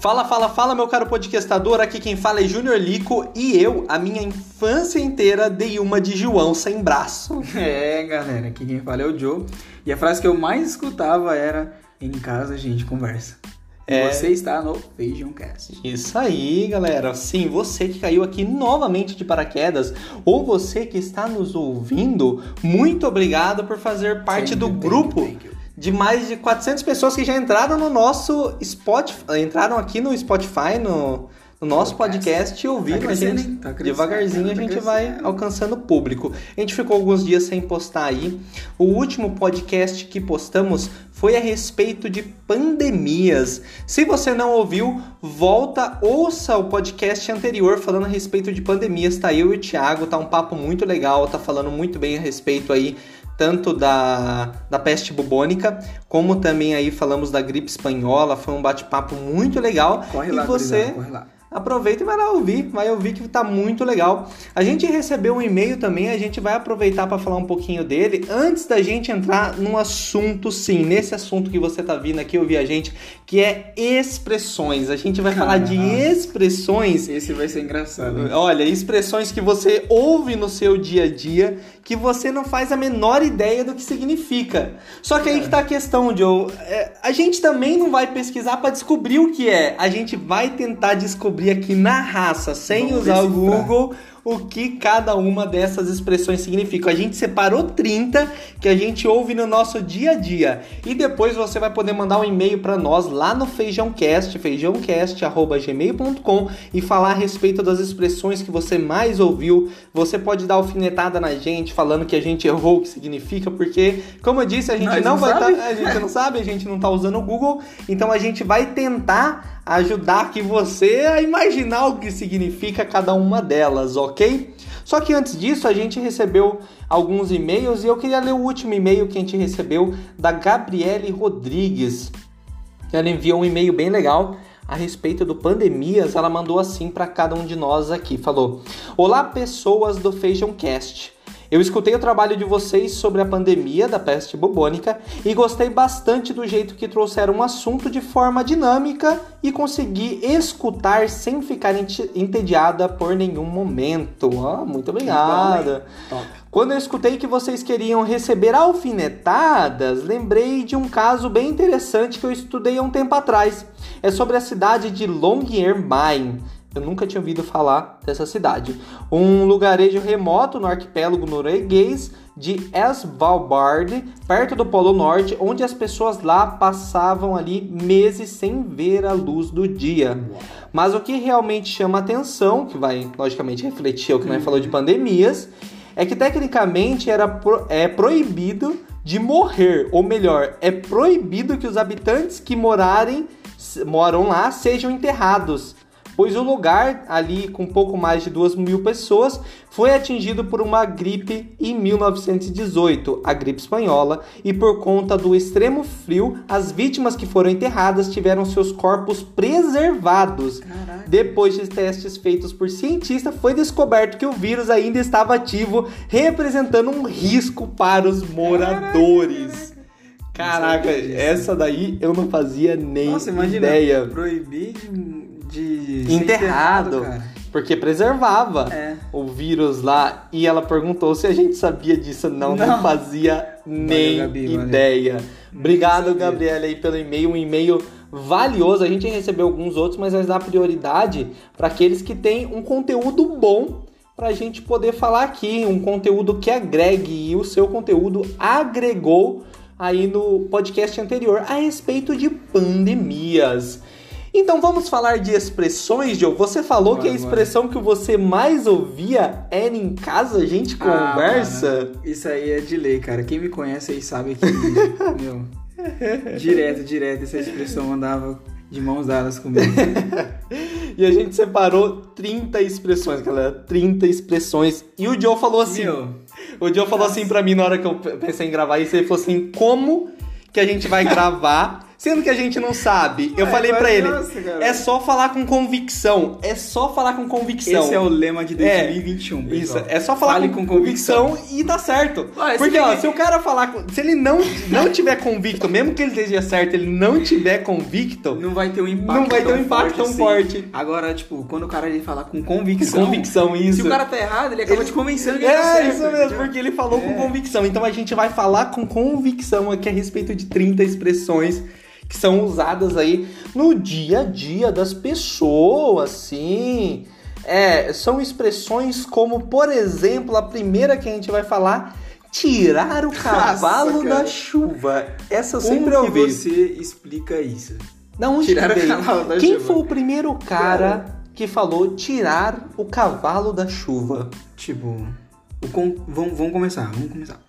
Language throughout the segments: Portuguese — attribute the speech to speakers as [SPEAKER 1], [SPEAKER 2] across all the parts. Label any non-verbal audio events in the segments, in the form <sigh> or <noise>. [SPEAKER 1] Fala, fala, fala, meu caro podcastador. Aqui quem fala é Júnior Lico e eu, a minha infância inteira, dei uma de João sem braço.
[SPEAKER 2] <laughs> É, galera, aqui quem fala é o Joe. E a frase que eu mais escutava era: Em casa a gente conversa. E
[SPEAKER 1] É.
[SPEAKER 2] Você está no Feijãocast.
[SPEAKER 1] Isso aí, galera. Sim, você que caiu aqui novamente de paraquedas ou você que está nos ouvindo, muito obrigado por fazer parte
[SPEAKER 2] Thank
[SPEAKER 1] do
[SPEAKER 2] you, thank you,
[SPEAKER 1] grupo Tá
[SPEAKER 2] thank you.
[SPEAKER 1] de mais de 400 pessoas que já entraram no nosso Spotify, entraram aqui no Spotify, no, no nosso
[SPEAKER 2] Podcast.
[SPEAKER 1] podcast e ouviram a
[SPEAKER 2] crescendo,
[SPEAKER 1] gente.
[SPEAKER 2] hein? Tá crescendo,
[SPEAKER 1] Devagarzinho a
[SPEAKER 2] tá
[SPEAKER 1] gente
[SPEAKER 2] crescendo.
[SPEAKER 1] vai alcançando o público. A gente ficou alguns dias sem postar aí. O último podcast que postamos foi a respeito de pandemias. Se você não ouviu, volta, ouça o podcast anterior falando a respeito de pandemias. Tá eu e o Thiago, tá um papo muito legal, tá falando muito bem a respeito aí tanto da, da peste bubônica, como também aí falamos da gripe espanhola, foi um bate-papo muito legal.
[SPEAKER 2] Corre
[SPEAKER 1] e
[SPEAKER 2] lá,
[SPEAKER 1] você
[SPEAKER 2] gurizada, corre lá.
[SPEAKER 1] aproveita e vai lá ouvir, vai ouvir que tá muito legal. A gente recebeu um e-mail também, a gente vai aproveitar para falar um pouquinho dele antes da gente entrar num assunto sim, nesse assunto que você tá vindo aqui ouvir a gente, que é expressões. A gente vai falar de
[SPEAKER 2] Caraca.
[SPEAKER 1] expressões
[SPEAKER 2] Esse vai ser engraçado. hein?
[SPEAKER 1] Olha, expressões que você ouve no seu dia a dia que você não faz a menor ideia do que significa. Só que aí que tá a questão, Joe. É, a gente também não vai pesquisar pra descobrir o que é. A gente vai tentar descobrir aqui na raça, sem
[SPEAKER 2] Vamos
[SPEAKER 1] usar o
[SPEAKER 2] decifrar.
[SPEAKER 1] Google, o que cada uma dessas expressões significa. A gente separou 30 que a gente ouve no nosso dia a dia. E depois você vai poder mandar um e-mail pra nós lá no feijãocast, feijãocast@gmail.com e falar a respeito das expressões que você mais ouviu. Você pode dar alfinetada na gente falando que a gente errou o que significa, porque como eu disse, a gente
[SPEAKER 2] Nós
[SPEAKER 1] não,
[SPEAKER 2] não
[SPEAKER 1] vai
[SPEAKER 2] sabe.
[SPEAKER 1] tá- a gente não sabe, a gente não tá usando o Google, então a gente vai tentar ajudar que você a imaginar o que significa cada uma delas, ok? Só que antes disso, a gente recebeu alguns e-mails e eu queria ler o último e-mail que a gente recebeu da Gabriele Rodrigues. Ela enviou um e-mail bem legal a respeito do pandemias. Ela mandou assim para cada um de nós aqui. Falou: Olá, pessoas do Feijãocast. Eu escutei o trabalho de vocês sobre a pandemia da peste bubônica e gostei bastante do jeito que trouxeram um assunto de forma dinâmica e consegui escutar sem ficar ente- entediada por nenhum momento. Ó, muito obrigada.
[SPEAKER 2] Top.
[SPEAKER 1] Quando eu escutei que vocês queriam receber alfinetadas, lembrei de um caso bem interessante que eu estudei há um tempo atrás. É sobre a cidade de Longyearbyen. Eu nunca tinha ouvido falar dessa cidade. Um lugarejo remoto no arquipélago norueguês de Svalbard, perto do Polo Norte, onde as pessoas lá passavam ali meses sem ver a luz do dia. Mas o que realmente chama atenção, que vai logicamente refletir o que nós falou de pandemias, é que tecnicamente era pro- é proibido de morrer, ou melhor, é proibido que os habitantes que morarem se- moram lá sejam enterrados, pois o lugar ali com pouco mais de duas mil pessoas foi atingido por uma gripe em 1918, a gripe espanhola, e por conta do extremo frio, as vítimas que foram enterradas tiveram seus corpos preservados
[SPEAKER 2] Caraca.
[SPEAKER 1] depois de testes feitos por cientistas, foi descoberto que o vírus ainda estava ativo, representando um risco para os moradores. Caraca,
[SPEAKER 2] Caraca,
[SPEAKER 1] essa daí eu não fazia nem
[SPEAKER 2] é Nossa, imagina.
[SPEAKER 1] ideia.
[SPEAKER 2] Proibir de. de ser
[SPEAKER 1] Enterrado.
[SPEAKER 2] cara.
[SPEAKER 1] Porque preservava
[SPEAKER 2] É.
[SPEAKER 1] o vírus lá e ela perguntou se a gente sabia disso. Não, não,
[SPEAKER 2] Não.
[SPEAKER 1] fazia nem
[SPEAKER 2] Gabi, valeu.
[SPEAKER 1] ideia. Obrigado,
[SPEAKER 2] sabia.
[SPEAKER 1] Gabriela, aí pelo e-mail. Um e-mail valioso. A gente recebeu alguns outros, mas nós dá prioridade para aqueles que têm um conteúdo bom para a gente poder falar aqui. Um conteúdo que agregue e o seu conteúdo agregou aí no podcast anterior a respeito de pandemias. Então vamos falar de expressões, Joe. Você falou
[SPEAKER 2] Bora,
[SPEAKER 1] que a
[SPEAKER 2] bora.
[SPEAKER 1] expressão que você mais ouvia era em casa a gente
[SPEAKER 2] Ah,
[SPEAKER 1] conversa.
[SPEAKER 2] mano, isso aí é de lei, cara. Quem me conhece aí sabe
[SPEAKER 1] <laughs>
[SPEAKER 2] que. meu. Direto, direto, essa expressão andava de mãos dadas comigo.
[SPEAKER 1] <laughs> E a gente separou 30 expressões, galera. 30 expressões. E o Joe falou assim.
[SPEAKER 2] Meu,
[SPEAKER 1] O Joe falou assim pra mim na hora que eu pensei em gravar isso. Ele falou assim: como que a gente vai gravar Sendo que a gente não sabe. Eu
[SPEAKER 2] Ué,
[SPEAKER 1] falei
[SPEAKER 2] É, mas assim,
[SPEAKER 1] pra ele,
[SPEAKER 2] nossa, cara.
[SPEAKER 1] é só falar com convicção. É só falar com convicção.
[SPEAKER 2] Esse é o lema de
[SPEAKER 1] É. Isso,
[SPEAKER 2] 2021, pessoal.
[SPEAKER 1] é só falar
[SPEAKER 2] Fale
[SPEAKER 1] com,
[SPEAKER 2] com convicção.
[SPEAKER 1] convicção e tá certo.
[SPEAKER 2] Olha, se
[SPEAKER 1] Porque, ó,
[SPEAKER 2] ninguém-
[SPEAKER 1] se o cara falar. com- Se ele não, não tiver convicto, mesmo que ele esteja certo, ele não tiver convicto,
[SPEAKER 2] Não vai ter um impacto
[SPEAKER 1] não vai ter um
[SPEAKER 2] tão
[SPEAKER 1] impacto
[SPEAKER 2] forte
[SPEAKER 1] tão
[SPEAKER 2] assim.
[SPEAKER 1] forte.
[SPEAKER 2] Agora, tipo, quando o cara ele fala com
[SPEAKER 1] Convicção,
[SPEAKER 2] convicção...
[SPEAKER 1] isso.
[SPEAKER 2] Se o cara tá errado, ele acaba te convencendo que ele tá
[SPEAKER 1] É,
[SPEAKER 2] certo.
[SPEAKER 1] isso mesmo,
[SPEAKER 2] entendeu?
[SPEAKER 1] porque ele falou com
[SPEAKER 2] É.
[SPEAKER 1] convicção. Então a gente vai falar com convicção aqui a respeito de 30 expressões que são usadas aí no dia a dia das pessoas, sim. É, são expressões como, por exemplo, a primeira que a gente vai falar, tirar o cavalo
[SPEAKER 2] cara.
[SPEAKER 1] da chuva. Essa eu
[SPEAKER 2] Como
[SPEAKER 1] sempre
[SPEAKER 2] que
[SPEAKER 1] ouvi.
[SPEAKER 2] você explica isso?
[SPEAKER 1] Não
[SPEAKER 2] Tirar o
[SPEAKER 1] estudei. <laughs>
[SPEAKER 2] cavalo da
[SPEAKER 1] Quem
[SPEAKER 2] chuva.
[SPEAKER 1] foi o primeiro cara que falou tirar o cavalo da chuva?
[SPEAKER 2] Tipo, o con- vamos, vamos começar, vamos começar.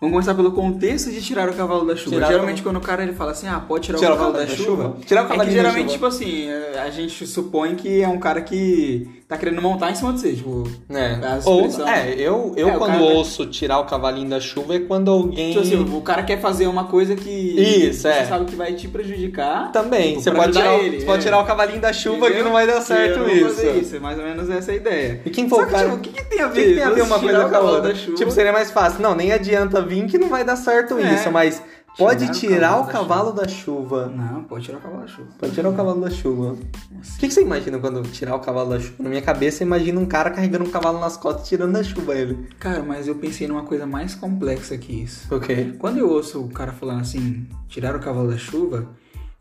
[SPEAKER 2] Vamos começar pelo contexto de tirar o cavalo da chuva.
[SPEAKER 1] Tirar o
[SPEAKER 2] geralmente quando o cara ele fala assim, ah, pode tirar, o cavalo da, chuva.
[SPEAKER 1] Tirar o
[SPEAKER 2] é que
[SPEAKER 1] cavalinho da chuva.
[SPEAKER 2] geralmente, tipo assim, é, a gente supõe que é um cara que tá querendo montar em cima de você, tipo...
[SPEAKER 1] É.
[SPEAKER 2] As
[SPEAKER 1] Ou,
[SPEAKER 2] expressões.
[SPEAKER 1] é, eu, eu
[SPEAKER 2] É, o
[SPEAKER 1] quando
[SPEAKER 2] cara vai-
[SPEAKER 1] ouço tirar o cavalinho da chuva é quando alguém.
[SPEAKER 2] Tipo assim, o cara quer fazer uma coisa que
[SPEAKER 1] Isso,
[SPEAKER 2] você
[SPEAKER 1] é.
[SPEAKER 2] sabe que vai te prejudicar.
[SPEAKER 1] Também,
[SPEAKER 2] tipo,
[SPEAKER 1] você
[SPEAKER 2] pra
[SPEAKER 1] pode
[SPEAKER 2] ajudar
[SPEAKER 1] tirar, o-
[SPEAKER 2] ele,
[SPEAKER 1] você pode
[SPEAKER 2] é.
[SPEAKER 1] tirar o cavalinho da chuva que
[SPEAKER 2] Entendeu?
[SPEAKER 1] não vai dar Tá certo
[SPEAKER 2] Eu não vou
[SPEAKER 1] isso.
[SPEAKER 2] fazer isso. É mais ou menos essa a ideia.
[SPEAKER 1] E quem
[SPEAKER 2] Só
[SPEAKER 1] for o
[SPEAKER 2] que,
[SPEAKER 1] cara-
[SPEAKER 2] tipo, o que, que tem a
[SPEAKER 1] O
[SPEAKER 2] ver?
[SPEAKER 1] que que tem a ver uma
[SPEAKER 2] Você
[SPEAKER 1] coisa
[SPEAKER 2] tirar o
[SPEAKER 1] com a
[SPEAKER 2] cavalo
[SPEAKER 1] outra?
[SPEAKER 2] Da chuva?
[SPEAKER 1] Tipo, seria mais fácil. Não, nem adianta vir que não vai dar certo
[SPEAKER 2] É.
[SPEAKER 1] isso, mas pode tirar o cavalo
[SPEAKER 2] cavalo
[SPEAKER 1] da chuva.
[SPEAKER 2] Não, pode tirar o cavalo da chuva.
[SPEAKER 1] Pode tirar o cavalo da chuva. O que, que você imagina quando tirar o cavalo da chuva? Na minha cabeça, eu imagino um cara carregando um cavalo nas costas e tirando da chuva ele.
[SPEAKER 2] Cara, mas eu pensei numa coisa mais complexa que isso.
[SPEAKER 1] Ok.
[SPEAKER 2] Quando eu ouço o cara falando assim, tirar o cavalo da chuva,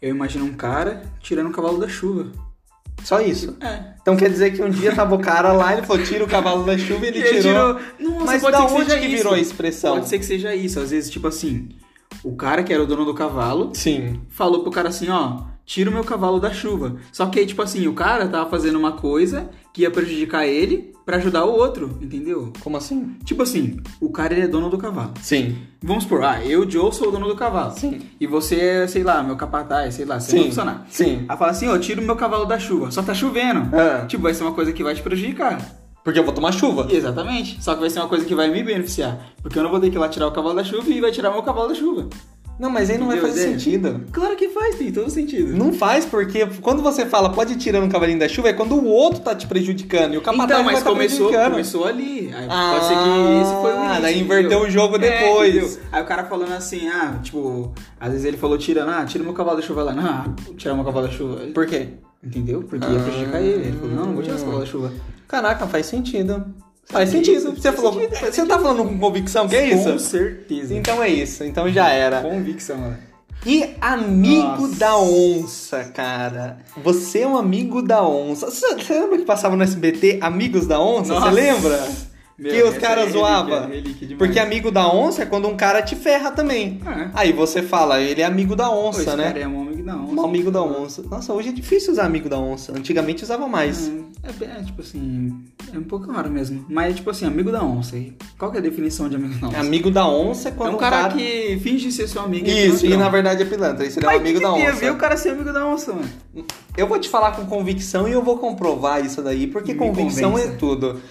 [SPEAKER 2] eu imagino um cara tirando o cavalo da chuva.
[SPEAKER 1] Só isso.
[SPEAKER 2] É.
[SPEAKER 1] Então quer dizer que um dia tava o cara lá, ele falou, tira o cavalo da chuva e ele tirou.
[SPEAKER 2] Nossa,
[SPEAKER 1] Mas
[SPEAKER 2] pode
[SPEAKER 1] da
[SPEAKER 2] ser que
[SPEAKER 1] onde
[SPEAKER 2] seja
[SPEAKER 1] que
[SPEAKER 2] é isso.
[SPEAKER 1] virou a expressão?
[SPEAKER 2] Pode ser que seja isso. Às vezes, tipo assim, o cara que era o dono do cavalo
[SPEAKER 1] Sim.
[SPEAKER 2] falou pro cara assim, ó, tira o meu cavalo da chuva. Só que aí, tipo assim, o cara tava fazendo uma coisa que ia prejudicar ele pra ajudar o outro, entendeu?
[SPEAKER 1] Como assim?
[SPEAKER 2] Tipo assim, o cara ele é dono do cavalo.
[SPEAKER 1] Sim.
[SPEAKER 2] Vamos supor, ah, eu, Joe, sou o dono do cavalo.
[SPEAKER 1] Sim.
[SPEAKER 2] E você é, sei lá, meu capataz, sei lá, você é
[SPEAKER 1] Sim.
[SPEAKER 2] meu funcionário.
[SPEAKER 1] Sim.
[SPEAKER 2] Aí fala assim, ó, tira o meu cavalo da chuva. Só tá chovendo.
[SPEAKER 1] Ah.
[SPEAKER 2] Tipo, vai ser uma coisa que vai te prejudicar.
[SPEAKER 1] Porque eu vou tomar chuva.
[SPEAKER 2] Exatamente. Só que vai ser uma coisa que vai me beneficiar. Porque eu não vou ter que ir lá tirar o cavalo da chuva e vai tirar meu cavalo da chuva.
[SPEAKER 1] Não, mas aí não vai
[SPEAKER 2] Entendeu
[SPEAKER 1] fazer
[SPEAKER 2] a ideia?
[SPEAKER 1] sentido.
[SPEAKER 2] Claro que faz, tem todo sentido.
[SPEAKER 1] Não faz, porque quando você fala pode ir tirando o cavalinho da chuva, é quando o outro tá te prejudicando. E o capataz
[SPEAKER 2] então,
[SPEAKER 1] vai
[SPEAKER 2] mas
[SPEAKER 1] tá
[SPEAKER 2] começou,
[SPEAKER 1] prejudicando.
[SPEAKER 2] começou ali. Aí
[SPEAKER 1] Ah,
[SPEAKER 2] pode ser que esse foi o início.
[SPEAKER 1] daí inverteu
[SPEAKER 2] entendeu?
[SPEAKER 1] o jogo
[SPEAKER 2] É,
[SPEAKER 1] depois.
[SPEAKER 2] entendeu? aí o cara falando assim, ah, tipo, às vezes ele falou, tirando, ah, tira meu cavalo da chuva lá. Não, ah, tirar meu cavalo da chuva.
[SPEAKER 1] Por quê?
[SPEAKER 2] Entendeu? Porque ia prejudicar ele. Ele falou, não, não vou tirar esse cavalo da chuva.
[SPEAKER 1] Caraca, faz sentido. Faz
[SPEAKER 2] Faz
[SPEAKER 1] sentido.
[SPEAKER 2] sentido,
[SPEAKER 1] Você
[SPEAKER 2] faz
[SPEAKER 1] falou.
[SPEAKER 2] sentido, faz
[SPEAKER 1] você tá falando com convicção, que é
[SPEAKER 2] Com
[SPEAKER 1] isso?
[SPEAKER 2] certeza.
[SPEAKER 1] Então é isso. Então já era.
[SPEAKER 2] Convicção, né? mano.
[SPEAKER 1] E amigo
[SPEAKER 2] Nossa.
[SPEAKER 1] da onça, cara. Você é um amigo da onça. Você você lembra que passava no SBT Amigos da Onça?
[SPEAKER 2] Nossa.
[SPEAKER 1] Você lembra?
[SPEAKER 2] Meu,
[SPEAKER 1] que os
[SPEAKER 2] essa
[SPEAKER 1] caras
[SPEAKER 2] é relíquia,
[SPEAKER 1] zoavam.
[SPEAKER 2] relíquia demais.
[SPEAKER 1] Porque amigo da onça é quando um cara te ferra também.
[SPEAKER 2] Ah,
[SPEAKER 1] Aí você fala, ele é amigo da
[SPEAKER 2] pô, esse
[SPEAKER 1] onça, né?
[SPEAKER 2] cara é um amigo da onça.
[SPEAKER 1] Um amigo da onça. Nossa, hoje é difícil usar amigo da onça. Antigamente usava mais.
[SPEAKER 2] É, bem- é, tipo assim, é um pouco raro mesmo. Mas, tipo assim, amigo da onça. e Qual que é a definição de amigo da onça?
[SPEAKER 1] Amigo da onça é
[SPEAKER 2] é
[SPEAKER 1] quando
[SPEAKER 2] um cara, que finge ser seu amigo.
[SPEAKER 1] Isso, e
[SPEAKER 2] pilantrão.
[SPEAKER 1] na verdade é pilantra. Isso ele é um
[SPEAKER 2] Mas
[SPEAKER 1] amigo
[SPEAKER 2] que
[SPEAKER 1] da
[SPEAKER 2] que tem a
[SPEAKER 1] onça.
[SPEAKER 2] ver o cara ser amigo da onça, mano.
[SPEAKER 1] Eu vou te falar com convicção e eu vou comprovar isso daí, porque
[SPEAKER 2] Me
[SPEAKER 1] convicção
[SPEAKER 2] convença.
[SPEAKER 1] é tudo.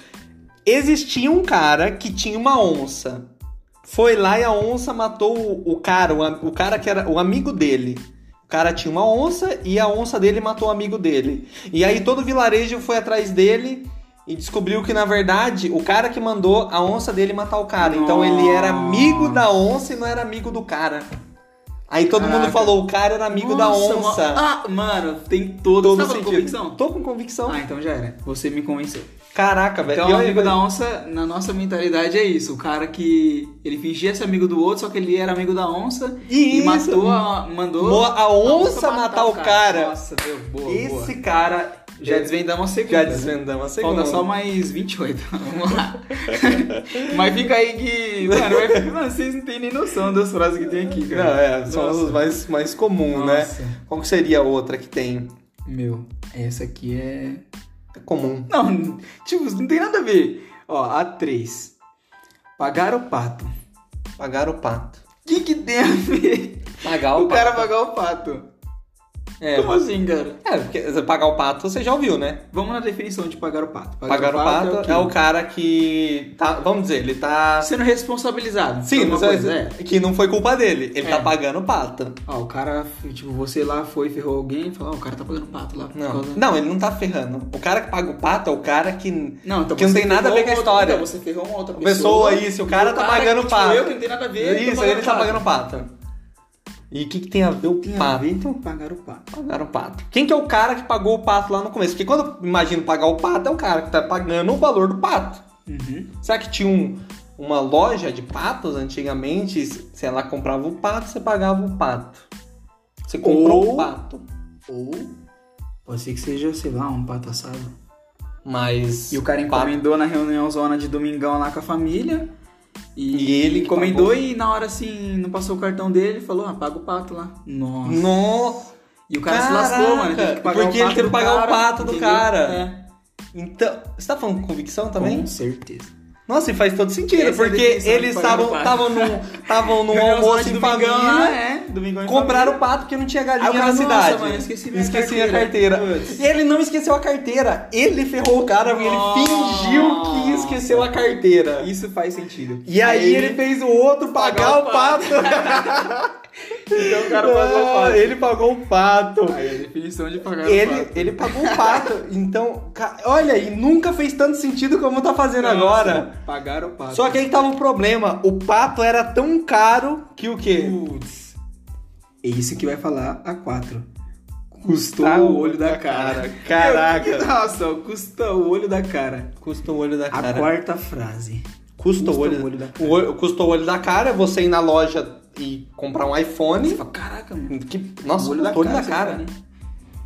[SPEAKER 1] Existia um cara que tinha uma onça. Foi lá e a onça matou o, o cara, o, am- o cara que era o amigo dele. O cara tinha uma onça e a onça dele matou o amigo dele. E aí todo o vilarejo foi atrás dele e descobriu que na verdade o cara que mandou a onça dele matar o cara. Então ele era amigo da onça e não era amigo do cara. Aí todo mundo
[SPEAKER 2] Caraca.
[SPEAKER 1] falou, o cara era amigo da
[SPEAKER 2] Nossa,
[SPEAKER 1] onça.
[SPEAKER 2] mano. Ah, mano, tem todo,
[SPEAKER 1] Todo
[SPEAKER 2] Sabe é a
[SPEAKER 1] sentido.
[SPEAKER 2] convicção?
[SPEAKER 1] Tô com tá convicção.
[SPEAKER 2] Ah, então já era. Você me convenceu.
[SPEAKER 1] Caraca, velho.
[SPEAKER 2] Então,
[SPEAKER 1] E
[SPEAKER 2] o
[SPEAKER 1] olha,
[SPEAKER 2] amigo
[SPEAKER 1] velho,
[SPEAKER 2] da onça, na nossa mentalidade, é isso. O cara que ele fingia ser amigo do outro, só que ele era amigo da onça
[SPEAKER 1] E
[SPEAKER 2] e
[SPEAKER 1] isso.
[SPEAKER 2] matou, a, mandou
[SPEAKER 1] Mo- a onça matar o cara.
[SPEAKER 2] Nossa, deu boa, boa.
[SPEAKER 1] Esse cara
[SPEAKER 2] Já desvendamos a segunda.
[SPEAKER 1] já
[SPEAKER 2] né?
[SPEAKER 1] desvendamos a segunda.
[SPEAKER 2] Falta só mais 28. <laughs> Vamos lá. Mas fica aí que. Mano, vai- mano, vocês não têm nem noção das frases que tem aqui,
[SPEAKER 1] Não,
[SPEAKER 2] cara.
[SPEAKER 1] é, são
[SPEAKER 2] Nossa.
[SPEAKER 1] os mais, mais comum, né?
[SPEAKER 2] Nossa.
[SPEAKER 1] Qual que seria a outra que tem?
[SPEAKER 2] Meu, essa aqui é.
[SPEAKER 1] É comum.
[SPEAKER 2] Não, tipo, não tem nada a ver. Ó, a 3. Pagar o pato.
[SPEAKER 1] Pagar o pato.
[SPEAKER 2] O que, que tem a ver
[SPEAKER 1] Pagar
[SPEAKER 2] o
[SPEAKER 1] o,
[SPEAKER 2] cara
[SPEAKER 1] pato.
[SPEAKER 2] pagar o pato?
[SPEAKER 1] É.
[SPEAKER 2] Como assim, cara?
[SPEAKER 1] É, porque pagar o pato você já ouviu, né?
[SPEAKER 2] Vamos na definição de pagar o pato.
[SPEAKER 1] Pagar, o pato,
[SPEAKER 2] quê?
[SPEAKER 1] é, o cara que tá, vamos dizer, ele tá.
[SPEAKER 2] Sendo responsabilizado.
[SPEAKER 1] Sim,
[SPEAKER 2] por
[SPEAKER 1] mas
[SPEAKER 2] alguma coisa, é.
[SPEAKER 1] é, que não foi culpa dele. Ele
[SPEAKER 2] É.
[SPEAKER 1] tá pagando o pato.
[SPEAKER 2] Ah, o cara, tipo, você lá foi, ferrou alguém e falou, ah, o cara tá pagando pato lá. por
[SPEAKER 1] Não.
[SPEAKER 2] causa-
[SPEAKER 1] não, ele não tá ferrando. O cara que paga o pato é o cara que.
[SPEAKER 2] Não, então
[SPEAKER 1] Que não
[SPEAKER 2] você
[SPEAKER 1] tem nada a ver
[SPEAKER 2] ferrou
[SPEAKER 1] com a
[SPEAKER 2] outra-
[SPEAKER 1] história.
[SPEAKER 2] então você ferrou uma outra
[SPEAKER 1] A pessoa aí, se o cara tá pagando
[SPEAKER 2] o
[SPEAKER 1] pato.
[SPEAKER 2] Eu que não tem nada a ver. tô
[SPEAKER 1] Isso,
[SPEAKER 2] pagando
[SPEAKER 1] ele tá
[SPEAKER 2] pato.
[SPEAKER 1] pagando pato. E o que, que tem a ver o
[SPEAKER 2] Tem a
[SPEAKER 1] pato?
[SPEAKER 2] ver, então pagar o pato.
[SPEAKER 1] Pagaram o pato. Quem que é o cara que pagou o pato lá no começo? Porque quando eu imagino pagar o pato, é o cara que tá pagando o valor do pato.
[SPEAKER 2] Uhum.
[SPEAKER 1] Será que tinha um- uma loja de patos antigamente? Sei lá, comprava o pato, você pagava o pato. Você comprou
[SPEAKER 2] Ou-
[SPEAKER 1] o pato.
[SPEAKER 2] Ou pode ser que seja, sei lá, um pato assado.
[SPEAKER 1] Mas.
[SPEAKER 2] E o cara
[SPEAKER 1] pato-
[SPEAKER 2] encomendou na reunião zona de domingão lá com a família. E,
[SPEAKER 1] E ele que
[SPEAKER 2] encomendou
[SPEAKER 1] pagou.
[SPEAKER 2] e na hora assim, não passou o cartão dele, falou, ah, paga o pato lá. Nossa.
[SPEAKER 1] Nossa!
[SPEAKER 2] E o cara se lascou, mano. Teve que pagar
[SPEAKER 1] Porque
[SPEAKER 2] o
[SPEAKER 1] ele
[SPEAKER 2] pato
[SPEAKER 1] teve que
[SPEAKER 2] do
[SPEAKER 1] pagar o
[SPEAKER 2] cara,
[SPEAKER 1] pato do
[SPEAKER 2] entendeu?
[SPEAKER 1] cara.
[SPEAKER 2] É.
[SPEAKER 1] Então. Você tá falando com convicção também?
[SPEAKER 2] Com certeza.
[SPEAKER 1] Nossa, e faz todo sentido,
[SPEAKER 2] Essa é a
[SPEAKER 1] porque
[SPEAKER 2] definição de
[SPEAKER 1] eles
[SPEAKER 2] pagar o
[SPEAKER 1] estavam
[SPEAKER 2] pato.
[SPEAKER 1] estavam num,
[SPEAKER 2] <laughs>
[SPEAKER 1] estavam num
[SPEAKER 2] Reunião zona
[SPEAKER 1] almoço
[SPEAKER 2] de
[SPEAKER 1] em
[SPEAKER 2] domingão
[SPEAKER 1] família.
[SPEAKER 2] lá, é, domingão em
[SPEAKER 1] Compraram o
[SPEAKER 2] família.
[SPEAKER 1] pato porque não tinha
[SPEAKER 2] Aí
[SPEAKER 1] galinha
[SPEAKER 2] o cara,
[SPEAKER 1] na
[SPEAKER 2] "Nossa,
[SPEAKER 1] cidade.
[SPEAKER 2] mano, eu esqueci minha
[SPEAKER 1] Esqueci a
[SPEAKER 2] carteira."
[SPEAKER 1] carteira.
[SPEAKER 2] Putz.
[SPEAKER 1] E ele não esqueceu a carteira. Ele ferrou o cara, ele fingiu que esqueceu a carteira.
[SPEAKER 2] Isso faz sentido.
[SPEAKER 1] E aí, ele fez o outro pagar,
[SPEAKER 2] Pagar o
[SPEAKER 1] o pato.
[SPEAKER 2] Então <laughs> o cara pagou
[SPEAKER 1] <laughs>
[SPEAKER 2] o pato.
[SPEAKER 1] Ele pagou o pato.
[SPEAKER 2] Aí é a definição de pagar o
[SPEAKER 1] Ele,
[SPEAKER 2] pato.
[SPEAKER 1] ele pagou o pato. Então, ca- olha, e nunca fez tanto sentido como tá fazendo
[SPEAKER 2] Nossa,
[SPEAKER 1] agora.
[SPEAKER 2] Pagar o pato.
[SPEAKER 1] Só que aí que tava o problema. O pato era tão caro que o quê?
[SPEAKER 2] Putz. É isso que vai falar a 4. Custou
[SPEAKER 1] Tá
[SPEAKER 2] o olho da cara.
[SPEAKER 1] Caraca.
[SPEAKER 2] Meu, <laughs> Nossa, custa o olho da cara.
[SPEAKER 1] Custa o olho da
[SPEAKER 2] A
[SPEAKER 1] cara.
[SPEAKER 2] quarta frase.
[SPEAKER 1] Custa, o olho,
[SPEAKER 2] da
[SPEAKER 1] o olho- Custa o olho da cara você ir na loja e comprar um
[SPEAKER 2] Você
[SPEAKER 1] iPhone.
[SPEAKER 2] fala, caraca, mano.
[SPEAKER 1] Que, nossa,
[SPEAKER 2] o olho da
[SPEAKER 1] custa o olho
[SPEAKER 2] cara.
[SPEAKER 1] da
[SPEAKER 2] você
[SPEAKER 1] cara.
[SPEAKER 2] fala, né?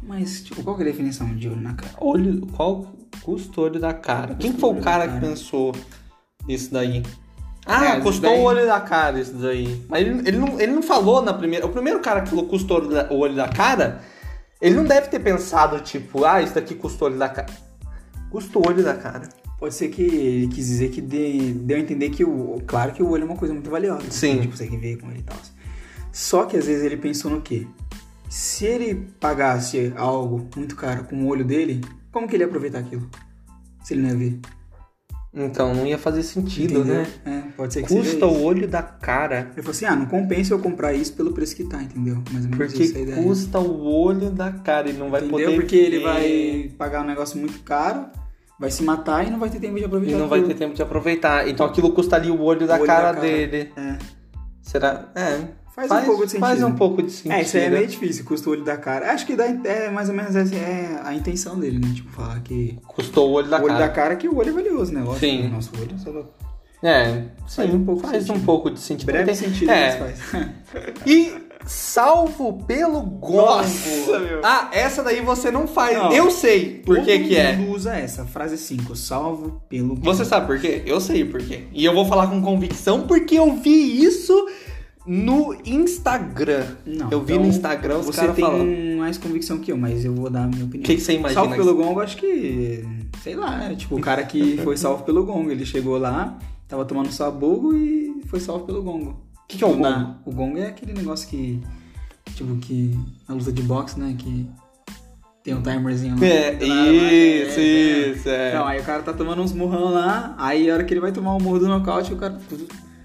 [SPEAKER 2] Mas, tipo, qual que é a definição de olho na cara?
[SPEAKER 1] Olho, qual custa o olho da cara? Quem
[SPEAKER 2] Custa
[SPEAKER 1] foi
[SPEAKER 2] o
[SPEAKER 1] o
[SPEAKER 2] olho
[SPEAKER 1] cara
[SPEAKER 2] da
[SPEAKER 1] que
[SPEAKER 2] cara.
[SPEAKER 1] pensou nisso daí?
[SPEAKER 2] É,
[SPEAKER 1] Ah,
[SPEAKER 2] isso
[SPEAKER 1] custou
[SPEAKER 2] daí-
[SPEAKER 1] o olho da cara isso daí. Mas ele, ele não, ele não falou na primeira. O primeiro cara que falou custou o olho da- o olho da cara, ele não deve ter pensado, tipo, ah, isso daqui custou o olho da cara. Custou o olho da cara.
[SPEAKER 2] Pode ser que ele quis dizer que de- deu a entender que o. Claro que o olho é uma coisa muito valiosa. Tipo,
[SPEAKER 1] Sim.
[SPEAKER 2] A gente consegue ver com ele e tal. Só que às vezes ele pensou no quê? Se ele pagasse algo muito caro com o olho dele, como que ele ia aproveitar aquilo? Se ele não ia ver.
[SPEAKER 1] Então não ia fazer sentido,
[SPEAKER 2] entendeu?
[SPEAKER 1] né?
[SPEAKER 2] É, pode ser que seja
[SPEAKER 1] Custa
[SPEAKER 2] isso.
[SPEAKER 1] o olho da cara.
[SPEAKER 2] Ele falou assim: ah, não compensa eu comprar isso pelo preço que tá, entendeu? Mais ou menos isso é a
[SPEAKER 1] Porque
[SPEAKER 2] ideia.
[SPEAKER 1] custa o olho da cara e não vai
[SPEAKER 2] entendeu?
[SPEAKER 1] poder.
[SPEAKER 2] Porque ele
[SPEAKER 1] ver
[SPEAKER 2] vai pagar um negócio muito caro, vai se matar e não vai ter tempo de
[SPEAKER 1] E
[SPEAKER 2] aproveitar.
[SPEAKER 1] não vai ter
[SPEAKER 2] aquilo.
[SPEAKER 1] tempo de aproveitar. Então aquilo custaria o olho da,
[SPEAKER 2] olho da
[SPEAKER 1] cara,
[SPEAKER 2] cara.
[SPEAKER 1] dele.
[SPEAKER 2] É.
[SPEAKER 1] Será? É.
[SPEAKER 2] Faz, um pouco de sentido.
[SPEAKER 1] Faz um pouco de sentido.
[SPEAKER 2] É, isso aí é meio difícil, custa o olho da cara. Acho que dá, é mais ou menos essa é a intenção dele, né? Tipo, falar que
[SPEAKER 1] Custou o olho da
[SPEAKER 2] o olho
[SPEAKER 1] cara.
[SPEAKER 2] da cara é que o olho é valioso, né? Lógico,
[SPEAKER 1] Sim.
[SPEAKER 2] Nosso olho só dá
[SPEAKER 1] É, sim, faz um pouco, faz
[SPEAKER 2] sentido.
[SPEAKER 1] um pouco de sentido.
[SPEAKER 2] breve
[SPEAKER 1] Tem-
[SPEAKER 2] sentido
[SPEAKER 1] é.
[SPEAKER 2] mas faz.
[SPEAKER 1] E salvo pelo gongo.
[SPEAKER 2] Nossa, meu.
[SPEAKER 1] Ah, essa daí você não faz.
[SPEAKER 2] Não.
[SPEAKER 1] Eu sei <laughs> por que
[SPEAKER 2] Todo
[SPEAKER 1] que é.
[SPEAKER 2] mundo usa essa, frase 5, salvo pelo...
[SPEAKER 1] Você sabe por quê? Eu sei por quê. E eu vou falar com convicção porque eu vi isso no Instagram.
[SPEAKER 2] Não,
[SPEAKER 1] eu vi
[SPEAKER 2] então,
[SPEAKER 1] no Instagram os
[SPEAKER 2] Você
[SPEAKER 1] caras
[SPEAKER 2] tem
[SPEAKER 1] falando.
[SPEAKER 2] mais convicção que eu, mas eu vou dar a minha
[SPEAKER 1] O
[SPEAKER 2] opinião.
[SPEAKER 1] que, é? que você imagina?
[SPEAKER 2] Salvo pelo gongo, acho que. Sei lá, né? Tipo, o
[SPEAKER 1] <laughs>
[SPEAKER 2] cara que foi salvo pelo gongo. Ele chegou lá, tava tomando sabugo e foi salvo pelo gongo.
[SPEAKER 1] O que, que é o gongo?
[SPEAKER 2] Na- o gongo é aquele negócio que. Tipo, que. Na luta de boxe, né? Que tem um timerzinho lá.
[SPEAKER 1] É,
[SPEAKER 2] Lá, lá,
[SPEAKER 1] isso,
[SPEAKER 2] é, é.
[SPEAKER 1] isso, é.
[SPEAKER 2] Então, aí o cara tá tomando uns murrão lá, aí a hora que ele vai tomar o murro do nocaute, o cara.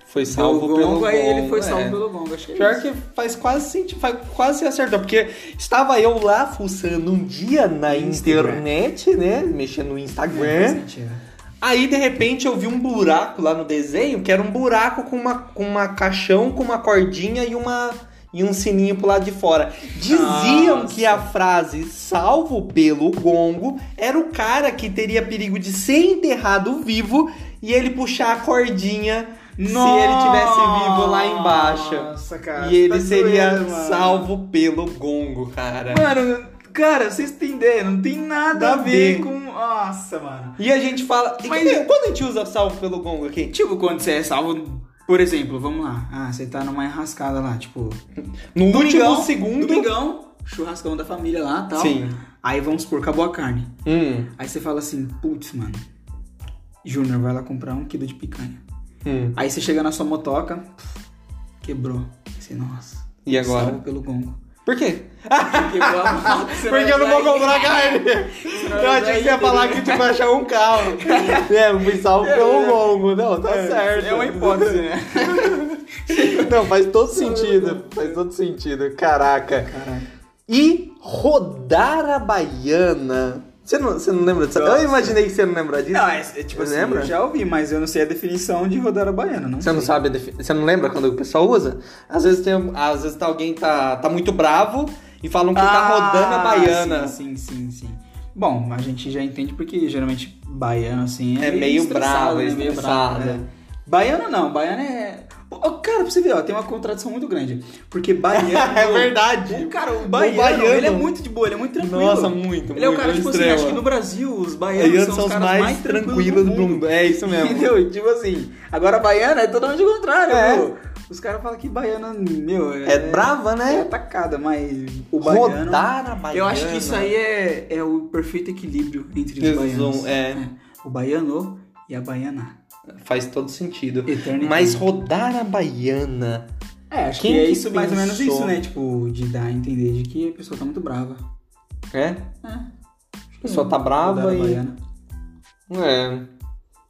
[SPEAKER 1] Foi salvo
[SPEAKER 2] deu o
[SPEAKER 1] pelo
[SPEAKER 2] gongo,
[SPEAKER 1] gongo.
[SPEAKER 2] aí ele foi
[SPEAKER 1] é.
[SPEAKER 2] salvo pelo gongo. Acho que é
[SPEAKER 1] Pior
[SPEAKER 2] isso.
[SPEAKER 1] que faz quase sentido, faz quase acertou, porque estava eu lá fuçando um dia na
[SPEAKER 2] Instagram.
[SPEAKER 1] internet, né, mexendo no
[SPEAKER 2] É,
[SPEAKER 1] Instagram.
[SPEAKER 2] faz sentido.
[SPEAKER 1] Aí de repente eu vi um buraco lá no desenho, que era um buraco com uma com uma caixão com uma cordinha e uma e um sininho pro lado de fora. Diziam
[SPEAKER 2] Nossa.
[SPEAKER 1] que a frase salvo pelo gongo era o cara que teria perigo de ser enterrado vivo e ele puxar a cordinha se ele tivesse vivo lá embaixo.
[SPEAKER 2] Nossa, cara.
[SPEAKER 1] E ele
[SPEAKER 2] tá
[SPEAKER 1] seria
[SPEAKER 2] doendo, mano.
[SPEAKER 1] salvo pelo gongo, cara.
[SPEAKER 2] Mano, cara, vocês entender, não tem nada a
[SPEAKER 1] Nada a
[SPEAKER 2] ver
[SPEAKER 1] ver.
[SPEAKER 2] com. Nossa, mano.
[SPEAKER 1] E a gente fala. e
[SPEAKER 2] Mas-
[SPEAKER 1] que- quando a gente usa salvo pelo gongo aqui?
[SPEAKER 2] Tipo, quando você é salvo, por exemplo, vamos lá. Ah, você tá numa enrascada lá, tipo.
[SPEAKER 1] No
[SPEAKER 2] domingão,
[SPEAKER 1] último segundo.
[SPEAKER 2] Domingão, churrascão da família lá tal.
[SPEAKER 1] Sim.
[SPEAKER 2] Aí vamos supor, acabou a carne.
[SPEAKER 1] Hum,
[SPEAKER 2] Aí você fala assim, putz, mano. Júnior, vai lá comprar um quilo de picanha.
[SPEAKER 1] hum.
[SPEAKER 2] Aí você chega na sua motoca, pff, quebrou. Aí Você, nossa.
[SPEAKER 1] E agora?
[SPEAKER 2] Salvo pelo gongo.
[SPEAKER 1] Por quê?
[SPEAKER 2] Porque,
[SPEAKER 1] Porque eu não vou comprar carne. Eu achei que você ia falar que
[SPEAKER 2] né?
[SPEAKER 1] tu vai achar um carro.
[SPEAKER 2] <laughs>
[SPEAKER 1] É, um missal é um longo. Não, tá certo.
[SPEAKER 2] É uma hipótese, né?
[SPEAKER 1] Não, faz
[SPEAKER 2] <laughs>
[SPEAKER 1] todo sentido. Faz todo sentido. Caraca.
[SPEAKER 2] Caraca.
[SPEAKER 1] E rodar a baiana. Você não, você não lembra disso?
[SPEAKER 2] Nossa.
[SPEAKER 1] Eu imaginei que você não lembra disso.
[SPEAKER 2] Não, é, é tipo assim,
[SPEAKER 1] Lembra?
[SPEAKER 2] eu já ouvi, mas eu não sei a definição de rodar a baiana, não
[SPEAKER 1] Você não
[SPEAKER 2] sei.
[SPEAKER 1] sabe, a defi- você não lembra quando o pessoal usa? Às vezes tem, às vezes tá alguém tá tá muito bravo e falam que tá rodando a baiana.
[SPEAKER 2] Ah, Sim, sim, sim, sim. Bom, a gente já entende porque geralmente baiano, assim, é,
[SPEAKER 1] É meio
[SPEAKER 2] estressado,
[SPEAKER 1] bravo,
[SPEAKER 2] né?
[SPEAKER 1] é
[SPEAKER 2] meio bravo.
[SPEAKER 1] estressado.
[SPEAKER 2] é. Baiana não, baiana é. Pô, cara, pra você ver, ó, tem uma contradição muito grande. Porque baiano.
[SPEAKER 1] <laughs> É verdade.
[SPEAKER 2] O cara, o baiano,
[SPEAKER 1] baiano.
[SPEAKER 2] ele é muito de boa, ele é muito tranquilo.
[SPEAKER 1] Nossa, muito,
[SPEAKER 2] Ele é o
[SPEAKER 1] muito,
[SPEAKER 2] cara,
[SPEAKER 1] muito
[SPEAKER 2] tipo
[SPEAKER 1] extremo.
[SPEAKER 2] assim, acho que no Brasil os baianos
[SPEAKER 1] Baianos
[SPEAKER 2] são,
[SPEAKER 1] são os
[SPEAKER 2] caras
[SPEAKER 1] mais, tranquilos do mundo. É isso mesmo.
[SPEAKER 2] <laughs> Entendeu? Tipo assim, agora a baiana é totalmente o contrário,
[SPEAKER 1] É.
[SPEAKER 2] meu. Os caras falam que baiana, meu,
[SPEAKER 1] É brava,
[SPEAKER 2] é
[SPEAKER 1] né?
[SPEAKER 2] atacada, mas o baiano.
[SPEAKER 1] Rodar a baiana.
[SPEAKER 2] Eu acho que isso aí é, é o perfeito equilíbrio entre os
[SPEAKER 1] Eles
[SPEAKER 2] baianos.
[SPEAKER 1] usam, é.
[SPEAKER 2] O baiano e a baiana.
[SPEAKER 1] faz todo sentido.
[SPEAKER 2] Eterno e
[SPEAKER 1] Mas
[SPEAKER 2] eterno.
[SPEAKER 1] rodar a baiana.
[SPEAKER 2] É, acho
[SPEAKER 1] Quem
[SPEAKER 2] que é
[SPEAKER 1] que
[SPEAKER 2] isso, mais ou menos
[SPEAKER 1] pensou?
[SPEAKER 2] isso, né? Tipo, de dar a entender de que a pessoa tá muito brava.
[SPEAKER 1] É?
[SPEAKER 2] É. A
[SPEAKER 1] A pessoa tá brava e.
[SPEAKER 2] Baiana.
[SPEAKER 1] É.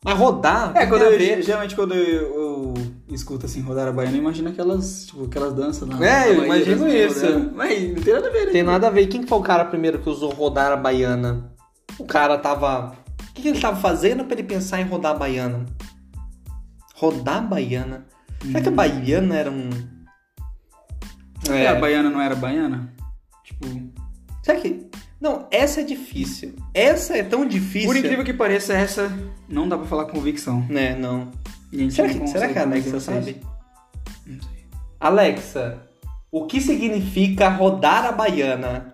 [SPEAKER 1] Mas rodar.
[SPEAKER 2] É, quando
[SPEAKER 1] tem a
[SPEAKER 2] eu,
[SPEAKER 1] ver.
[SPEAKER 2] geralmente quando eu, eu escuto assim rodar a baiana, eu imagino aquelas, tipo, aquelas danças lá.
[SPEAKER 1] É,
[SPEAKER 2] na Bahia,
[SPEAKER 1] eu imagino
[SPEAKER 2] né,
[SPEAKER 1] isso.
[SPEAKER 2] rodando. Mas não tem nada a ver, né?
[SPEAKER 1] Tem nada a ver. Quem que foi o cara primeiro que usou rodar a baiana? O cara tava. O que, que ele tava fazendo pra ele pensar em rodar a baiana? Rodar a baiana? Será que a baiana era um.
[SPEAKER 2] Hum. É. a baiana não era baiana? Tipo,
[SPEAKER 1] Será que. Não, essa é difícil. Essa é tão difícil.
[SPEAKER 2] por incrível que pareça, essa não dá pra falar com convicção.
[SPEAKER 1] Né, não.
[SPEAKER 2] E a gente
[SPEAKER 1] Será
[SPEAKER 2] não
[SPEAKER 1] que,
[SPEAKER 2] consegue
[SPEAKER 1] será que é a
[SPEAKER 2] convencer
[SPEAKER 1] Alexa
[SPEAKER 2] vocês.
[SPEAKER 1] sabe?
[SPEAKER 2] Não sei.
[SPEAKER 1] Alexa, o que significa rodar a baiana?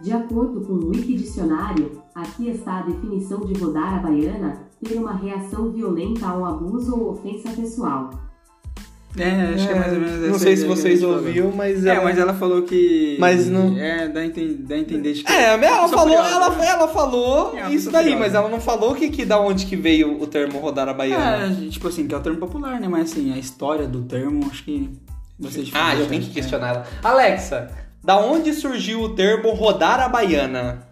[SPEAKER 3] De acordo com o Wikidicionário, aqui está a definição de rodar a baiana, ter uma reação violenta ao abuso ou ofensa pessoal.
[SPEAKER 2] É, acho que é mais ou menos essa
[SPEAKER 1] Não sei
[SPEAKER 2] ideia
[SPEAKER 1] se
[SPEAKER 2] que a
[SPEAKER 1] vocês
[SPEAKER 2] gente falou.
[SPEAKER 1] ouviram, mas.
[SPEAKER 2] É,
[SPEAKER 1] ela-
[SPEAKER 2] mas ela falou que.
[SPEAKER 1] Mas não-
[SPEAKER 2] É, dá a enten- dá a entender de que.
[SPEAKER 1] É, ela
[SPEAKER 2] Eu sou
[SPEAKER 1] falou,
[SPEAKER 2] curiosa.
[SPEAKER 1] ela, ela falou
[SPEAKER 2] É, eu
[SPEAKER 1] isso
[SPEAKER 2] sou
[SPEAKER 1] daí,
[SPEAKER 2] curiosa.
[SPEAKER 1] mas ela não falou que, que da onde que veio o termo rodar a baiana.
[SPEAKER 2] É, tipo assim, que é o termo popular, né? Mas assim, a história do termo, acho que vai ser é difícil. né?
[SPEAKER 1] ah, já tem que questionar ela. Alexa, da onde surgiu o termo rodar a baiana?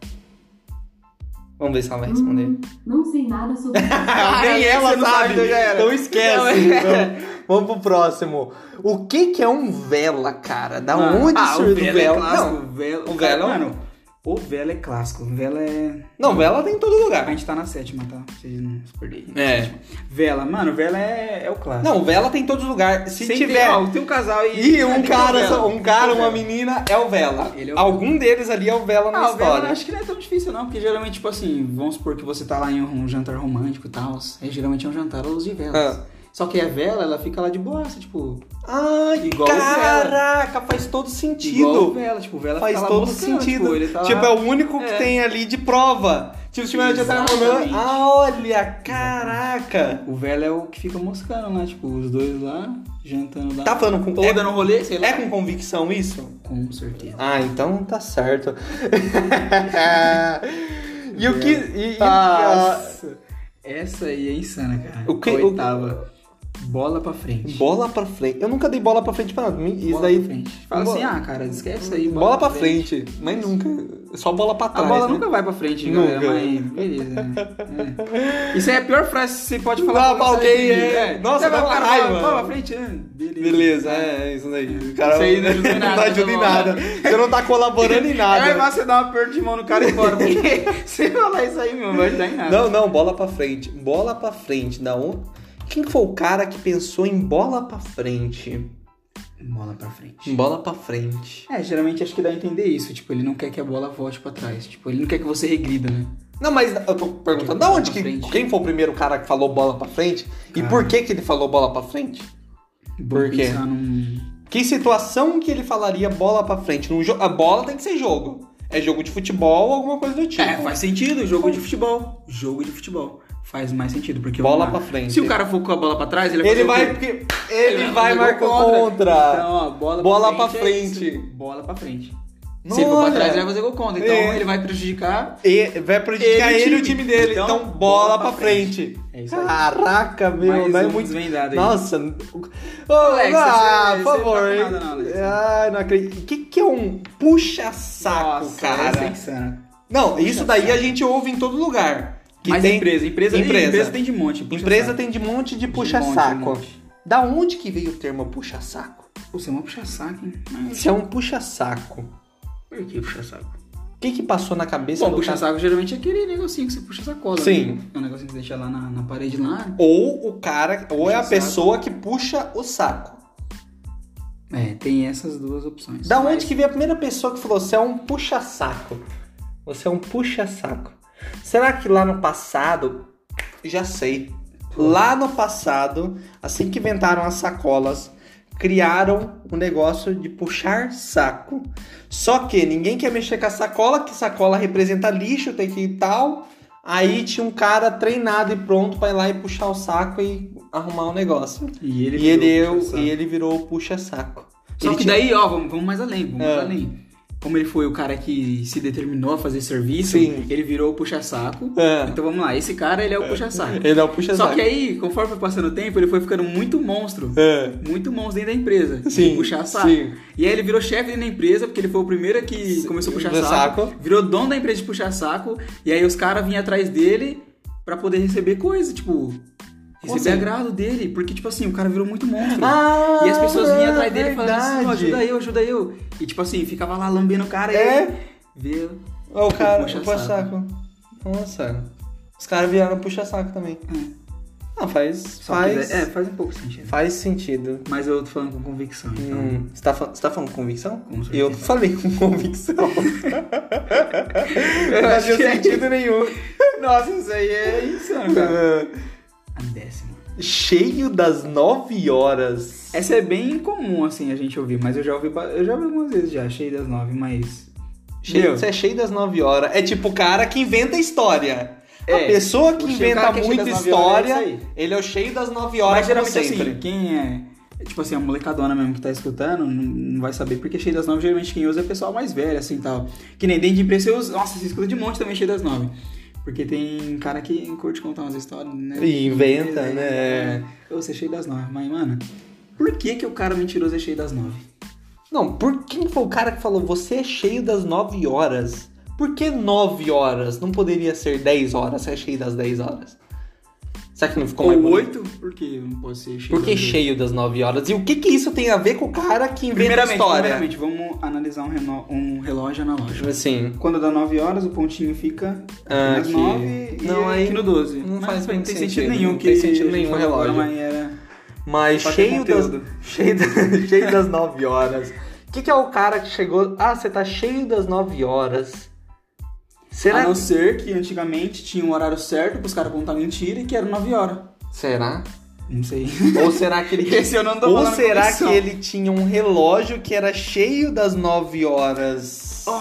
[SPEAKER 1] Vamos ver se ela vai responder.
[SPEAKER 3] Hum, não sei nada
[SPEAKER 1] <laughs>
[SPEAKER 3] sobre isso.
[SPEAKER 2] Ah,
[SPEAKER 1] Nem
[SPEAKER 2] se
[SPEAKER 1] ela
[SPEAKER 2] você não sabe,
[SPEAKER 1] sabe,
[SPEAKER 2] então já era.
[SPEAKER 1] então esquece.
[SPEAKER 2] Não, é.
[SPEAKER 1] Então, vamos pro próximo. O que que é um vela, cara? Da
[SPEAKER 2] Mano,
[SPEAKER 1] onde
[SPEAKER 2] ah,
[SPEAKER 1] surgiu
[SPEAKER 2] o
[SPEAKER 1] o
[SPEAKER 2] Vela é
[SPEAKER 1] vela?
[SPEAKER 2] clássico.
[SPEAKER 1] Não,
[SPEAKER 2] o Vela,
[SPEAKER 1] o é um-
[SPEAKER 2] o cara,
[SPEAKER 1] Vela-
[SPEAKER 2] mano, o Vela é clássico. O Vela é.
[SPEAKER 1] não, vela tem em todo
[SPEAKER 2] A
[SPEAKER 1] lugar.
[SPEAKER 2] gente tá na sétima, tá? Vocês não se perderem.
[SPEAKER 1] É.
[SPEAKER 2] Vela, mano, Vela é, é o clássico.
[SPEAKER 1] Não, vela tem em todo lugar. Se
[SPEAKER 2] Sem
[SPEAKER 1] tiver
[SPEAKER 2] Ter, ó, tem um casal e.
[SPEAKER 1] E um
[SPEAKER 2] tem o
[SPEAKER 1] cara,
[SPEAKER 2] Vela.
[SPEAKER 1] só- um cara,
[SPEAKER 2] Tem o
[SPEAKER 1] uma
[SPEAKER 2] Vela.
[SPEAKER 1] menina é o Vela.
[SPEAKER 2] Ele é o
[SPEAKER 1] Algum deles ali é o Vela na
[SPEAKER 2] Ah, o Vela
[SPEAKER 1] história.
[SPEAKER 2] acho que não é tão difícil não, porque geralmente, tipo assim, vamos supor que você tá lá em um jantar romântico e tal, aí geralmente é um jantar à luz de velas.
[SPEAKER 1] Ah.
[SPEAKER 2] Só que a vela, ela fica lá de boaça, tipo,
[SPEAKER 1] Ai,
[SPEAKER 2] Igual o Vela.
[SPEAKER 1] caraca, faz todo
[SPEAKER 2] igual o
[SPEAKER 1] sentido.
[SPEAKER 2] vela, tipo, vela
[SPEAKER 1] Faz
[SPEAKER 2] fica lá
[SPEAKER 1] todo
[SPEAKER 2] moscando,
[SPEAKER 1] sentido.
[SPEAKER 2] Tipo,
[SPEAKER 1] Tipo,
[SPEAKER 2] ele tá
[SPEAKER 1] é
[SPEAKER 2] lá-
[SPEAKER 1] o único que
[SPEAKER 2] É.
[SPEAKER 1] tem ali de prova. Tipo, se tiver de atrás
[SPEAKER 2] Exatamente.
[SPEAKER 1] Ah, olha, caraca.
[SPEAKER 2] O vela é o que fica moscando lá, tipo, os dois lá, jantando lá.
[SPEAKER 1] Tá falando com...
[SPEAKER 2] Ou
[SPEAKER 1] É,
[SPEAKER 2] dando um rolê, sei lá.
[SPEAKER 1] é com convicção isso?
[SPEAKER 2] Com certeza.
[SPEAKER 1] Ah, então tá certo. <laughs> e o que... e- e-
[SPEAKER 2] Nossa. Essa aí é insana, cara.
[SPEAKER 1] Tá. O que- o-
[SPEAKER 2] Oitava. Bola pra frente.
[SPEAKER 1] Bola pra frente. Eu nunca dei bola pra frente pra nada. Isso
[SPEAKER 2] Bola
[SPEAKER 1] daí...
[SPEAKER 2] pra frente. Fala
[SPEAKER 1] Bola-
[SPEAKER 2] assim, ah, cara, esquece isso aí.
[SPEAKER 1] Bola pra frente, mas nunca. Só bola pra
[SPEAKER 2] A
[SPEAKER 1] trás.
[SPEAKER 2] bola
[SPEAKER 1] né?
[SPEAKER 2] nunca vai pra frente,
[SPEAKER 1] Nunca.
[SPEAKER 2] galera, mas beleza, né? É. Isso aí é a pior frase que você pode
[SPEAKER 1] Ah,
[SPEAKER 2] falar
[SPEAKER 1] pra
[SPEAKER 2] você,
[SPEAKER 1] alguém,
[SPEAKER 2] né?
[SPEAKER 1] é. Nossa,
[SPEAKER 2] Você
[SPEAKER 1] dá
[SPEAKER 2] vai
[SPEAKER 1] uma
[SPEAKER 2] falar,
[SPEAKER 1] raiva.
[SPEAKER 2] "Bola, Bola pra frente, é. beleza.
[SPEAKER 1] Beleza, é, é isso daí. O cara
[SPEAKER 2] Isso
[SPEAKER 1] <laughs>
[SPEAKER 2] aí não ajuda em nada,
[SPEAKER 1] não ajuda em
[SPEAKER 2] tá bom.
[SPEAKER 1] nada. Você não tá colaborando em
[SPEAKER 2] É mais
[SPEAKER 1] nada.
[SPEAKER 2] fácil você dar uma perna de mão no cara e ir embora, <laughs> porque se falar isso aí, meu, não vai ajudar em nada.
[SPEAKER 1] Não, não, bola pra frente. Bola pra frente. Da onde? Quem que foi o cara que pensou em bola pra frente?
[SPEAKER 2] Bola pra frente.
[SPEAKER 1] Bola pra frente.
[SPEAKER 2] É, geralmente acho que dá a entender isso. Tipo, ele não quer que a bola volte pra trás. Tipo, ele não quer que você regrida, né?
[SPEAKER 1] Não, mas eu tô perguntando, da
[SPEAKER 2] Bola
[SPEAKER 1] onde que.
[SPEAKER 2] pra frente. Ah.
[SPEAKER 1] Quem foi o primeiro cara que falou bola pra frente? E
[SPEAKER 2] Cara.
[SPEAKER 1] por que que ele falou bola pra frente? Por
[SPEAKER 2] Vou
[SPEAKER 1] quê?
[SPEAKER 2] pensar num-
[SPEAKER 1] Que situação que ele falaria bola pra frente? Num jo- A bola tem que ser jogo. É jogo de futebol ou alguma coisa do tipo.
[SPEAKER 2] É, faz sentido. Jogo de futebol. Jogo de futebol. Faz mais sentido, porque...
[SPEAKER 1] Bola
[SPEAKER 2] vamos lá.
[SPEAKER 1] pra frente.
[SPEAKER 2] Se o cara for com a bola pra trás, ele vai
[SPEAKER 1] Ele
[SPEAKER 2] fazer o quê?
[SPEAKER 1] vai, porque ele vai
[SPEAKER 2] Jogou
[SPEAKER 1] marcar contra.
[SPEAKER 2] Então, ó, bola,
[SPEAKER 1] Bola
[SPEAKER 2] pra frente.
[SPEAKER 1] pra
[SPEAKER 2] é
[SPEAKER 1] frente.
[SPEAKER 2] isso. bola pra frente. Então, Se ele for pra
[SPEAKER 1] Olha.
[SPEAKER 2] trás, ele vai fazer gol contra. Então
[SPEAKER 1] É.
[SPEAKER 2] ele vai prejudicar
[SPEAKER 1] E vai prejudicar
[SPEAKER 2] Ele e o
[SPEAKER 1] ele, e o
[SPEAKER 2] time.
[SPEAKER 1] time dele. Então,
[SPEAKER 2] Então,
[SPEAKER 1] bola pra frente.
[SPEAKER 2] É isso aí.
[SPEAKER 1] Caraca, meu,
[SPEAKER 2] Mais
[SPEAKER 1] não é
[SPEAKER 2] um
[SPEAKER 1] muito.
[SPEAKER 2] desvendado aí.
[SPEAKER 1] Nossa. Ô,
[SPEAKER 2] Alexa,
[SPEAKER 1] ah,
[SPEAKER 2] você-
[SPEAKER 1] por
[SPEAKER 2] você
[SPEAKER 1] favor.
[SPEAKER 2] tá
[SPEAKER 1] hein?
[SPEAKER 2] com nada não, Alexa.
[SPEAKER 1] Ai, não acredito. O que, que é um puxa-saco,
[SPEAKER 2] Nossa, Essa é
[SPEAKER 1] cara?
[SPEAKER 2] insana.
[SPEAKER 1] Não, isso daí a gente ouve em todo lugar. Que
[SPEAKER 2] Mas
[SPEAKER 1] tem
[SPEAKER 2] empresa, empresa,
[SPEAKER 1] Empresa.
[SPEAKER 2] empresa. tem de monte. puxa
[SPEAKER 1] empresa
[SPEAKER 2] saco.
[SPEAKER 1] tem de monte de
[SPEAKER 2] De
[SPEAKER 1] puxa-saco.
[SPEAKER 2] monte, de monte.
[SPEAKER 1] da onde que veio o termo puxa-saco?
[SPEAKER 2] Pô, você é uma puxa-saco, hein? Mas
[SPEAKER 1] Isso é um puxa-saco.
[SPEAKER 2] por que puxa-saco?
[SPEAKER 1] O que que passou na cabeça
[SPEAKER 2] Bom,
[SPEAKER 1] do cara?
[SPEAKER 2] puxa-saco geralmente é aquele negocinho que você puxa sacola.
[SPEAKER 1] Sim.
[SPEAKER 2] Né? É um negocinho que você deixa lá na, na parede lá.
[SPEAKER 1] Ou o cara, ou é a
[SPEAKER 2] Puxa-saco.
[SPEAKER 1] pessoa que puxa o saco.
[SPEAKER 2] É, tem essas duas opções.
[SPEAKER 1] Da
[SPEAKER 2] Mas-
[SPEAKER 1] onde que veio a primeira pessoa que falou, você é um puxa-saco? Você é um puxa-saco. Será que lá no passado, já sei, lá no passado, assim que inventaram as sacolas, criaram um negócio de puxar saco. Só que ninguém quer mexer com a sacola, que sacola representa lixo, tem que ir e tal. Aí tinha um cara treinado e pronto pra ir lá e puxar o saco e arrumar o negócio.
[SPEAKER 2] E ele
[SPEAKER 1] e, ele,
[SPEAKER 2] virou
[SPEAKER 1] eu-
[SPEAKER 2] puxa-saco.
[SPEAKER 1] e ele virou o puxa-saco.
[SPEAKER 2] Só
[SPEAKER 1] Ele
[SPEAKER 2] que
[SPEAKER 1] tinha-
[SPEAKER 2] daí, ó, vamos, vamos mais além, vamos
[SPEAKER 1] É.
[SPEAKER 2] mais além. Como ele foi o cara que se determinou a fazer serviço,
[SPEAKER 1] Sim.
[SPEAKER 2] ele virou o puxa-saco.
[SPEAKER 1] É.
[SPEAKER 2] Então vamos lá, esse cara ele é o puxa-saco.
[SPEAKER 1] Ele é o puxa
[SPEAKER 2] Só que aí, conforme foi passando o tempo, ele foi ficando muito monstro.
[SPEAKER 1] É.
[SPEAKER 2] Muito monstro dentro da empresa. de
[SPEAKER 1] Sim.
[SPEAKER 2] puxar saco.
[SPEAKER 1] Sim.
[SPEAKER 2] E aí ele virou chefe dentro da empresa, porque ele foi o primeiro que começou a puxar
[SPEAKER 1] Do
[SPEAKER 2] saco.
[SPEAKER 1] saco.
[SPEAKER 2] Virou dono da empresa de puxar saco. E aí os caras vinham atrás dele pra poder receber coisa, tipo.
[SPEAKER 1] Como
[SPEAKER 2] Receber
[SPEAKER 1] assim?
[SPEAKER 2] agrado dele. Porque, tipo assim, o cara virou muito monstro.
[SPEAKER 1] Ah,
[SPEAKER 2] E as pessoas vinham atrás dele falando assim, "Não,
[SPEAKER 1] verdade.
[SPEAKER 2] ajuda eu, ajuda eu. E tipo assim, ficava lá lambendo o cara
[SPEAKER 1] É.
[SPEAKER 2] e ele vê.
[SPEAKER 1] Ó, É o cara,
[SPEAKER 2] Puxa
[SPEAKER 1] puxa, saco. Nossa. Os caras vieram puxa saco também. Não, faz.
[SPEAKER 2] É. Só que
[SPEAKER 1] faz,
[SPEAKER 2] daí- é, faz um pouco sentido.
[SPEAKER 1] faz sentido.
[SPEAKER 2] Mas eu tô falando com convicção, então.
[SPEAKER 1] Hum, você, tá, fa- você tá falando com convicção?
[SPEAKER 2] Com certeza.
[SPEAKER 1] eu falei com <laughs> convicção.
[SPEAKER 2] Eu
[SPEAKER 1] não
[SPEAKER 2] acho
[SPEAKER 1] deu
[SPEAKER 2] que é <laughs>
[SPEAKER 1] sentido nenhum.
[SPEAKER 2] Nossa, isso aí é insano,
[SPEAKER 1] Ah,
[SPEAKER 2] A décima.
[SPEAKER 1] Cheio das 9 horas.
[SPEAKER 2] Essa é bem comum, assim, a gente ouvir, mas eu já ouvi, ba- eu já ouvi algumas vezes já, cheio das nove, mas.
[SPEAKER 1] Cheio,
[SPEAKER 2] Meu.
[SPEAKER 1] você é cheio das 9 horas. É tipo o cara que inventa história. a
[SPEAKER 2] É,
[SPEAKER 1] pessoa que
[SPEAKER 2] o cheio- o
[SPEAKER 1] inventa
[SPEAKER 2] cara que é cheio
[SPEAKER 1] muita
[SPEAKER 2] das nove horas é
[SPEAKER 1] história,
[SPEAKER 2] isso
[SPEAKER 1] ele é o cheio das 9 horas.
[SPEAKER 2] Mas geralmente
[SPEAKER 1] como sempre.
[SPEAKER 2] assim, quem é. é, Tipo assim, a molecadona mesmo que tá escutando não, não vai saber, porque cheio das nove geralmente quem usa é pessoal mais velho, assim tal. Que nem dentro de empresa eu uso. Nossa, você escuta de um monte também cheio das nove. Porque tem cara que curte contar umas histórias, né?
[SPEAKER 1] E inventa,
[SPEAKER 2] É,
[SPEAKER 1] né?
[SPEAKER 2] é. Eu sei cheio das nove, mas, mano, por que, que o cara mentiroso é cheio das nove?
[SPEAKER 1] Não, por quem foi o cara que falou você é cheio das 9 horas? Por que 9 horas? Não poderia ser 10 horas, você é cheio das 10 horas. Será é que não ficou mais
[SPEAKER 2] Ou
[SPEAKER 1] bonito?
[SPEAKER 2] oito? Por que não pode ser cheio
[SPEAKER 1] Por que
[SPEAKER 2] das nove?
[SPEAKER 1] cheio das 9 horas? E o que que isso tem a ver com o cara que inventa
[SPEAKER 2] Primeiramente,
[SPEAKER 1] história?
[SPEAKER 2] primeiramente, vamos analisar um, reno- um relógio analógico.
[SPEAKER 1] Assim,
[SPEAKER 2] Quando dá 9 horas, o pontinho fica
[SPEAKER 1] Ah,
[SPEAKER 2] nas
[SPEAKER 1] aqui.
[SPEAKER 2] 9 e
[SPEAKER 1] Não, aí
[SPEAKER 2] aqui no 12.
[SPEAKER 1] não
[SPEAKER 2] Mas
[SPEAKER 1] faz
[SPEAKER 2] não
[SPEAKER 1] muito
[SPEAKER 2] tem
[SPEAKER 1] sentido,
[SPEAKER 2] sentido nenhum
[SPEAKER 1] não
[SPEAKER 2] que
[SPEAKER 1] tem sentido
[SPEAKER 2] a gente
[SPEAKER 1] nenhum o
[SPEAKER 2] falou agora,
[SPEAKER 1] relógio.
[SPEAKER 2] mas era
[SPEAKER 1] mas
[SPEAKER 2] pra ter
[SPEAKER 1] cheio das,
[SPEAKER 2] conteúdo.
[SPEAKER 1] cheio, da- <laughs> cheio das 9 horas. O que que é o cara que chegou, ah, você tá cheio das 9 horas?
[SPEAKER 2] A
[SPEAKER 1] Será?
[SPEAKER 2] Ah, não ser que antigamente tinha um horário certo pros caras contar mentira e que era 9 horas. <laughs>
[SPEAKER 1] Será?
[SPEAKER 2] Não sei.
[SPEAKER 1] Ou será que ele
[SPEAKER 2] Esse eu não dou
[SPEAKER 1] Ou
[SPEAKER 2] bola na
[SPEAKER 1] será que
[SPEAKER 2] competição.
[SPEAKER 1] ele tinha um relógio que era cheio das 9 horas?
[SPEAKER 2] Oh,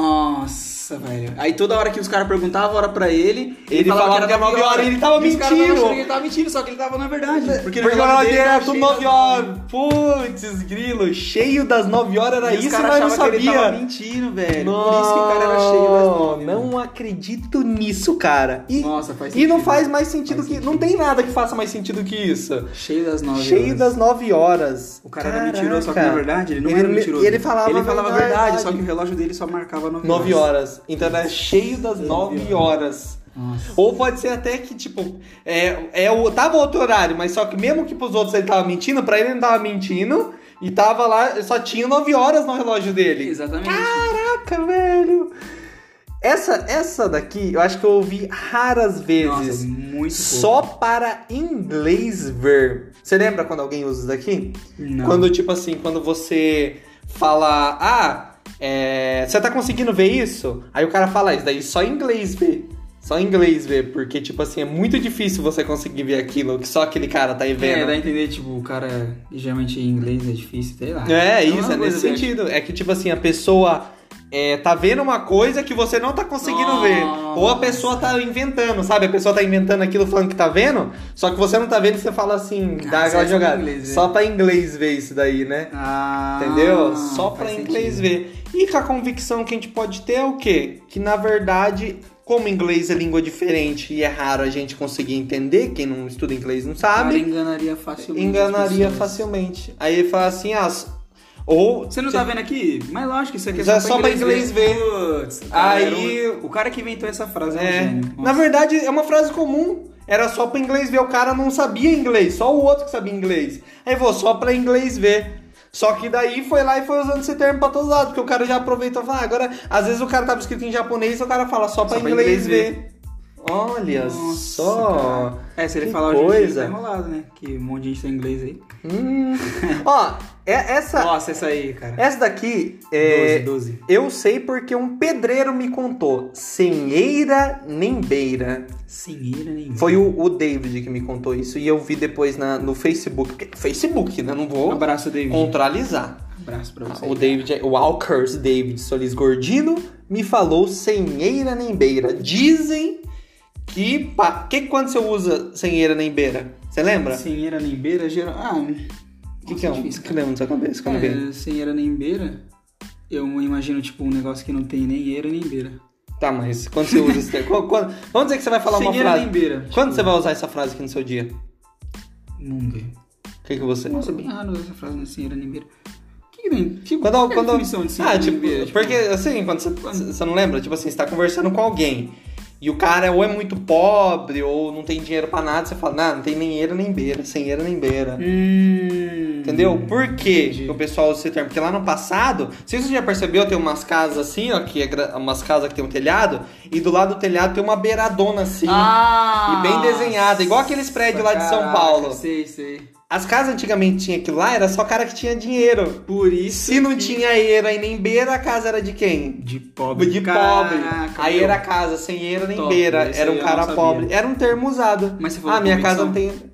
[SPEAKER 2] Nossa, velho. Aí toda hora que os caras perguntavam a hora pra ele,
[SPEAKER 1] Ele falava que era 9 horas, ele tava
[SPEAKER 2] E os caras tavam
[SPEAKER 1] mentindo.
[SPEAKER 2] achando que Ele tava mentindo, só que ele tava na verdade.
[SPEAKER 1] Porque
[SPEAKER 2] no
[SPEAKER 1] o
[SPEAKER 2] relógio
[SPEAKER 1] relógio
[SPEAKER 2] dele
[SPEAKER 1] era
[SPEAKER 2] tava
[SPEAKER 1] tudo
[SPEAKER 2] cheio das
[SPEAKER 1] 9 horas. Putz, grilo, cheio das 9 horas era
[SPEAKER 2] E os
[SPEAKER 1] isso,
[SPEAKER 2] caras
[SPEAKER 1] mas não
[SPEAKER 2] achavam que ele tava
[SPEAKER 1] sabia.
[SPEAKER 2] mentindo, velho. Por isso que o cara era cheio das nove.
[SPEAKER 1] Não
[SPEAKER 2] mano.
[SPEAKER 1] acredito nisso, cara. E,
[SPEAKER 2] Nossa, faz
[SPEAKER 1] e não
[SPEAKER 2] sentido.
[SPEAKER 1] faz mais sentido
[SPEAKER 2] Faz
[SPEAKER 1] que.
[SPEAKER 2] sentido.
[SPEAKER 1] Não tem nada que faça mais sentido que isso.
[SPEAKER 2] Cheio das nove.
[SPEAKER 1] cheio
[SPEAKER 2] horas.
[SPEAKER 1] das 9 horas.
[SPEAKER 2] O cara era mentiroso, só que na
[SPEAKER 1] Caraca.
[SPEAKER 2] verdade ele não
[SPEAKER 1] Ele
[SPEAKER 2] era
[SPEAKER 1] me-
[SPEAKER 2] mentiroso.
[SPEAKER 1] e ele falava
[SPEAKER 2] Ele falava a
[SPEAKER 1] verdade.
[SPEAKER 2] verdade, só que o relógio dele só marcava 9 horas.
[SPEAKER 1] 9 horas. Então era cheio das 9 horas.
[SPEAKER 2] Nossa.
[SPEAKER 1] Ou pode ser até que, tipo, é, é o, tava outro horário, mas só que mesmo que pros outros ele tava mentindo, pra ele não tava mentindo e tava lá, só tinha 9 horas no relógio dele.
[SPEAKER 2] Exatamente.
[SPEAKER 1] Caraca, velho! Essa, essa daqui eu acho que eu ouvi raras
[SPEAKER 2] Nossa,
[SPEAKER 1] vezes.
[SPEAKER 2] muito
[SPEAKER 1] só para inglês ver. Você lembra quando alguém usa isso daqui?
[SPEAKER 2] pouco. Não.
[SPEAKER 1] Quando, tipo assim, quando você fala, ah, é, você tá conseguindo ver isso? Aí o cara fala "Ah, isso, daí só em inglês vê. Só em inglês vê, porque, tipo assim, é muito difícil você conseguir ver aquilo que só aquele cara tá aí
[SPEAKER 2] É,
[SPEAKER 1] vendo.
[SPEAKER 2] dá a entender, tipo, o cara geralmente em inglês é difícil, sei lá.
[SPEAKER 1] É,
[SPEAKER 2] Então,
[SPEAKER 1] isso,
[SPEAKER 2] uma
[SPEAKER 1] é nesse
[SPEAKER 2] coisa, velho.
[SPEAKER 1] sentido. É que, tipo assim, a pessoa é, tá vendo uma coisa que você não tá conseguindo ver. Ou a pessoa tá inventando, sabe? A pessoa tá inventando aquilo falando que tá vendo, só que você não tá vendo e você fala assim,
[SPEAKER 2] Ah,
[SPEAKER 1] dá aquela
[SPEAKER 2] só pra
[SPEAKER 1] jogada.
[SPEAKER 2] inglês ver.
[SPEAKER 1] só pra inglês ver isso daí, né?
[SPEAKER 2] Ah,
[SPEAKER 1] Entendeu? Só pra
[SPEAKER 2] faz
[SPEAKER 1] inglês
[SPEAKER 2] sentido.
[SPEAKER 1] ver. E única convicção que a gente pode ter é o quê? Que na verdade, como inglês é língua diferente e é raro a gente conseguir entender, quem não estuda inglês não
[SPEAKER 2] Cara,
[SPEAKER 1] sabe,
[SPEAKER 2] enganaria facilmente. as
[SPEAKER 1] enganaria
[SPEAKER 2] pessoas. assim.
[SPEAKER 1] facilmente. Aí ele fala assim, ah, s- ou
[SPEAKER 2] Você não tá vendo aqui? Mas lógico, isso aqui é
[SPEAKER 1] Isso é
[SPEAKER 2] só,
[SPEAKER 1] só pra inglês
[SPEAKER 2] Putz, cara,
[SPEAKER 1] Aí-
[SPEAKER 2] era um- O cara que inventou essa frase é um
[SPEAKER 1] É.
[SPEAKER 2] gênio.
[SPEAKER 1] Na verdade, é uma frase comum. Era só para inglês ver. O cara não sabia inglês, só o outro que sabia inglês. Aí vou só para inglês ver. Só que daí foi lá e foi usando esse termo pra todos os lados, porque o cara já aproveitou e fala, ah, agora, às vezes o cara tava escrito em japonês e o cara fala só pra
[SPEAKER 2] Só pra
[SPEAKER 1] inglês,
[SPEAKER 2] inglês
[SPEAKER 1] ver. Olha
[SPEAKER 2] Nossa,
[SPEAKER 1] só.
[SPEAKER 2] cara. É, se ele
[SPEAKER 1] que
[SPEAKER 2] falar hoje em dia,
[SPEAKER 1] coisa.
[SPEAKER 2] tá enrolado, né? Que um monte de gente tem inglês aí.
[SPEAKER 1] Hum. <laughs> Ó, é- essa,
[SPEAKER 2] Nossa, essa aí, cara.
[SPEAKER 1] essa daqui é,
[SPEAKER 2] 12, 12.
[SPEAKER 1] eu sei porque um pedreiro me contou. Sem eira nem beira.
[SPEAKER 2] Senheira nenhuma.
[SPEAKER 1] Foi o, o David que me contou isso e eu vi depois na- no Facebook. Porque- Facebook, né? Não vou
[SPEAKER 2] Abraço, David.
[SPEAKER 1] contralizar.
[SPEAKER 2] Abraço pra você.
[SPEAKER 1] O David, é, o Walkers David Solis Gordino me falou sem eira nem beira. Dizem que. pa- que quando você usa sem eira nem beira? Você lembra?
[SPEAKER 2] Senheira nem beira, geral... Ah,
[SPEAKER 1] O que, que é um?
[SPEAKER 2] difícil,
[SPEAKER 1] que um lembra na sua cabeça? Calma aí.
[SPEAKER 2] É, sem era nem beira, eu imagino, tipo, um negócio que não tem nem era nem beira.
[SPEAKER 1] Tá, mas quando você usa esse. quando- <laughs> quando- vamos dizer que você vai falar
[SPEAKER 2] sem
[SPEAKER 1] uma
[SPEAKER 2] era
[SPEAKER 1] frase.
[SPEAKER 2] nem beira. Tipo,
[SPEAKER 1] Quando você vai usar essa frase aqui no seu dia?
[SPEAKER 2] Nunca.
[SPEAKER 1] O que, que você.
[SPEAKER 2] Nossa, é bem raro essa frase, né? Sem era nem beira. O que que tem? Tipo,
[SPEAKER 1] Quando-
[SPEAKER 2] qual é a
[SPEAKER 1] quando-
[SPEAKER 2] definição de sem
[SPEAKER 1] Ah,
[SPEAKER 2] era nem
[SPEAKER 1] tipo,
[SPEAKER 2] beira? Tipo,
[SPEAKER 1] porque assim, quando você, você não lembra, tipo assim, você tá conversando com alguém e o cara ou é muito pobre ou não tem dinheiro pra nada, você fala, não, não tem nem eira nem beira, sem eira nem beira.
[SPEAKER 2] Hum...
[SPEAKER 1] Entendeu? Por quê
[SPEAKER 2] Entendi.
[SPEAKER 1] que o pessoal usa esse termo? Porque lá no passado, se você já percebeu, tem umas casas assim, ó, que é gra- umas casas que tem um telhado, e do lado do telhado tem uma beiradona assim.
[SPEAKER 2] Ah!
[SPEAKER 1] E bem desenhada, igual aqueles prédios lá de São
[SPEAKER 2] Caraca,
[SPEAKER 1] Paulo.
[SPEAKER 2] Sei, sei.
[SPEAKER 1] As casas antigamente tinha aquilo lá, era só cara que tinha dinheiro.
[SPEAKER 2] Por isso
[SPEAKER 1] Se não
[SPEAKER 2] que-
[SPEAKER 1] tinha eira e nem beira, a casa era de quem?
[SPEAKER 2] De pobre.
[SPEAKER 1] De pobre.
[SPEAKER 2] Caraca,
[SPEAKER 1] Aí
[SPEAKER 2] meu.
[SPEAKER 1] era casa sem eira nem
[SPEAKER 2] Top,
[SPEAKER 1] beira.
[SPEAKER 2] esse
[SPEAKER 1] Era
[SPEAKER 2] aí
[SPEAKER 1] um
[SPEAKER 2] eu
[SPEAKER 1] cara
[SPEAKER 2] não sabia.
[SPEAKER 1] pobre. Era um termo usado.
[SPEAKER 2] Mas você falou
[SPEAKER 1] Ah, minha
[SPEAKER 2] convicção?
[SPEAKER 1] casa não tem.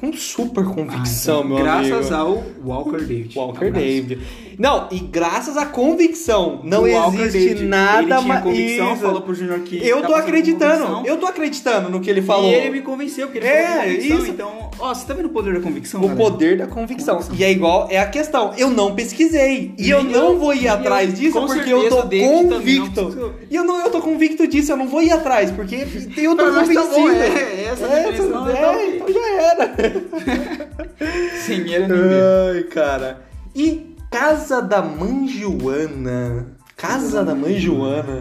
[SPEAKER 1] Com super convicção,
[SPEAKER 2] Ah, então,
[SPEAKER 1] meu
[SPEAKER 2] Graças
[SPEAKER 1] amigo.
[SPEAKER 2] ao Walker David.
[SPEAKER 1] Walker
[SPEAKER 2] Abraço.
[SPEAKER 1] David. Não, e graças à convicção. Não
[SPEAKER 2] O Walker
[SPEAKER 1] existe
[SPEAKER 2] David,
[SPEAKER 1] nada
[SPEAKER 2] Ele tinha
[SPEAKER 1] mais.
[SPEAKER 2] convicção,
[SPEAKER 1] Isso.
[SPEAKER 2] falou pro Júnior que.
[SPEAKER 1] Eu
[SPEAKER 2] tá
[SPEAKER 1] tô
[SPEAKER 2] passando
[SPEAKER 1] acreditando.
[SPEAKER 2] convicção,
[SPEAKER 1] Eu tô acreditando no que ele falou.
[SPEAKER 2] E ele me convenceu, porque ele
[SPEAKER 1] É,
[SPEAKER 2] falou que convicção,
[SPEAKER 1] isso.
[SPEAKER 2] Então, ó, você tá vendo o poder da convicção?
[SPEAKER 1] O
[SPEAKER 2] galera?
[SPEAKER 1] poder da convicção.
[SPEAKER 2] Convicção.
[SPEAKER 1] E é igual, é a questão. Eu não pesquisei. E
[SPEAKER 2] Nem
[SPEAKER 1] eu não
[SPEAKER 2] eu,
[SPEAKER 1] vou ir
[SPEAKER 2] nem
[SPEAKER 1] atrás
[SPEAKER 2] eu.
[SPEAKER 1] disso
[SPEAKER 2] Com
[SPEAKER 1] porque eu
[SPEAKER 2] certeza
[SPEAKER 1] tô
[SPEAKER 2] o David também é um não
[SPEAKER 1] convicto.
[SPEAKER 2] pesquisou.
[SPEAKER 1] E eu não, eu tô convicto disso, eu não vou ir atrás, porque eu tô
[SPEAKER 2] Pra nós tá
[SPEAKER 1] convencido.
[SPEAKER 2] bom, é, é essa a definição,
[SPEAKER 1] é,
[SPEAKER 2] então.
[SPEAKER 1] então já era.
[SPEAKER 2] Sem ele nem ver.
[SPEAKER 1] Ai, cara. é. E Casa da Mãe Joana. Casa da Mãe Joana.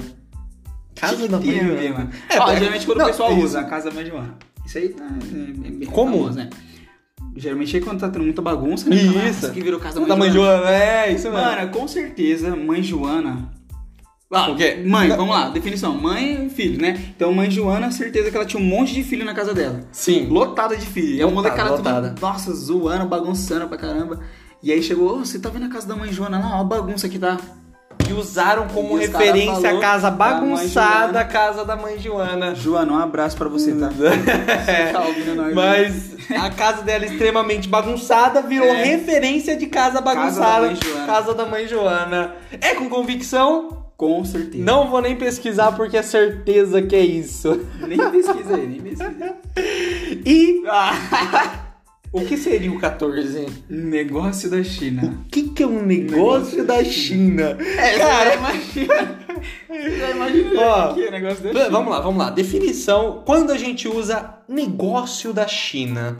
[SPEAKER 2] Que
[SPEAKER 1] Casa
[SPEAKER 2] que
[SPEAKER 1] da Mãe
[SPEAKER 2] tem a ver,
[SPEAKER 1] Joana.
[SPEAKER 2] mano?
[SPEAKER 1] É,
[SPEAKER 2] ó,
[SPEAKER 1] pra-
[SPEAKER 2] geralmente quando
[SPEAKER 1] não,
[SPEAKER 2] o pessoal
[SPEAKER 1] isso.
[SPEAKER 2] usa a casa da mãe de Joana. Isso aí tá, é, é bem
[SPEAKER 1] Comum.
[SPEAKER 2] famoso, né? Geralmente aí quando tá tendo muita bagunça, né? fala, "Ah,
[SPEAKER 1] Isso.
[SPEAKER 2] que virou casa
[SPEAKER 1] Da Mãe Joana, é isso mesmo.
[SPEAKER 2] Mano, com certeza, mãe Joana. Ah,
[SPEAKER 1] O quê?
[SPEAKER 2] Mãe, vamos lá, definição. Mãe e filho, né? Então, mãe Joana, certeza que ela tinha um monte de filho na casa dela.
[SPEAKER 1] Sim.
[SPEAKER 2] Lotada de filho. É uma
[SPEAKER 1] Lotada,
[SPEAKER 2] molecada
[SPEAKER 1] lotada.
[SPEAKER 2] toda, nossa, zoando, bagunçando pra caramba. E aí chegou, "Ô, você tá vendo a casa da mãe Joana lá? Ó a bagunça que tá.
[SPEAKER 1] E usaram como
[SPEAKER 2] E os cara
[SPEAKER 1] referência a
[SPEAKER 2] falou
[SPEAKER 1] casa
[SPEAKER 2] da mãe
[SPEAKER 1] bagunçada,
[SPEAKER 2] Joana.
[SPEAKER 1] a casa da mãe Joana.
[SPEAKER 2] Joana, um abraço pra você,
[SPEAKER 1] <laughs>
[SPEAKER 2] tá? Você tá ouvindo
[SPEAKER 1] É.
[SPEAKER 2] nós, né?
[SPEAKER 1] Mas a casa dela é extremamente bagunçada virou
[SPEAKER 2] É.
[SPEAKER 1] referência de casa bagunçada.
[SPEAKER 2] Mãe Joana.
[SPEAKER 1] Casa da mãe Joana. É com convicção?
[SPEAKER 2] Com certeza.
[SPEAKER 1] Não vou nem pesquisar porque é certeza que é isso.
[SPEAKER 2] Nem pesquisa aí, nem pesquisa.
[SPEAKER 1] E
[SPEAKER 2] Ah,
[SPEAKER 1] o que seria o 14?
[SPEAKER 2] negócio da China.
[SPEAKER 1] O que, que é um negócio,
[SPEAKER 2] Negócio
[SPEAKER 1] da
[SPEAKER 2] da
[SPEAKER 1] China?
[SPEAKER 2] É,
[SPEAKER 1] Cara.
[SPEAKER 2] já imagina. Já imagina
[SPEAKER 1] Ó,
[SPEAKER 2] que é negócio da
[SPEAKER 1] V-
[SPEAKER 2] China.
[SPEAKER 1] Vamos lá, vamos lá. Definição: quando a gente usa negócio da China.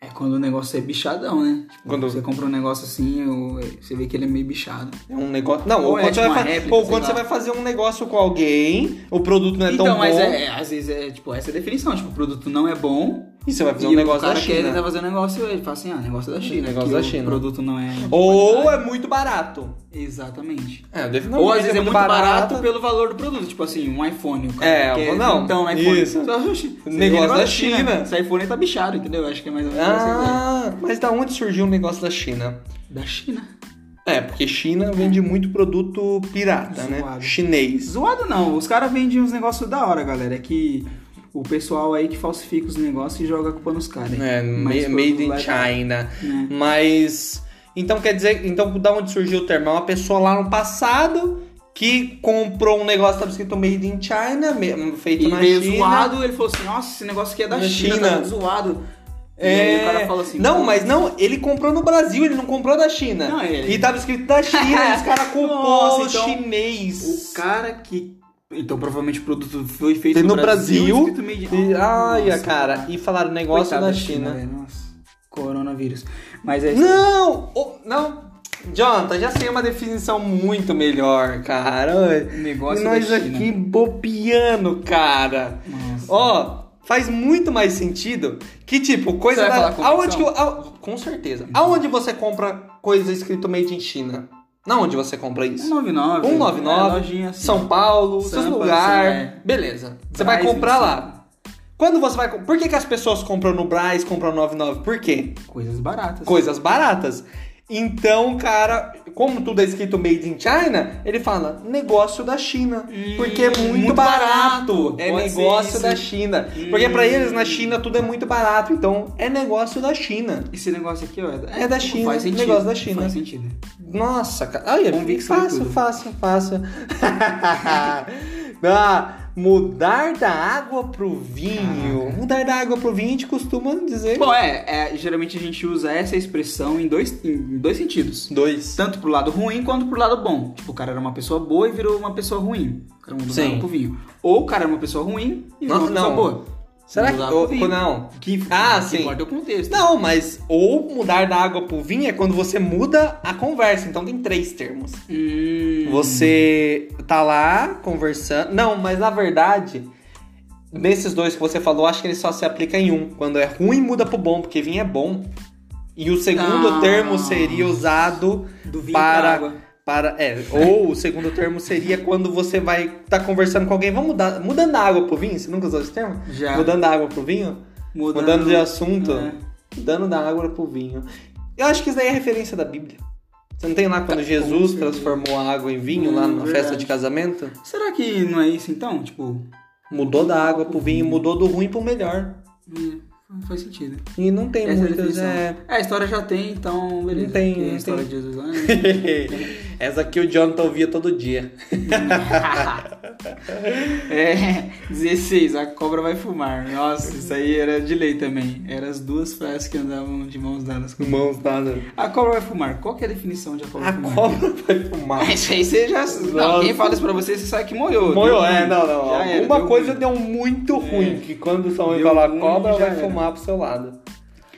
[SPEAKER 2] É quando o negócio é bichadão, né? Tipo,
[SPEAKER 1] Quando-
[SPEAKER 2] quando você compra um negócio assim, ou- você vê que ele é meio bichado.
[SPEAKER 1] É um negócio. Não, ou,
[SPEAKER 2] Ou é
[SPEAKER 1] quando, você,
[SPEAKER 2] tipo
[SPEAKER 1] vai
[SPEAKER 2] uma
[SPEAKER 1] fa-
[SPEAKER 2] réplica,
[SPEAKER 1] ou
[SPEAKER 2] sei
[SPEAKER 1] quando
[SPEAKER 2] lá.
[SPEAKER 1] você vai fazer um negócio com alguém, o produto não é
[SPEAKER 2] então,
[SPEAKER 1] tão
[SPEAKER 2] mas
[SPEAKER 1] bom.
[SPEAKER 2] é, é, às vezes é tipo, essa é a definição. Tipo, o produto não é bom.
[SPEAKER 1] E você vai fazer
[SPEAKER 2] e
[SPEAKER 1] um negócio
[SPEAKER 2] o cara
[SPEAKER 1] da China. É,
[SPEAKER 2] quer tá fazendo negócio, ele fala assim, ah, negócio da China.
[SPEAKER 1] Negócio
[SPEAKER 2] que
[SPEAKER 1] da
[SPEAKER 2] o
[SPEAKER 1] China.
[SPEAKER 2] produto não é. de
[SPEAKER 1] Ou
[SPEAKER 2] qualidade.
[SPEAKER 1] é muito barato.
[SPEAKER 2] Exatamente.
[SPEAKER 1] É,
[SPEAKER 2] Ou às vezes é muito barato, pelo valor do produto, tipo assim, um iPhone. O cara
[SPEAKER 1] É,
[SPEAKER 2] quer,
[SPEAKER 1] eu falo, não,
[SPEAKER 2] Então, <laughs> um iPhone.
[SPEAKER 1] isso.
[SPEAKER 2] Só, oxi, você
[SPEAKER 1] Negócio
[SPEAKER 2] vê
[SPEAKER 1] da China.
[SPEAKER 2] Esse iPhone tá bichado, entendeu? Acho que é mais ou menos essa ideia.
[SPEAKER 1] Ah, mas da onde surgiu o negócio da China?
[SPEAKER 2] Da China.
[SPEAKER 1] É, porque China vende muito produto pirata, né?
[SPEAKER 2] Zoado.
[SPEAKER 1] Chinês.
[SPEAKER 2] Zoado não, os caras vendem uns negócios da hora, galera. É que o pessoal aí que falsifica os negócios e joga a culpa nos caras.
[SPEAKER 1] É, ma-
[SPEAKER 2] Mas quando
[SPEAKER 1] made in
[SPEAKER 2] vai-
[SPEAKER 1] China.
[SPEAKER 2] né?
[SPEAKER 1] Mas. Então quer dizer. Então, da onde surgiu o termo? É uma pessoa lá no passado que comprou um negócio que estava escrito Made in China, me- feito
[SPEAKER 2] E
[SPEAKER 1] na
[SPEAKER 2] meio
[SPEAKER 1] China.
[SPEAKER 2] zoado, ele falou assim, nossa, esse negócio aqui é da
[SPEAKER 1] Da
[SPEAKER 2] China, tá
[SPEAKER 1] China.
[SPEAKER 2] muito zoado. E aí o
[SPEAKER 1] É.
[SPEAKER 2] cara fala assim.
[SPEAKER 1] não,
[SPEAKER 2] pô,
[SPEAKER 1] mas não, ele comprou no Brasil, ele não comprou da China.
[SPEAKER 2] Não, ele-
[SPEAKER 1] E tava escrito da
[SPEAKER 2] <laughs>
[SPEAKER 1] China, os caras culpou
[SPEAKER 2] Nossa,
[SPEAKER 1] o
[SPEAKER 2] então,
[SPEAKER 1] chinês.
[SPEAKER 2] O cara que. Então provavelmente o produto foi feito
[SPEAKER 1] Tem no
[SPEAKER 2] no Brasil.
[SPEAKER 1] Brasil,
[SPEAKER 2] escrito made in-
[SPEAKER 1] E, ai,
[SPEAKER 2] Nossa,
[SPEAKER 1] cara, e falaram negócio
[SPEAKER 2] Coitado né?
[SPEAKER 1] da China.
[SPEAKER 2] velho, nossa. Coronavírus. Mas é isso.
[SPEAKER 1] Não! o- não! Jonathan, já sei uma definição muito melhor, cara.
[SPEAKER 2] Negócio da
[SPEAKER 1] Nós
[SPEAKER 2] China.
[SPEAKER 1] aqui bopiano, cara.
[SPEAKER 2] Nossa.
[SPEAKER 1] Ó, faz muito mais sentido que, tipo, coisa
[SPEAKER 2] Você vai
[SPEAKER 1] da.
[SPEAKER 2] falar com
[SPEAKER 1] aonde que
[SPEAKER 2] opção?
[SPEAKER 1] eu- ao- Com certeza. Aonde você compra coisa escrito made in China? Não onde você compra isso?
[SPEAKER 2] 199.
[SPEAKER 1] 199,
[SPEAKER 2] É, lojinha assim.
[SPEAKER 1] São Paulo, seus
[SPEAKER 2] Sampa,
[SPEAKER 1] lugar.
[SPEAKER 2] assim, é.
[SPEAKER 1] Beleza. Você
[SPEAKER 2] Braz,
[SPEAKER 1] vai comprar
[SPEAKER 2] assim.
[SPEAKER 1] lá. Quando você vai. com- Por que, que as pessoas compram no Braz, compram no 99? Por quê?
[SPEAKER 2] Coisas baratas.
[SPEAKER 1] coisas baratas. Então, cara, como tudo é escrito Made in China, ele fala negócio da China.
[SPEAKER 2] Hum,
[SPEAKER 1] porque é muito,
[SPEAKER 2] muito
[SPEAKER 1] barato.
[SPEAKER 2] barato.
[SPEAKER 1] É
[SPEAKER 2] Pode ser
[SPEAKER 1] negócio
[SPEAKER 2] isso.
[SPEAKER 1] da China.
[SPEAKER 2] Hum.
[SPEAKER 1] Porque pra eles na China tudo é muito barato. Então, é negócio da China.
[SPEAKER 2] Esse negócio aqui, ó.
[SPEAKER 1] É da China,
[SPEAKER 2] Faz sentido.
[SPEAKER 1] negócio da China.
[SPEAKER 2] Faz sentido.
[SPEAKER 1] Nossa, cara. Olha,
[SPEAKER 2] Convicção em
[SPEAKER 1] fácil,
[SPEAKER 2] tudo.
[SPEAKER 1] fácil, fácil. <laughs> ah, mudar da água pro vinho.
[SPEAKER 2] Caraca.
[SPEAKER 1] Mudar da água pro vinho a gente costuma dizer.
[SPEAKER 2] Bom, é, é, geralmente a gente usa essa expressão em dois, em dois sentidos.
[SPEAKER 1] dois.
[SPEAKER 2] Tanto pro lado ruim quanto pro lado bom. Tipo, o cara era uma pessoa boa e virou uma pessoa ruim. O cara mudou
[SPEAKER 1] Sim.
[SPEAKER 2] da água pro vinho. Ou o cara era uma pessoa ruim e virou
[SPEAKER 1] Não,
[SPEAKER 2] uma pessoa
[SPEAKER 1] não.
[SPEAKER 2] boa.
[SPEAKER 1] Será que.
[SPEAKER 2] Mudar pro
[SPEAKER 1] ou-
[SPEAKER 2] vinho.
[SPEAKER 1] não.
[SPEAKER 2] Que,
[SPEAKER 1] Ah,
[SPEAKER 2] que
[SPEAKER 1] sim.
[SPEAKER 2] Importa o contexto.
[SPEAKER 1] Não, mas ou mudar da água pro vinho é quando você muda a conversa. Então tem três termos.
[SPEAKER 2] Hum.
[SPEAKER 1] Você tá lá conversando. Não, mas na verdade, nesses dois que você falou, acho que ele só se aplica em um. Quando é ruim, muda pro bom, porque vinho é bom. E o segundo
[SPEAKER 2] Ah.
[SPEAKER 1] termo seria usado
[SPEAKER 2] do vinho
[SPEAKER 1] para-
[SPEAKER 2] para água.
[SPEAKER 1] para. É, ou o segundo termo seria quando você vai estar conversando com alguém. Vamos mudar. Mudando da água pro vinho? Você nunca usou esse termo?
[SPEAKER 2] Já.
[SPEAKER 1] Mudando da água pro vinho? Mudando, né? de assunto. Dando da água pro vinho. Eu acho que isso daí é referência da Bíblia. Você não tem lá quando Jesus
[SPEAKER 2] certeza.
[SPEAKER 1] transformou a água em vinho lá
[SPEAKER 2] Hum,
[SPEAKER 1] na
[SPEAKER 2] verdade.
[SPEAKER 1] festa de casamento?
[SPEAKER 2] É. Será que não é isso então? Tipo.
[SPEAKER 1] Mudou da água pro vinho, mudou do ruim pro melhor.
[SPEAKER 2] hum, Faz sentido.
[SPEAKER 1] E não tem
[SPEAKER 2] Essa é a
[SPEAKER 1] muitas.
[SPEAKER 2] definição.
[SPEAKER 1] É... <laughs>
[SPEAKER 2] É, a história já tem, então beleza.
[SPEAKER 1] Não tem,
[SPEAKER 2] Porque
[SPEAKER 1] não
[SPEAKER 2] a história
[SPEAKER 1] tem.
[SPEAKER 2] de Jesus lá. né?
[SPEAKER 1] <laughs> Essa aqui o Jonathan ouvia todo dia.
[SPEAKER 2] é, 16, a cobra vai fumar. Nossa, isso aí era de lei também. Eram as duas frases que andavam de mãos dadas. com-
[SPEAKER 1] Mãos dadas.
[SPEAKER 2] A cobra vai fumar. Qual que é a definição de a cobra
[SPEAKER 1] A
[SPEAKER 2] fumar?
[SPEAKER 1] cobra vai fumar.
[SPEAKER 2] <laughs> Isso aí você já. Não,
[SPEAKER 1] Nossa.
[SPEAKER 2] quem fala isso pra você, você sabe que molhou.
[SPEAKER 1] Morreu,
[SPEAKER 2] Deu
[SPEAKER 1] é,
[SPEAKER 2] ruim.
[SPEAKER 1] não, não.
[SPEAKER 2] Já era,
[SPEAKER 1] Alguma
[SPEAKER 2] deu
[SPEAKER 1] coisa
[SPEAKER 2] ruim.
[SPEAKER 1] deu um É. muito ruim, que quando sua mãe
[SPEAKER 2] Deu
[SPEAKER 1] falar
[SPEAKER 2] ruim,
[SPEAKER 1] cobra,
[SPEAKER 2] já
[SPEAKER 1] vai
[SPEAKER 2] era.
[SPEAKER 1] fumar pro seu lado.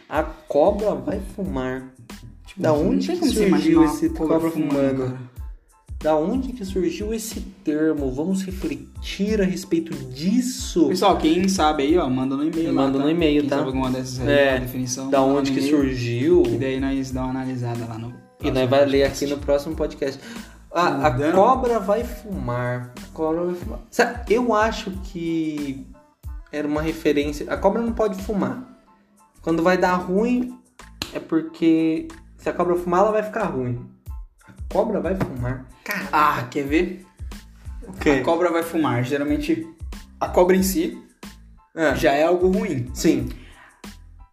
[SPEAKER 1] A cobra vai fumar. da
[SPEAKER 2] Não
[SPEAKER 1] onde
[SPEAKER 2] tem
[SPEAKER 1] que
[SPEAKER 2] como você
[SPEAKER 1] surgiu
[SPEAKER 2] imaginar
[SPEAKER 1] esse
[SPEAKER 2] uma cobra, fumando? cara.
[SPEAKER 1] Da onde que surgiu esse termo? Vamos refletir a respeito disso.
[SPEAKER 2] Pessoal, quem sabe aí, ó, manda no e-mail. lá,
[SPEAKER 1] Manda
[SPEAKER 2] tá?
[SPEAKER 1] no e-mail,
[SPEAKER 2] Quem
[SPEAKER 1] tá?
[SPEAKER 2] sabe alguma dessas aí,
[SPEAKER 1] É,
[SPEAKER 2] uma definição.
[SPEAKER 1] Da
[SPEAKER 2] manda no
[SPEAKER 1] onde que
[SPEAKER 2] e-mail,
[SPEAKER 1] surgiu?
[SPEAKER 2] E daí nós dá uma analisada lá no.
[SPEAKER 1] E nós vai ler aqui no próximo podcast. A, a
[SPEAKER 2] Mudando.
[SPEAKER 1] cobra vai fumar. A cobra vai fumar. Sabe, eu acho que era uma referência. A cobra não pode fumar. Quando vai dar ruim, é porque se a cobra fumar, ela vai ficar ruim. A cobra vai fumar.
[SPEAKER 2] Ah, quer ver? A cobra vai fumar. Geralmente, a cobra em si
[SPEAKER 1] É.
[SPEAKER 2] já é algo ruim.
[SPEAKER 1] Sim.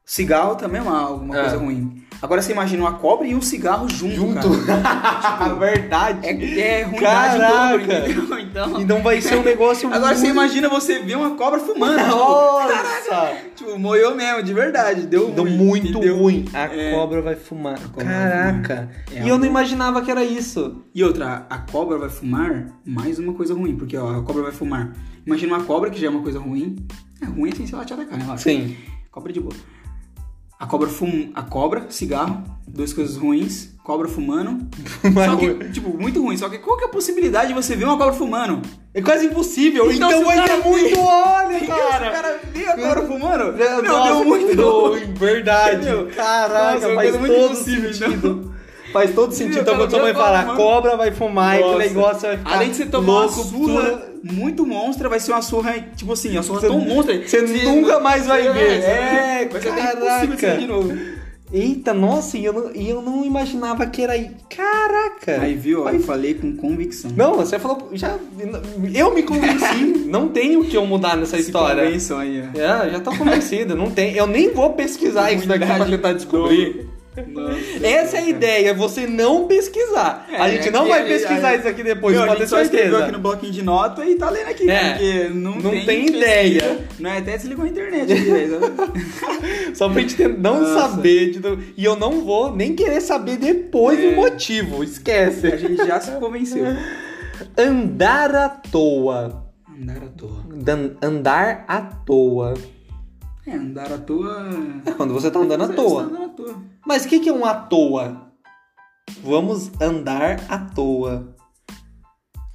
[SPEAKER 2] Cigarro também é uma, alguma
[SPEAKER 1] É.
[SPEAKER 2] coisa ruim. Agora você imagina uma cobra e um cigarro junto.
[SPEAKER 1] <laughs>
[SPEAKER 2] <laughs> cara.
[SPEAKER 1] Verdade.
[SPEAKER 2] É, é ruim
[SPEAKER 1] Caraca.
[SPEAKER 2] entendeu? Então.
[SPEAKER 1] Então vai ser um negócio <laughs>
[SPEAKER 2] Agora você
[SPEAKER 1] muito...
[SPEAKER 2] imagina você ver uma cobra fumando. tipo,
[SPEAKER 1] Nossa!
[SPEAKER 2] <laughs> tipo, moiou mesmo, de verdade. Deu
[SPEAKER 1] Deu
[SPEAKER 2] ruim,
[SPEAKER 1] muito
[SPEAKER 2] deu
[SPEAKER 1] ruim. A cobra vai fumar.
[SPEAKER 2] cobra vai
[SPEAKER 1] É. Caraca.
[SPEAKER 2] É
[SPEAKER 1] e eu
[SPEAKER 2] algo-
[SPEAKER 1] não imaginava que era isso.
[SPEAKER 2] E outra, a cobra vai fumar, mais uma coisa ruim, porque ó, a cobra vai fumar. Imagina uma cobra que já é uma coisa ruim. É ruim sem se ela te atacar, né? Lógico.
[SPEAKER 1] Sim.
[SPEAKER 2] Cobra de boa. A cobra fum... A cobra, cigarro, duas coisas ruins.
[SPEAKER 1] <laughs>
[SPEAKER 2] Cobra fumando. só que, tipo, muito ruim. Só que qual que é a possibilidade de você ver uma cobra fumando?
[SPEAKER 1] É quase impossível.
[SPEAKER 2] Então,
[SPEAKER 1] Então,
[SPEAKER 2] se o
[SPEAKER 1] vai
[SPEAKER 2] cara
[SPEAKER 1] ter muito óleo,
[SPEAKER 2] <laughs> Se o
[SPEAKER 1] cara.
[SPEAKER 2] cara vê a cobra fumando? Meu,
[SPEAKER 1] Nossa,
[SPEAKER 2] deu muito ruim.
[SPEAKER 1] ruim, Verdade.
[SPEAKER 2] Entendeu?
[SPEAKER 1] Caraca,
[SPEAKER 2] Nossa, uma
[SPEAKER 1] faz
[SPEAKER 2] coisa muito
[SPEAKER 1] todo
[SPEAKER 2] impossível,
[SPEAKER 1] sentido. Faz todo sentido. Então,
[SPEAKER 2] cara,
[SPEAKER 1] quando sua
[SPEAKER 2] meu
[SPEAKER 1] mãe
[SPEAKER 2] cara,
[SPEAKER 1] falar,
[SPEAKER 2] mano.
[SPEAKER 1] cobra vai fumar, e que
[SPEAKER 2] Nossa.
[SPEAKER 1] negócio vai ficar
[SPEAKER 2] Além de você tomar uma
[SPEAKER 1] louco,
[SPEAKER 2] surra muito monstra, vai ser uma surra, tipo assim, uma surra tão monstra. que
[SPEAKER 1] Você nunca mais vai ver.
[SPEAKER 2] É, vai ser até impossível
[SPEAKER 1] caraca.
[SPEAKER 2] de ser de novo.
[SPEAKER 1] Eita, nossa, e eu não, e eu não imaginava que era. aí. Caraca!
[SPEAKER 2] Aí viu, ó,
[SPEAKER 1] É. Aí-
[SPEAKER 2] eu falei com convicção.
[SPEAKER 1] Não, você falou. Já, eu me
[SPEAKER 2] <laughs>
[SPEAKER 1] convenci. não tem o que eu mudar nessa
[SPEAKER 2] Se
[SPEAKER 1] história.
[SPEAKER 2] convençam aí, ó.
[SPEAKER 1] É, já tô convencido, não tem. Eu nem vou pesquisar isso daqui pra
[SPEAKER 2] Comunidade
[SPEAKER 1] tentar descobrir. Essa é a ideia, é você não pesquisar.
[SPEAKER 2] É,
[SPEAKER 1] a gente
[SPEAKER 2] é
[SPEAKER 1] não
[SPEAKER 2] que
[SPEAKER 1] vai
[SPEAKER 2] a-
[SPEAKER 1] pesquisar
[SPEAKER 2] a-
[SPEAKER 1] isso aqui depois,
[SPEAKER 2] Meu, a
[SPEAKER 1] pode ter
[SPEAKER 2] gente só escreveu aqui
[SPEAKER 1] certeza.
[SPEAKER 2] no bloquinho de nota e tá lendo aqui,
[SPEAKER 1] É,
[SPEAKER 2] porque não,
[SPEAKER 1] não
[SPEAKER 2] tem,
[SPEAKER 1] tem
[SPEAKER 2] pesquisa,
[SPEAKER 1] ideia.
[SPEAKER 2] Né? Até desligou a internet aqui, né? Então, velho.
[SPEAKER 1] Só pra gente ter- não
[SPEAKER 2] Nossa.
[SPEAKER 1] saber. de novo. E eu não vou nem querer saber depois
[SPEAKER 2] É.
[SPEAKER 1] o motivo,
[SPEAKER 2] A
[SPEAKER 1] esquece.
[SPEAKER 2] gente já se convenceu.
[SPEAKER 1] Andar à toa.
[SPEAKER 2] Andar à toa.
[SPEAKER 1] Dan- andar à toa.
[SPEAKER 2] É, andar à toa.
[SPEAKER 1] É quando você tá andando à
[SPEAKER 2] Você
[SPEAKER 1] toa.
[SPEAKER 2] Tá andando à toa.
[SPEAKER 1] Mas o que, que é um à toa? Vamos andar à toa.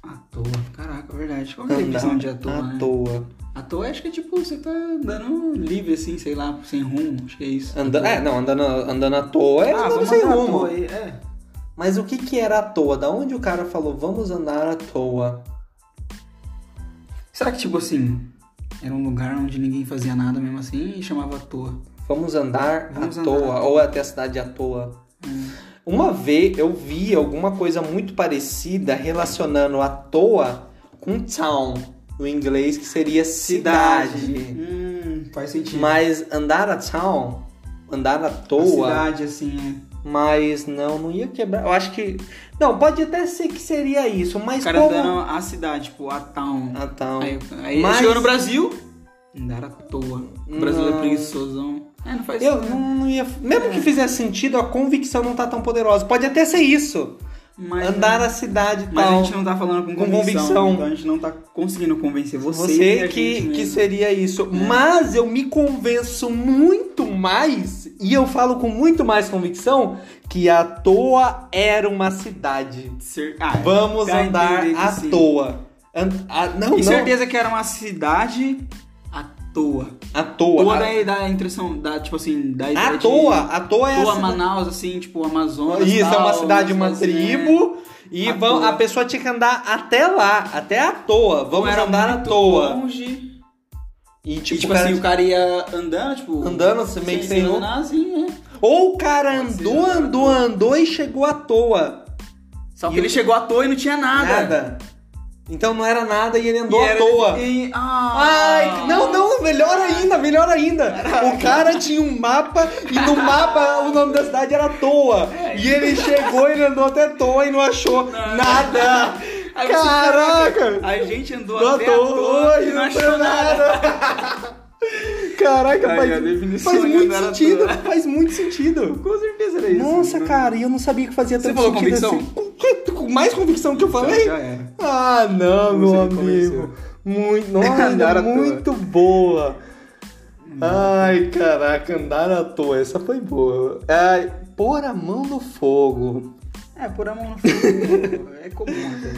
[SPEAKER 2] À toa. Caraca, é verdade. Qual que é a
[SPEAKER 1] Andar
[SPEAKER 2] definição de à toa? né?
[SPEAKER 1] à toa.
[SPEAKER 2] À toa acho que é tipo, você tá andando livre assim, sei lá, sem rumo. Acho que é isso.
[SPEAKER 1] Anda- é, não, andando, andando à toa é
[SPEAKER 2] ah,
[SPEAKER 1] andando
[SPEAKER 2] vamos
[SPEAKER 1] sem
[SPEAKER 2] andar à
[SPEAKER 1] rumo.
[SPEAKER 2] toa aí, É.
[SPEAKER 1] Mas o que que era à toa? Da onde o cara falou vamos andar à toa?
[SPEAKER 2] Será que, tipo assim, era um lugar onde ninguém fazia nada mesmo assim e chamava à toa?
[SPEAKER 1] Vamos andar
[SPEAKER 2] Vamos
[SPEAKER 1] à
[SPEAKER 2] andar
[SPEAKER 1] toa
[SPEAKER 2] à toa.
[SPEAKER 1] ou até a cidade à toa?
[SPEAKER 2] É.
[SPEAKER 1] Uma vez eu vi alguma coisa muito parecida relacionando à toa com town, no inglês que seria cidade.
[SPEAKER 2] Hum, faz sentido.
[SPEAKER 1] Mas andar à town, andar à
[SPEAKER 2] A
[SPEAKER 1] toa,
[SPEAKER 2] cidade, assim, é.
[SPEAKER 1] mas não, não ia quebrar. Eu acho que não, pode até ser que seria isso, mas
[SPEAKER 2] O cara
[SPEAKER 1] como
[SPEAKER 2] dando a cidade, tipo, a town.
[SPEAKER 1] Ah, town.
[SPEAKER 2] Aí, aí
[SPEAKER 1] Mas-
[SPEAKER 2] chegou no Brasil, andar à toa. O Brasil
[SPEAKER 1] Não.
[SPEAKER 2] é preguiçosão. É, não faz
[SPEAKER 1] Eu
[SPEAKER 2] sentido.
[SPEAKER 1] não não ia. Mesmo
[SPEAKER 2] É.
[SPEAKER 1] que fizesse sentido, a convicção não tá tão poderosa. Pode até ser isso.
[SPEAKER 2] Mas, é.
[SPEAKER 1] Andar na cidade e
[SPEAKER 2] mas a
[SPEAKER 1] tal.
[SPEAKER 2] gente não tá falando com
[SPEAKER 1] Com
[SPEAKER 2] convicção,
[SPEAKER 1] convicção.
[SPEAKER 2] Então a gente não tá conseguindo convencer você. e
[SPEAKER 1] Você
[SPEAKER 2] a
[SPEAKER 1] que,
[SPEAKER 2] gente
[SPEAKER 1] que
[SPEAKER 2] mesmo. É.
[SPEAKER 1] seria isso. Mas eu me convenço muito mais, e eu falo com muito mais convicção, que a toa era uma cidade.
[SPEAKER 2] Ser- Ah,
[SPEAKER 1] Vamos
[SPEAKER 2] dá a
[SPEAKER 1] andar
[SPEAKER 2] entender que
[SPEAKER 1] à
[SPEAKER 2] sim.
[SPEAKER 1] toa. An- a- não,
[SPEAKER 2] E
[SPEAKER 1] não.
[SPEAKER 2] certeza que era uma cidade à toa.
[SPEAKER 1] À toa.
[SPEAKER 2] Toa
[SPEAKER 1] A-
[SPEAKER 2] da, da impressão, da, tipo assim, da ideia
[SPEAKER 1] à
[SPEAKER 2] de-
[SPEAKER 1] toa. À toa é a
[SPEAKER 2] Toa
[SPEAKER 1] cida-
[SPEAKER 2] Manaus, assim, tipo, Amazonas.
[SPEAKER 1] Isso, é
[SPEAKER 2] tal,
[SPEAKER 1] uma cidade, uma
[SPEAKER 2] assim,
[SPEAKER 1] tribo. E
[SPEAKER 2] À
[SPEAKER 1] vão,
[SPEAKER 2] toa.
[SPEAKER 1] a pessoa tinha que andar até lá, até à toa.
[SPEAKER 2] Então
[SPEAKER 1] Vamos
[SPEAKER 2] era
[SPEAKER 1] andar à
[SPEAKER 2] muito
[SPEAKER 1] toa.
[SPEAKER 2] Longe.
[SPEAKER 1] E
[SPEAKER 2] Tipo,
[SPEAKER 1] tipo,
[SPEAKER 2] e,
[SPEAKER 1] o
[SPEAKER 2] tipo
[SPEAKER 1] cara-
[SPEAKER 2] assim, o cara ia andando, tipo.
[SPEAKER 1] Andando, assim, meio que sem rumo.
[SPEAKER 2] andar, assim, né?
[SPEAKER 1] Ou o cara
[SPEAKER 2] Pode ser,
[SPEAKER 1] andou,
[SPEAKER 2] andar à
[SPEAKER 1] andou,
[SPEAKER 2] toa.
[SPEAKER 1] andou e chegou à toa.
[SPEAKER 2] Só que
[SPEAKER 1] E
[SPEAKER 2] ele chegou à toa e não tinha nada.
[SPEAKER 1] Nada. Então não era nada e ele
[SPEAKER 2] E
[SPEAKER 1] andou à
[SPEAKER 2] era- assim,
[SPEAKER 1] toa.
[SPEAKER 2] e- ah.
[SPEAKER 1] Ai, não, não, melhor ainda, melhor ainda. O cara tinha um mapa e no mapa o nome da cidade era Toa. E ele chegou, ele andou até Toa e não achou nada.
[SPEAKER 2] Aí você-
[SPEAKER 1] Caraca!
[SPEAKER 2] A gente andou
[SPEAKER 1] Não
[SPEAKER 2] até à toa e não achou nada.
[SPEAKER 1] Caraca,
[SPEAKER 2] Aí, a
[SPEAKER 1] faz,
[SPEAKER 2] definição
[SPEAKER 1] faz
[SPEAKER 2] de
[SPEAKER 1] muito
[SPEAKER 2] andar à
[SPEAKER 1] sentido,
[SPEAKER 2] toa.
[SPEAKER 1] faz muito sentido.
[SPEAKER 2] Com certeza era isso.
[SPEAKER 1] Nossa,
[SPEAKER 2] Não-
[SPEAKER 1] cara, e eu não sabia que fazia
[SPEAKER 2] Você
[SPEAKER 1] tanto
[SPEAKER 2] falou
[SPEAKER 1] sentido
[SPEAKER 2] convicção?
[SPEAKER 1] assim. Com- que- Com mais convicção que eu
[SPEAKER 2] Então,
[SPEAKER 1] falei?
[SPEAKER 2] Já era.
[SPEAKER 1] Ah, não,
[SPEAKER 2] Você
[SPEAKER 1] meu
[SPEAKER 2] me convenceu.
[SPEAKER 1] amigo.
[SPEAKER 2] <laughs>
[SPEAKER 1] Muito,
[SPEAKER 2] Andar
[SPEAKER 1] nossa,
[SPEAKER 2] à toa.
[SPEAKER 1] muito boa. Ai, caraca, andar à toa, essa foi boa. Ai, pôr a mão no fogo.
[SPEAKER 2] É, pôr a mão no <laughs> fogo é comum. né?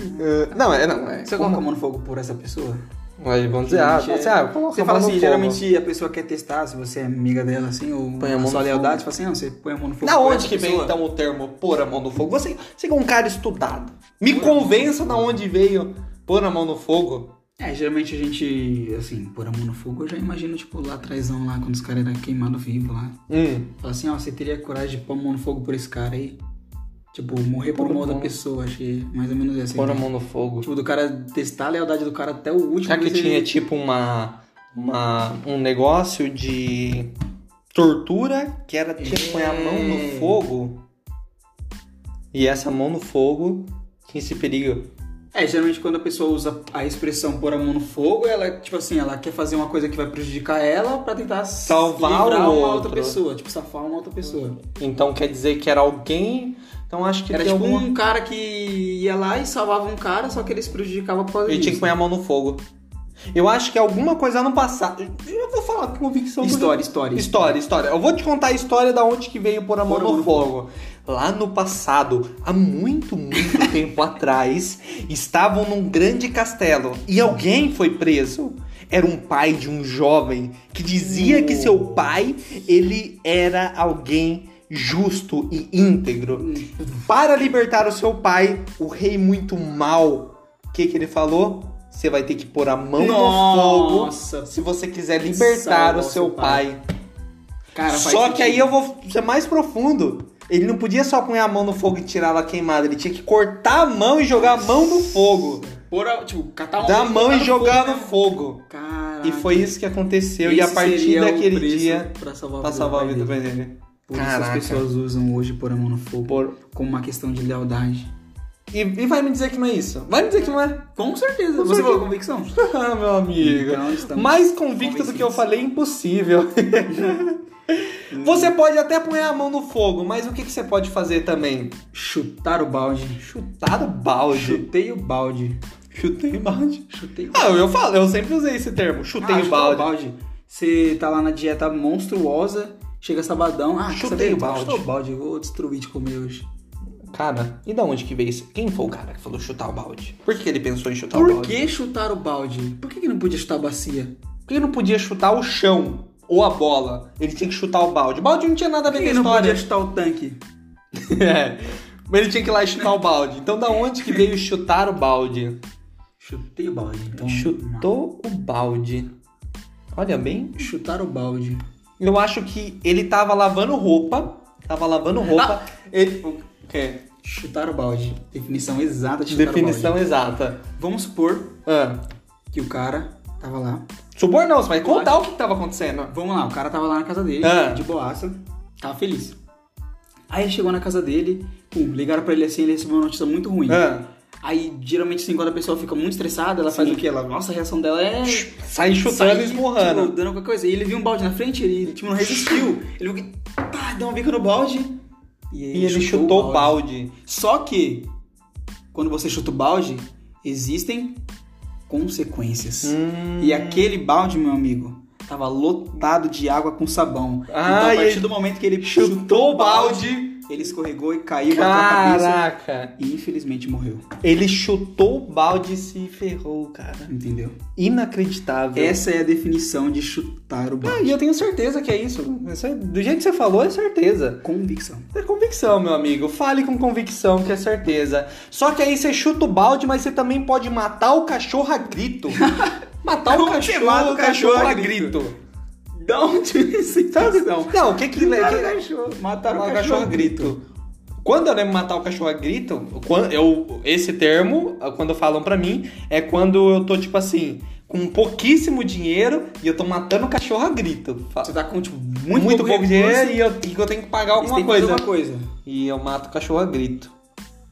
[SPEAKER 1] Ah, Não, é, não, é.
[SPEAKER 2] Você coloca a mão no fogo por essa pessoa?
[SPEAKER 1] Mas vão dizer, ah,
[SPEAKER 2] Geralmente
[SPEAKER 1] você,
[SPEAKER 2] é-
[SPEAKER 1] ah, coloca
[SPEAKER 2] você
[SPEAKER 1] a mão
[SPEAKER 2] fala
[SPEAKER 1] no
[SPEAKER 2] assim,
[SPEAKER 1] fogo.
[SPEAKER 2] geralmente a pessoa quer testar se você é amiga dela, assim, ou
[SPEAKER 1] Põe a mão
[SPEAKER 2] sua
[SPEAKER 1] no
[SPEAKER 2] lealdade, você fala assim, não, você põe a mão no fogo.
[SPEAKER 1] Da
[SPEAKER 2] por
[SPEAKER 1] onde
[SPEAKER 2] essa
[SPEAKER 1] que vem
[SPEAKER 2] pessoa.
[SPEAKER 1] então o termo pôr a mão no fogo? Você, você que é um cara estudado. Me convença da onde veio pôr a mão no fogo.
[SPEAKER 2] É, geralmente a gente, assim, pôr a mão no fogo, eu já imagino, tipo, lá atrásão, lá, quando os caras eram queimados vivos lá.
[SPEAKER 1] Hum.
[SPEAKER 2] Fala assim, ó, você teria coragem de pôr a mão no fogo por esse cara aí? Tipo, morrer por
[SPEAKER 1] Pôr a
[SPEAKER 2] uma outra
[SPEAKER 1] mão.
[SPEAKER 2] pessoa, acho que mais ou menos é assim.
[SPEAKER 1] Pôr a
[SPEAKER 2] né?
[SPEAKER 1] mão no fogo.
[SPEAKER 2] Tipo, do cara testar a lealdade do cara até o último.
[SPEAKER 1] Será que
[SPEAKER 2] ver se
[SPEAKER 1] tinha
[SPEAKER 2] ele-
[SPEAKER 1] tipo uma, uma- um negócio de tortura que era tinha que põe a mão no
[SPEAKER 2] É.
[SPEAKER 1] fogo? E essa mão no fogo tinha esse perigo.
[SPEAKER 2] É, geralmente quando a pessoa usa a expressão pôr a mão no fogo, ela, tipo assim, ela quer fazer uma coisa que vai prejudicar ela pra tentar
[SPEAKER 1] Salvar
[SPEAKER 2] livrar
[SPEAKER 1] o
[SPEAKER 2] uma outra
[SPEAKER 1] outro.
[SPEAKER 2] pessoa, tipo, safar uma outra pessoa.
[SPEAKER 1] Então quer dizer que era alguém. Então acho que
[SPEAKER 2] Era
[SPEAKER 1] tem
[SPEAKER 2] tipo
[SPEAKER 1] alguma-
[SPEAKER 2] um cara que ia lá e salvava um cara, só que ele se prejudicava por causa
[SPEAKER 1] Ele tinha que
[SPEAKER 2] disso.
[SPEAKER 1] pôr a mão no fogo. Eu acho que alguma coisa no passado. Eu vou falar com convicção. porque-
[SPEAKER 2] História, história.
[SPEAKER 1] História, história. Eu vou te contar a história da onde que veio pôr a mão no fogo. Lá no passado, há muito, <laughs> muito tempo atrás, estavam num grande castelo e alguém foi preso. Era um pai de um jovem que dizia que seu pai, ele era alguém justo e íntegro.
[SPEAKER 2] Hum.
[SPEAKER 1] Para libertar o seu pai, o rei muito mal, o que que ele falou? Você vai ter que pôr a mão no fogo
[SPEAKER 2] Nossa,
[SPEAKER 1] se você quiser libertar
[SPEAKER 2] Salvar
[SPEAKER 1] o seu
[SPEAKER 2] seu
[SPEAKER 1] pai.
[SPEAKER 2] cara, faz
[SPEAKER 1] Só que
[SPEAKER 2] sentido.
[SPEAKER 1] aí eu vou ser mais profundo. Ele não podia só pôr a mão no fogo e tirar ela queimada. Ele tinha que cortar a mão e jogar a mão no fogo.
[SPEAKER 2] Pôr a- tipo, catar uma
[SPEAKER 1] Dar a mão e
[SPEAKER 2] no
[SPEAKER 1] jogar
[SPEAKER 2] fogo,
[SPEAKER 1] no
[SPEAKER 2] né?
[SPEAKER 1] fogo.
[SPEAKER 2] Cara.
[SPEAKER 1] E foi isso que aconteceu. e a
[SPEAKER 2] esse
[SPEAKER 1] partir
[SPEAKER 2] seria o
[SPEAKER 1] daquele
[SPEAKER 2] preço
[SPEAKER 1] dia,
[SPEAKER 2] pra salvar,
[SPEAKER 1] pra
[SPEAKER 2] do
[SPEAKER 1] salvar a
[SPEAKER 2] pai
[SPEAKER 1] vida
[SPEAKER 2] dele.
[SPEAKER 1] dele.
[SPEAKER 2] Por isso
[SPEAKER 1] Caraca.
[SPEAKER 2] as pessoas usam hoje pôr a mão no fogo
[SPEAKER 1] Por-
[SPEAKER 2] como uma questão de lealdade.
[SPEAKER 1] E, e vai me dizer que não é isso? Vai me dizer que não é? <laughs>
[SPEAKER 2] Com certeza,
[SPEAKER 1] Com
[SPEAKER 2] você
[SPEAKER 1] certeza.
[SPEAKER 2] falou convicção.
[SPEAKER 1] Ah, meu amigo.
[SPEAKER 2] Então, estamos
[SPEAKER 1] Mais convicto do que eu
[SPEAKER 2] convencidos.
[SPEAKER 1] falei,
[SPEAKER 2] <laughs>
[SPEAKER 1] impossível. você pode até pôr a mão no fogo, mas o que, que você pode fazer também?
[SPEAKER 2] Chutar o balde.
[SPEAKER 1] Chutar o balde.
[SPEAKER 2] Chutei o balde.
[SPEAKER 1] Chutei o balde.
[SPEAKER 2] Chutei o
[SPEAKER 1] Ah, eu falo, eu sempre usei esse termo. Chutei
[SPEAKER 2] Ah,
[SPEAKER 1] o
[SPEAKER 2] chutar
[SPEAKER 1] balde.
[SPEAKER 2] Você tá lá na dieta monstruosa, chega sabadão, ah,
[SPEAKER 1] Chutei
[SPEAKER 2] sabe,
[SPEAKER 1] o balde.
[SPEAKER 2] Chutou o balde, vou destruir de comer hoje.
[SPEAKER 1] Cara, e da onde que veio isso? Quem foi o cara que falou chutar o balde? Por que que ele pensou em chutar o
[SPEAKER 2] Por
[SPEAKER 1] balde?
[SPEAKER 2] que chutar o balde? Por que, que não podia chutar a bacia?
[SPEAKER 1] Porque ele não podia chutar o chão ou a bola. Ele tinha que chutar o balde. O balde não tinha nada a
[SPEAKER 2] Por
[SPEAKER 1] ver
[SPEAKER 2] que, que
[SPEAKER 1] com a história.
[SPEAKER 2] não podia chutar o tanque?
[SPEAKER 1] <laughs> É. Mas ele tinha que ir lá e chutar o balde. Então da onde que veio chutar o balde?
[SPEAKER 2] Chutei o balde, então.
[SPEAKER 1] Chutou o balde. Olha bem.
[SPEAKER 2] Chutar o balde.
[SPEAKER 1] Eu acho que ele tava lavando roupa. Tava lavando roupa. Ele... Ah! o quê?
[SPEAKER 2] Chutar o balde. Definição exata de chutar
[SPEAKER 1] Definição
[SPEAKER 2] o
[SPEAKER 1] exata.
[SPEAKER 2] balde. Vamos supor
[SPEAKER 1] Ah.
[SPEAKER 2] que o cara tava lá.
[SPEAKER 1] Supor não, você vai contar o que que tava acontecendo.
[SPEAKER 2] Vamos lá, o cara tava lá na casa dele,
[SPEAKER 1] Ah.
[SPEAKER 2] de boaça, tava feliz. Aí ele chegou na casa dele, pum, ligaram pra ele assim, ele recebeu uma notícia muito ruim.
[SPEAKER 1] Ah.
[SPEAKER 2] Aí, geralmente, assim, quando a pessoa fica muito estressada, ela faz
[SPEAKER 1] Sim.
[SPEAKER 2] o quê? Ela, nossa, a reação dela é...
[SPEAKER 1] Sai chutando e esmurrando.
[SPEAKER 2] tipo, dando qualquer coisa. E ele viu um balde na frente, ele, tipo, não resistiu. Ele viu que, tá, deu uma bica no balde.
[SPEAKER 1] E ele chutou o balde.
[SPEAKER 2] Só que, quando você chuta o balde, existem consequências.
[SPEAKER 1] Hum.
[SPEAKER 2] E aquele balde, meu amigo, tava lotado de água com sabão. então,
[SPEAKER 1] Ah,
[SPEAKER 2] a
[SPEAKER 1] e
[SPEAKER 2] partir
[SPEAKER 1] ele
[SPEAKER 2] do momento que ele
[SPEAKER 1] chutou o balde.
[SPEAKER 2] ele escorregou e caiu, bateu a cabeça.
[SPEAKER 1] Caraca.
[SPEAKER 2] E, infelizmente, morreu.
[SPEAKER 1] Ele chutou o balde e se ferrou, cara.
[SPEAKER 2] Entendeu?
[SPEAKER 1] Inacreditável.
[SPEAKER 2] Essa é a definição de chutar o balde.
[SPEAKER 1] Ah, e eu tenho certeza que é isso. Isso é- Do jeito que você falou, é certeza.
[SPEAKER 2] Convicção.
[SPEAKER 1] É
[SPEAKER 2] <laughs>
[SPEAKER 1] convicção, meu amigo. Fale com convicção, que é certeza. Só que aí você chuta o balde, mas você também pode matar o cachorro a
[SPEAKER 2] <laughs>
[SPEAKER 1] grito. matar o
[SPEAKER 2] Como que
[SPEAKER 1] cachorro,
[SPEAKER 2] mata o
[SPEAKER 1] o cachorro
[SPEAKER 2] cachorro
[SPEAKER 1] a
[SPEAKER 2] a
[SPEAKER 1] grito. Então,
[SPEAKER 2] Da onde essa intenção?
[SPEAKER 1] Não, o que que...
[SPEAKER 2] Mataram o
[SPEAKER 1] que-
[SPEAKER 2] cachorro. Mataram
[SPEAKER 1] Matar o cachorro a grito. Quando eu lembro matar o cachorro a grito, quando eu, esse termo, ah, quando falam pra mim, é quando eu tô, tipo assim, com pouquíssimo dinheiro e eu tô matando o cachorro a grito. Fa-
[SPEAKER 2] Você tá com, tipo, muito,
[SPEAKER 1] Muito, pouco, dinheiro
[SPEAKER 2] recurso,
[SPEAKER 1] e eu, e eu tenho que pagar
[SPEAKER 2] e você tem
[SPEAKER 1] alguma
[SPEAKER 2] que fazer
[SPEAKER 1] coisa.
[SPEAKER 2] uma coisa.
[SPEAKER 1] E eu mato o cachorro a grito.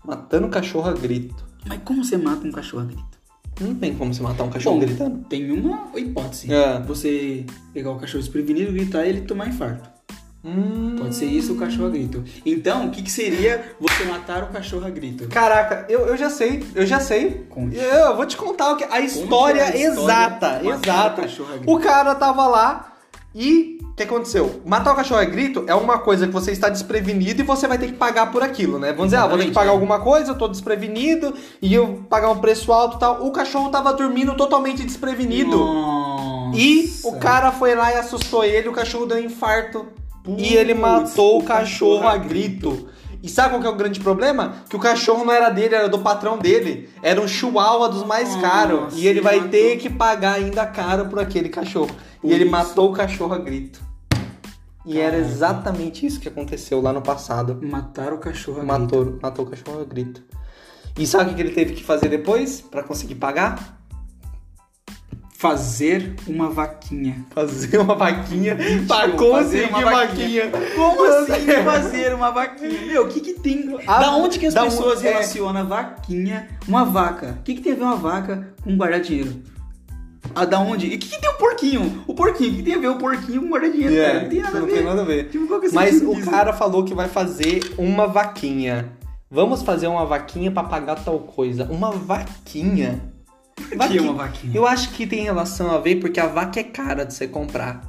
[SPEAKER 1] Matando o cachorro a grito.
[SPEAKER 2] Mas como você mata um cachorro a grito?
[SPEAKER 1] Não tem como você matar um cachorro
[SPEAKER 2] Bom,
[SPEAKER 1] gritando.
[SPEAKER 2] Tem uma hipótese.
[SPEAKER 1] É.
[SPEAKER 2] Você pegar o cachorro desprevenido, gritar e ele tomar infarto.
[SPEAKER 1] Hum.
[SPEAKER 2] Pode ser isso o cachorro a grito. Então, o que, que seria você matar o cachorro a grito?
[SPEAKER 1] Caraca, eu, eu já sei, eu já sei.
[SPEAKER 2] Conte.
[SPEAKER 1] Eu, eu vou te contar o que, a história,
[SPEAKER 2] que é a história
[SPEAKER 1] exata,
[SPEAKER 2] de matar
[SPEAKER 1] exata.
[SPEAKER 2] o cachorro a grito?
[SPEAKER 1] O cara tava lá e o que aconteceu? Matar o cachorro a grito é uma coisa que você está desprevenido e você vai ter que pagar por aquilo, né? Vamos dizer, ah, vou ter que
[SPEAKER 2] Exatamente,
[SPEAKER 1] pagar
[SPEAKER 2] é.
[SPEAKER 1] alguma coisa, eu tô desprevenido e eu pagar um preço alto e tal. O cachorro tava dormindo totalmente desprevenido.
[SPEAKER 2] Nossa.
[SPEAKER 1] E o cara foi lá e assustou ele, o cachorro deu um infarto.
[SPEAKER 2] Putz,
[SPEAKER 1] e ele matou o
[SPEAKER 2] o
[SPEAKER 1] cachorro
[SPEAKER 2] cachorro
[SPEAKER 1] a
[SPEAKER 2] a
[SPEAKER 1] grito. E sabe qual que é o grande problema? Que o cachorro não era dele, era do patrão dele. Era um chihuahua dos mais
[SPEAKER 2] Nossa,
[SPEAKER 1] caros. E ele
[SPEAKER 2] ele
[SPEAKER 1] vai
[SPEAKER 2] matou.
[SPEAKER 1] ter que pagar ainda caro por aquele cachorro. E ele
[SPEAKER 2] Putz.
[SPEAKER 1] matou o cachorro a grito. E era
[SPEAKER 2] Caraca.
[SPEAKER 1] exatamente isso que aconteceu lá no passado.
[SPEAKER 2] Matar o cachorro a grito.
[SPEAKER 1] Matou, matou o cachorro a grito. E sabe o que que ele teve que fazer depois pra conseguir pagar?
[SPEAKER 2] Fazer uma vaquinha.
[SPEAKER 1] Fazer uma vaquinha pra
[SPEAKER 2] Fazer
[SPEAKER 1] conseguir
[SPEAKER 2] uma
[SPEAKER 1] vaquinha.
[SPEAKER 2] vaquinha. Como assim fazer uma vaquinha? Meu, o que que tem?
[SPEAKER 1] Ah,
[SPEAKER 2] da onde que as
[SPEAKER 1] da onde-
[SPEAKER 2] pessoas
[SPEAKER 1] é.
[SPEAKER 2] relacionam vaquinha, uma vaca? O que que tem a ver uma vaca com guardar dinheiro? Ah, da onde? E o que que tem o porquinho? O porquinho, o que que tem a ver o porquinho com guardar dinheiro, cara? É,
[SPEAKER 1] É,
[SPEAKER 2] Não tem nada a ver.
[SPEAKER 1] a ver.
[SPEAKER 2] Tipo, qual que é o
[SPEAKER 1] Mas
[SPEAKER 2] sentido
[SPEAKER 1] o
[SPEAKER 2] disso?
[SPEAKER 1] cara falou que vai fazer uma vaquinha. Vamos fazer uma vaquinha pra pagar tal coisa. Uma vaquinha.
[SPEAKER 2] Por que uma vaquinha?
[SPEAKER 1] Eu acho que tem relação a ver porque a vaca é cara de você comprar.